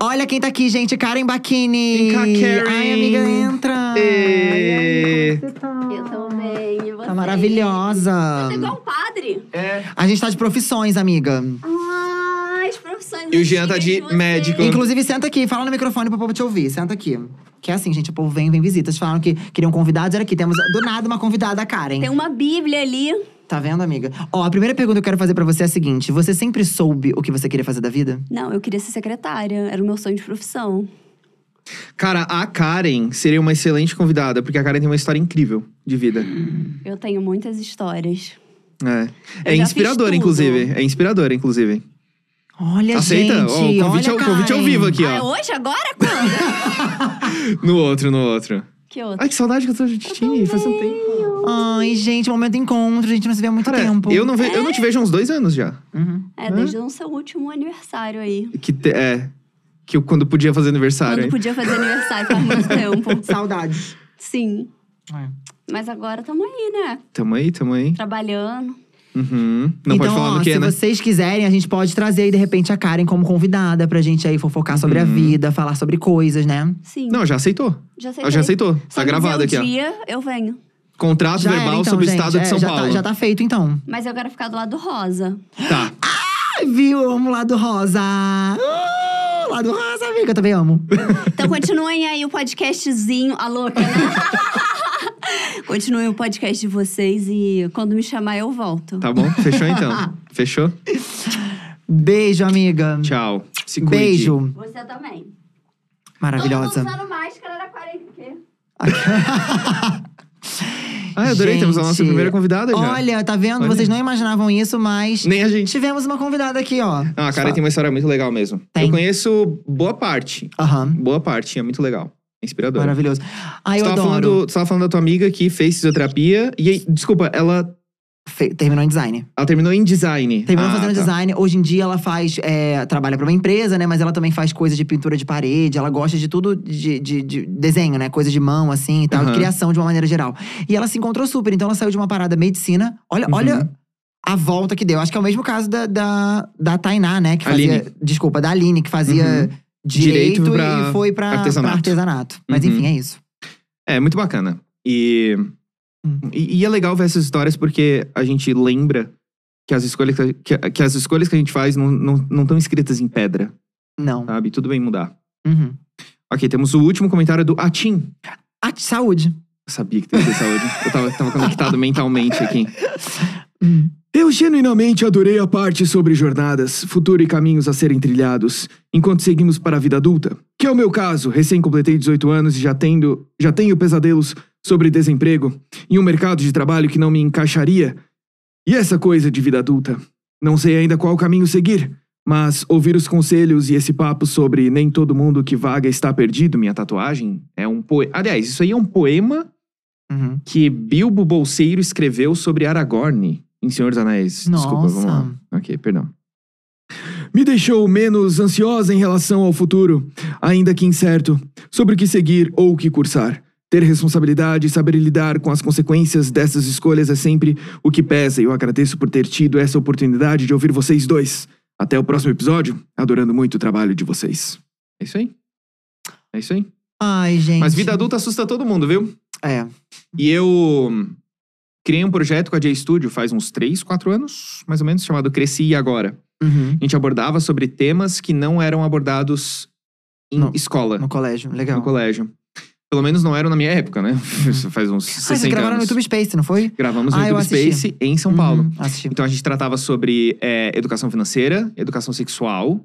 Speaker 3: Olha quem tá aqui, gente. Karen Bacchini.
Speaker 2: Vem cá, Karen.
Speaker 3: Ai, amiga, entra.
Speaker 2: Ê.
Speaker 3: Ai, amiga, como você tá?
Speaker 4: Eu também. E você?
Speaker 3: Tá maravilhosa.
Speaker 4: Você é igual um padre.
Speaker 3: A gente tá de profissões, amiga.
Speaker 4: Ah, as profissões.
Speaker 2: E o Jean tá
Speaker 4: antigas
Speaker 2: de
Speaker 4: vocês.
Speaker 2: médico.
Speaker 3: Inclusive, senta aqui, fala no microfone pro povo te ouvir. Senta aqui. Que é assim, gente, o povo vem, vem visitas. Falaram que queriam convidados, era aqui. Temos do nada uma convidada, a Karen.
Speaker 4: Tem uma Bíblia ali.
Speaker 3: Tá vendo, amiga? Ó, a primeira pergunta que eu quero fazer pra você é a seguinte: você sempre soube o que você queria fazer da vida?
Speaker 4: Não, eu queria ser secretária. Era o meu sonho de profissão.
Speaker 2: Cara, a Karen seria uma excelente convidada, porque a Karen tem uma história incrível de vida.
Speaker 4: Eu tenho muitas histórias.
Speaker 2: É.
Speaker 4: Eu
Speaker 2: É
Speaker 4: já
Speaker 2: inspiradora,
Speaker 4: fiz tudo.
Speaker 2: inclusive. É inspiradora, inclusive.
Speaker 3: Olha,
Speaker 2: Aceita?
Speaker 3: gente.
Speaker 2: Ó, o
Speaker 3: olha,
Speaker 2: convite é o- o convite é ao
Speaker 3: Karen.
Speaker 2: vivo aqui,
Speaker 4: Ah, é
Speaker 2: ó.
Speaker 4: hoje? Agora? Quando?
Speaker 2: No outro, no outro.
Speaker 4: que outro?
Speaker 2: Ai, que saudade que eu tô de ti. Faz um tempo.
Speaker 3: Ai, gente, momento de encontro. A gente não se vê há muito
Speaker 2: Cara,
Speaker 3: tempo. É.
Speaker 2: eu não, ve- eu não te vejo há uns dois anos já.
Speaker 3: Uhum.
Speaker 4: É, desde o seu último aniversário aí.
Speaker 2: Que te- é. Que eu, quando podia fazer aniversário.
Speaker 4: Quando
Speaker 2: hein?
Speaker 4: podia fazer aniversário faz muito tempo.
Speaker 3: Saudades.
Speaker 4: Sim.
Speaker 3: É.
Speaker 4: Mas agora tamo aí, né?
Speaker 2: Tamo aí, tamo aí.
Speaker 4: Trabalhando.
Speaker 2: Uhum. Não
Speaker 3: então,
Speaker 2: pode falar
Speaker 3: ó,
Speaker 2: do que,
Speaker 3: se
Speaker 2: né?
Speaker 3: vocês quiserem, a gente pode trazer aí, de repente, a Karen como convidada pra gente aí fofocar sobre
Speaker 2: Hum.
Speaker 3: a vida, falar sobre coisas, né?
Speaker 4: Sim.
Speaker 2: Não, já aceitou.
Speaker 4: Já aceitei.
Speaker 2: Ela já aceitou.
Speaker 4: Só
Speaker 2: Tá
Speaker 4: me
Speaker 2: gravado
Speaker 4: dizer
Speaker 2: aqui, ó.
Speaker 4: o dia, eu venho.
Speaker 2: Contrato
Speaker 3: Já era,
Speaker 2: verbal
Speaker 3: então,
Speaker 2: sobre o
Speaker 3: gente.
Speaker 2: estado de
Speaker 3: É,
Speaker 2: São
Speaker 3: já
Speaker 2: Paulo.
Speaker 3: Tá, já tá feito, então.
Speaker 4: Mas eu quero ficar do lado do rosa.
Speaker 2: Tá.
Speaker 3: Ai, viu? Eu amo lado rosa. Uh, lado rosa, amiga, eu também amo.
Speaker 4: Então continuem aí o podcastzinho. A louca, né? continuem o podcast de vocês e quando me chamar eu volto.
Speaker 2: Tá bom. Fechou então. Fechou?
Speaker 3: Beijo, amiga.
Speaker 2: Tchau. Se cuide.
Speaker 3: Beijo.
Speaker 4: Você também.
Speaker 3: Maravilhosa.
Speaker 4: Todo mundo usando máscara na quarentena.
Speaker 2: Ah, eu adorei. Temos a nossa
Speaker 3: Gente,
Speaker 2: primeira convidada já.
Speaker 3: Olha, tá vendo?
Speaker 2: Olha.
Speaker 3: Vocês não imaginavam isso, mas
Speaker 2: Nem a gente.
Speaker 3: tivemos uma convidada aqui, ó.
Speaker 2: Ah, cara, tem uma história muito legal mesmo.
Speaker 3: Tem.
Speaker 2: Eu conheço boa parte.
Speaker 3: Aham.
Speaker 2: Boa parte. É muito legal. Inspirador.
Speaker 3: Maravilhoso. Ai,
Speaker 2: Você
Speaker 3: eu
Speaker 2: tava,
Speaker 3: adoro.
Speaker 2: falando, você tava falando da tua amiga que fez fisioterapia. E aí, desculpa, ela,
Speaker 3: Fe- Terminou em design.
Speaker 2: ela terminou em design.
Speaker 3: Terminou
Speaker 2: Ah,
Speaker 3: fazendo
Speaker 2: tá.
Speaker 3: design. Hoje em dia ela faz. é, trabalha pra uma empresa, né? Mas ela também faz coisa de pintura de parede. Ela gosta de tudo de, de- de desenho, né? Coisa de mão, assim e tal.
Speaker 2: Aham.
Speaker 3: Criação de uma maneira geral. E ela se encontrou super. Então ela saiu de uma parada medicina. Olha,
Speaker 2: Uhum.
Speaker 3: olha. A volta que deu. Acho que é o mesmo caso da, da, da Tainá, né? Que fazia.
Speaker 2: Aline.
Speaker 3: Desculpa, da Aline, que fazia
Speaker 2: Uhum.
Speaker 3: direito,
Speaker 2: Direito pra
Speaker 3: e foi pra
Speaker 2: artesanato.
Speaker 3: pra artesanato. Mas
Speaker 2: Uhum.
Speaker 3: enfim, é isso.
Speaker 2: É, muito bacana. E,
Speaker 3: Hum.
Speaker 2: e, e é legal ver essas histórias porque a gente lembra que as escolhas que, a- que- que as escolhas que a gente faz não estão não, não tão escritas em pedra,
Speaker 3: Não.
Speaker 2: sabe? Tudo bem mudar.
Speaker 3: Uhum.
Speaker 2: Ok, temos o último comentário do Atim.
Speaker 3: Ah, saúde.
Speaker 2: Eu sabia que teria que ter saúde. Eu tava, tava conectado mentalmente aqui.
Speaker 3: Hum.
Speaker 2: Eu genuinamente adorei a parte sobre jornadas, futuro e caminhos a serem trilhados, enquanto seguimos para a vida adulta. Que é o meu caso, recém completei 18 anos e já, tendo, já tenho pesadelos sobre desemprego e um mercado de trabalho que não me encaixaria. E essa coisa de vida adulta. Não sei ainda qual caminho seguir, mas ouvir os conselhos e esse papo sobre nem todo mundo que vaga está perdido, minha tatuagem, é um poema. Aliás, isso aí é um poema
Speaker 3: Uhum.
Speaker 2: que Bilbo Bolseiro escreveu sobre Aragorn em Senhor dos Anéis. Desculpa, vamos lá.
Speaker 3: Nossa.
Speaker 2: Ok, perdão. Me deixou menos ansiosa em relação ao futuro, ainda que incerto, sobre o que seguir ou o que cursar. Ter responsabilidade e saber lidar com as consequências dessas escolhas é sempre o que pesa, e eu agradeço por ter tido essa oportunidade de ouvir vocês dois. Até o próximo episódio, adorando muito o trabalho de vocês. É isso aí. É isso aí.
Speaker 3: Ai, gente.
Speaker 2: Mas vida adulta assusta todo mundo, viu?
Speaker 3: É.
Speaker 2: E eu criei um projeto com a J Studio faz uns 3, 4 anos, mais ou menos, chamado Cresci e Agora.
Speaker 3: Uhum.
Speaker 2: A gente abordava sobre temas que não eram abordados em
Speaker 3: No-
Speaker 2: escola,
Speaker 3: No colégio, legal.
Speaker 2: no colégio. Pelo menos não eram na minha época, né? Isso faz uns
Speaker 3: Ah,
Speaker 2: 60
Speaker 3: vocês gravaram no
Speaker 2: anos.
Speaker 3: YouTube Space, não foi?
Speaker 2: Gravamos no
Speaker 3: Ah, eu
Speaker 2: YouTube
Speaker 3: assisti.
Speaker 2: Space em São Paulo.
Speaker 3: Uhum, assisti.
Speaker 2: Então a gente tratava sobre é, educação financeira, educação sexual.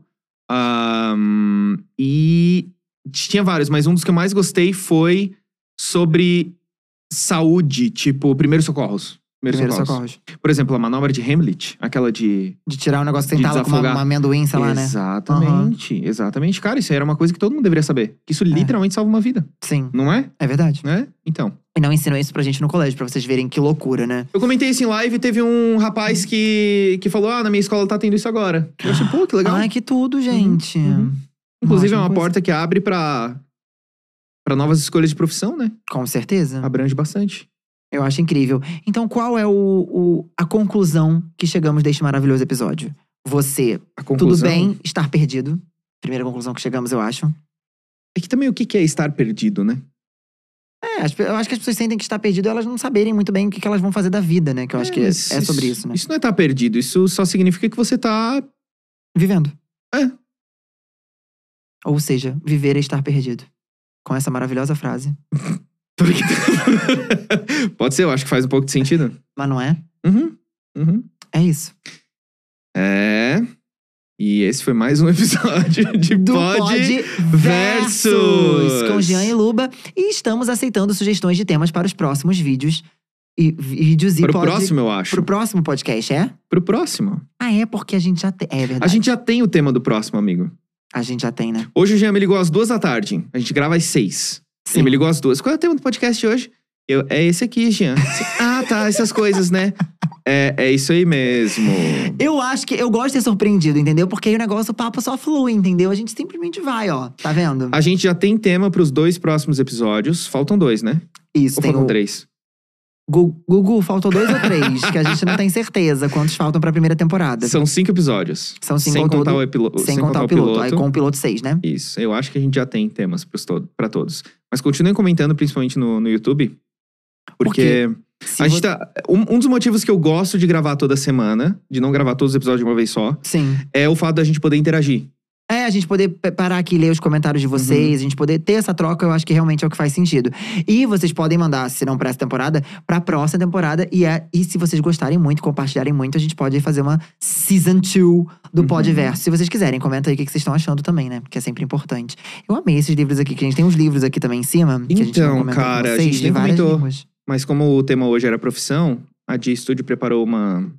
Speaker 2: ahn, e tinha vários, mas um dos que eu mais gostei foi sobre saúde, tipo, primeiros socorros. Primeiros
Speaker 3: Primeiro
Speaker 2: socorros.
Speaker 3: socorros.
Speaker 2: Por exemplo, a manobra de Hamlet, aquela de.
Speaker 3: De tirar o negócio,
Speaker 2: De
Speaker 3: tentar lá com uma,
Speaker 2: desafogar.
Speaker 3: uma amendoim, sei lá, né?
Speaker 2: exatamente, exatamente. Cara, isso aí era uma coisa que todo mundo deveria saber.
Speaker 3: É.
Speaker 2: Que isso literalmente salva uma vida,
Speaker 3: Sim,
Speaker 2: não é?
Speaker 3: é verdade.
Speaker 2: Né? Então.
Speaker 3: E não ensinam isso pra gente no colégio, pra vocês verem que loucura, né?
Speaker 2: Eu comentei isso em live e teve um rapaz
Speaker 3: Uhum.
Speaker 2: que, que falou: Ah, na minha escola tá tendo isso agora. Eu achei, pô, que legal.
Speaker 3: Ai, que tudo, gente.
Speaker 2: uhum. Inclusive, é
Speaker 3: ótima
Speaker 2: uma
Speaker 3: coisa.
Speaker 2: porta que abre pra para novas escolhas de profissão, né?
Speaker 3: Com certeza.
Speaker 2: Abrange bastante.
Speaker 3: Eu acho incrível. Então, qual é o, o- a conclusão que chegamos deste maravilhoso episódio? Você,
Speaker 2: A conclusão
Speaker 3: tudo bem estar perdido. Primeira conclusão que chegamos, eu acho.
Speaker 2: É que também o que que é estar perdido, né?
Speaker 3: É, as pe- eu acho que as pessoas sentem que estar perdido elas não saberem muito bem o que, que elas vão fazer da vida, né? Que eu acho que é, é
Speaker 2: mas
Speaker 3: sobre isso, né?
Speaker 2: Isso não é estar perdido, isso só significa que você tá.
Speaker 3: Vivendo.
Speaker 2: É.
Speaker 3: Ou seja, viver é estar perdido. Com essa maravilhosa frase.
Speaker 2: Tô brincando. Pode ser, eu acho que faz um pouco de sentido.
Speaker 3: Mas não é?
Speaker 2: Uhum. Uhum.
Speaker 3: É isso.
Speaker 2: É. E esse foi mais um episódio de
Speaker 3: Do
Speaker 2: Pod.
Speaker 3: Pod
Speaker 2: Versus.
Speaker 3: Com Jean e Luba. E estamos aceitando sugestões de temas para os próximos vídeos. e vídeos e
Speaker 2: Pro
Speaker 3: pode-
Speaker 2: próximo, eu acho.
Speaker 3: Pro próximo podcast, é?
Speaker 2: Pro próximo.
Speaker 3: Ah, é porque a gente já tem. É verdade.
Speaker 2: A gente já tem o tema do próximo, amigo.
Speaker 3: A gente já tem, né?
Speaker 2: Hoje o Jean me ligou às duas da tarde. A gente grava às seis. Ele me ligou às duas. Qual é o tema do podcast de hoje? Eu, é esse aqui, Jean. ah, tá. Essas coisas, né? É, é isso aí mesmo.
Speaker 3: Eu acho que eu gosto de ser surpreendido, entendeu? Porque aí o negócio, o papo só flui, entendeu? A gente simplesmente vai, ó. Tá vendo?
Speaker 2: A gente já tem tema pros dois próximos episódios. Faltam dois, né?
Speaker 3: Isso,
Speaker 2: Ou
Speaker 3: tem
Speaker 2: faltam
Speaker 3: o
Speaker 2: três?
Speaker 3: Gu- Gugu, faltam dois ou três, que a gente não tem certeza quantos faltam pra primeira temporada.
Speaker 2: São cinco episódios.
Speaker 3: São cinco
Speaker 2: sem
Speaker 3: ao
Speaker 2: contar
Speaker 3: todo,
Speaker 2: o epilo-
Speaker 3: sem, contar, o piloto. Aí com o piloto seis, né?
Speaker 2: Isso. Eu acho que a gente já tem temas pros to pra todos. Mas continuem comentando, principalmente no, no YouTube. Porque
Speaker 3: Se
Speaker 2: a gente
Speaker 3: vo-
Speaker 2: tá, um, um dos motivos que eu gosto de gravar toda semana, de não gravar todos os episódios de uma vez só,
Speaker 3: Sim.
Speaker 2: é o fato da gente poder interagir.
Speaker 3: É, a gente poder pe- parar aqui e ler os comentários de
Speaker 2: Uhum.
Speaker 3: vocês, a gente poder ter essa troca, eu acho que realmente é o que faz sentido. E vocês podem mandar, se não pra essa temporada, pra próxima temporada. E, é- e se vocês gostarem muito, compartilharem muito, a gente pode fazer uma Season 2 do
Speaker 2: Uhum.
Speaker 3: Podverso. Se vocês quiserem, comenta aí o que que vocês estão achando também, né? Porque é sempre importante. Eu amei esses livros aqui, que a gente tem uns livros aqui também em cima. que a gente não
Speaker 2: Então,
Speaker 3: comentou com
Speaker 2: cara, a
Speaker 3: vocês,
Speaker 2: gente
Speaker 3: de
Speaker 2: nem
Speaker 3: várias
Speaker 2: comentou.
Speaker 3: línguas.
Speaker 2: Mas como o tema hoje era profissão, a Dia Studio preparou uma,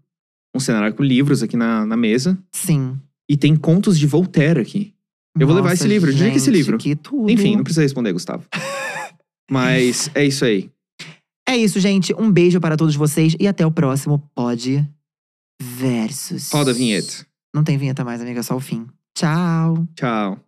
Speaker 2: um cenário com livros aqui na, na mesa.
Speaker 3: Sim.
Speaker 2: E tem contos de Voltaire aqui. Eu vou levar
Speaker 3: Nossa,
Speaker 2: esse livro, onde é que é esse
Speaker 3: gente,
Speaker 2: livro?
Speaker 3: que tudo.
Speaker 2: Enfim, não precisa responder, Gustavo. Mas é isso aí.
Speaker 3: É isso, gente. Um beijo para todos vocês e até o próximo Pod Versus.
Speaker 2: Roda a vinheta.
Speaker 3: Não tem vinheta mais, amiga, é só o fim. Tchau.
Speaker 2: Tchau.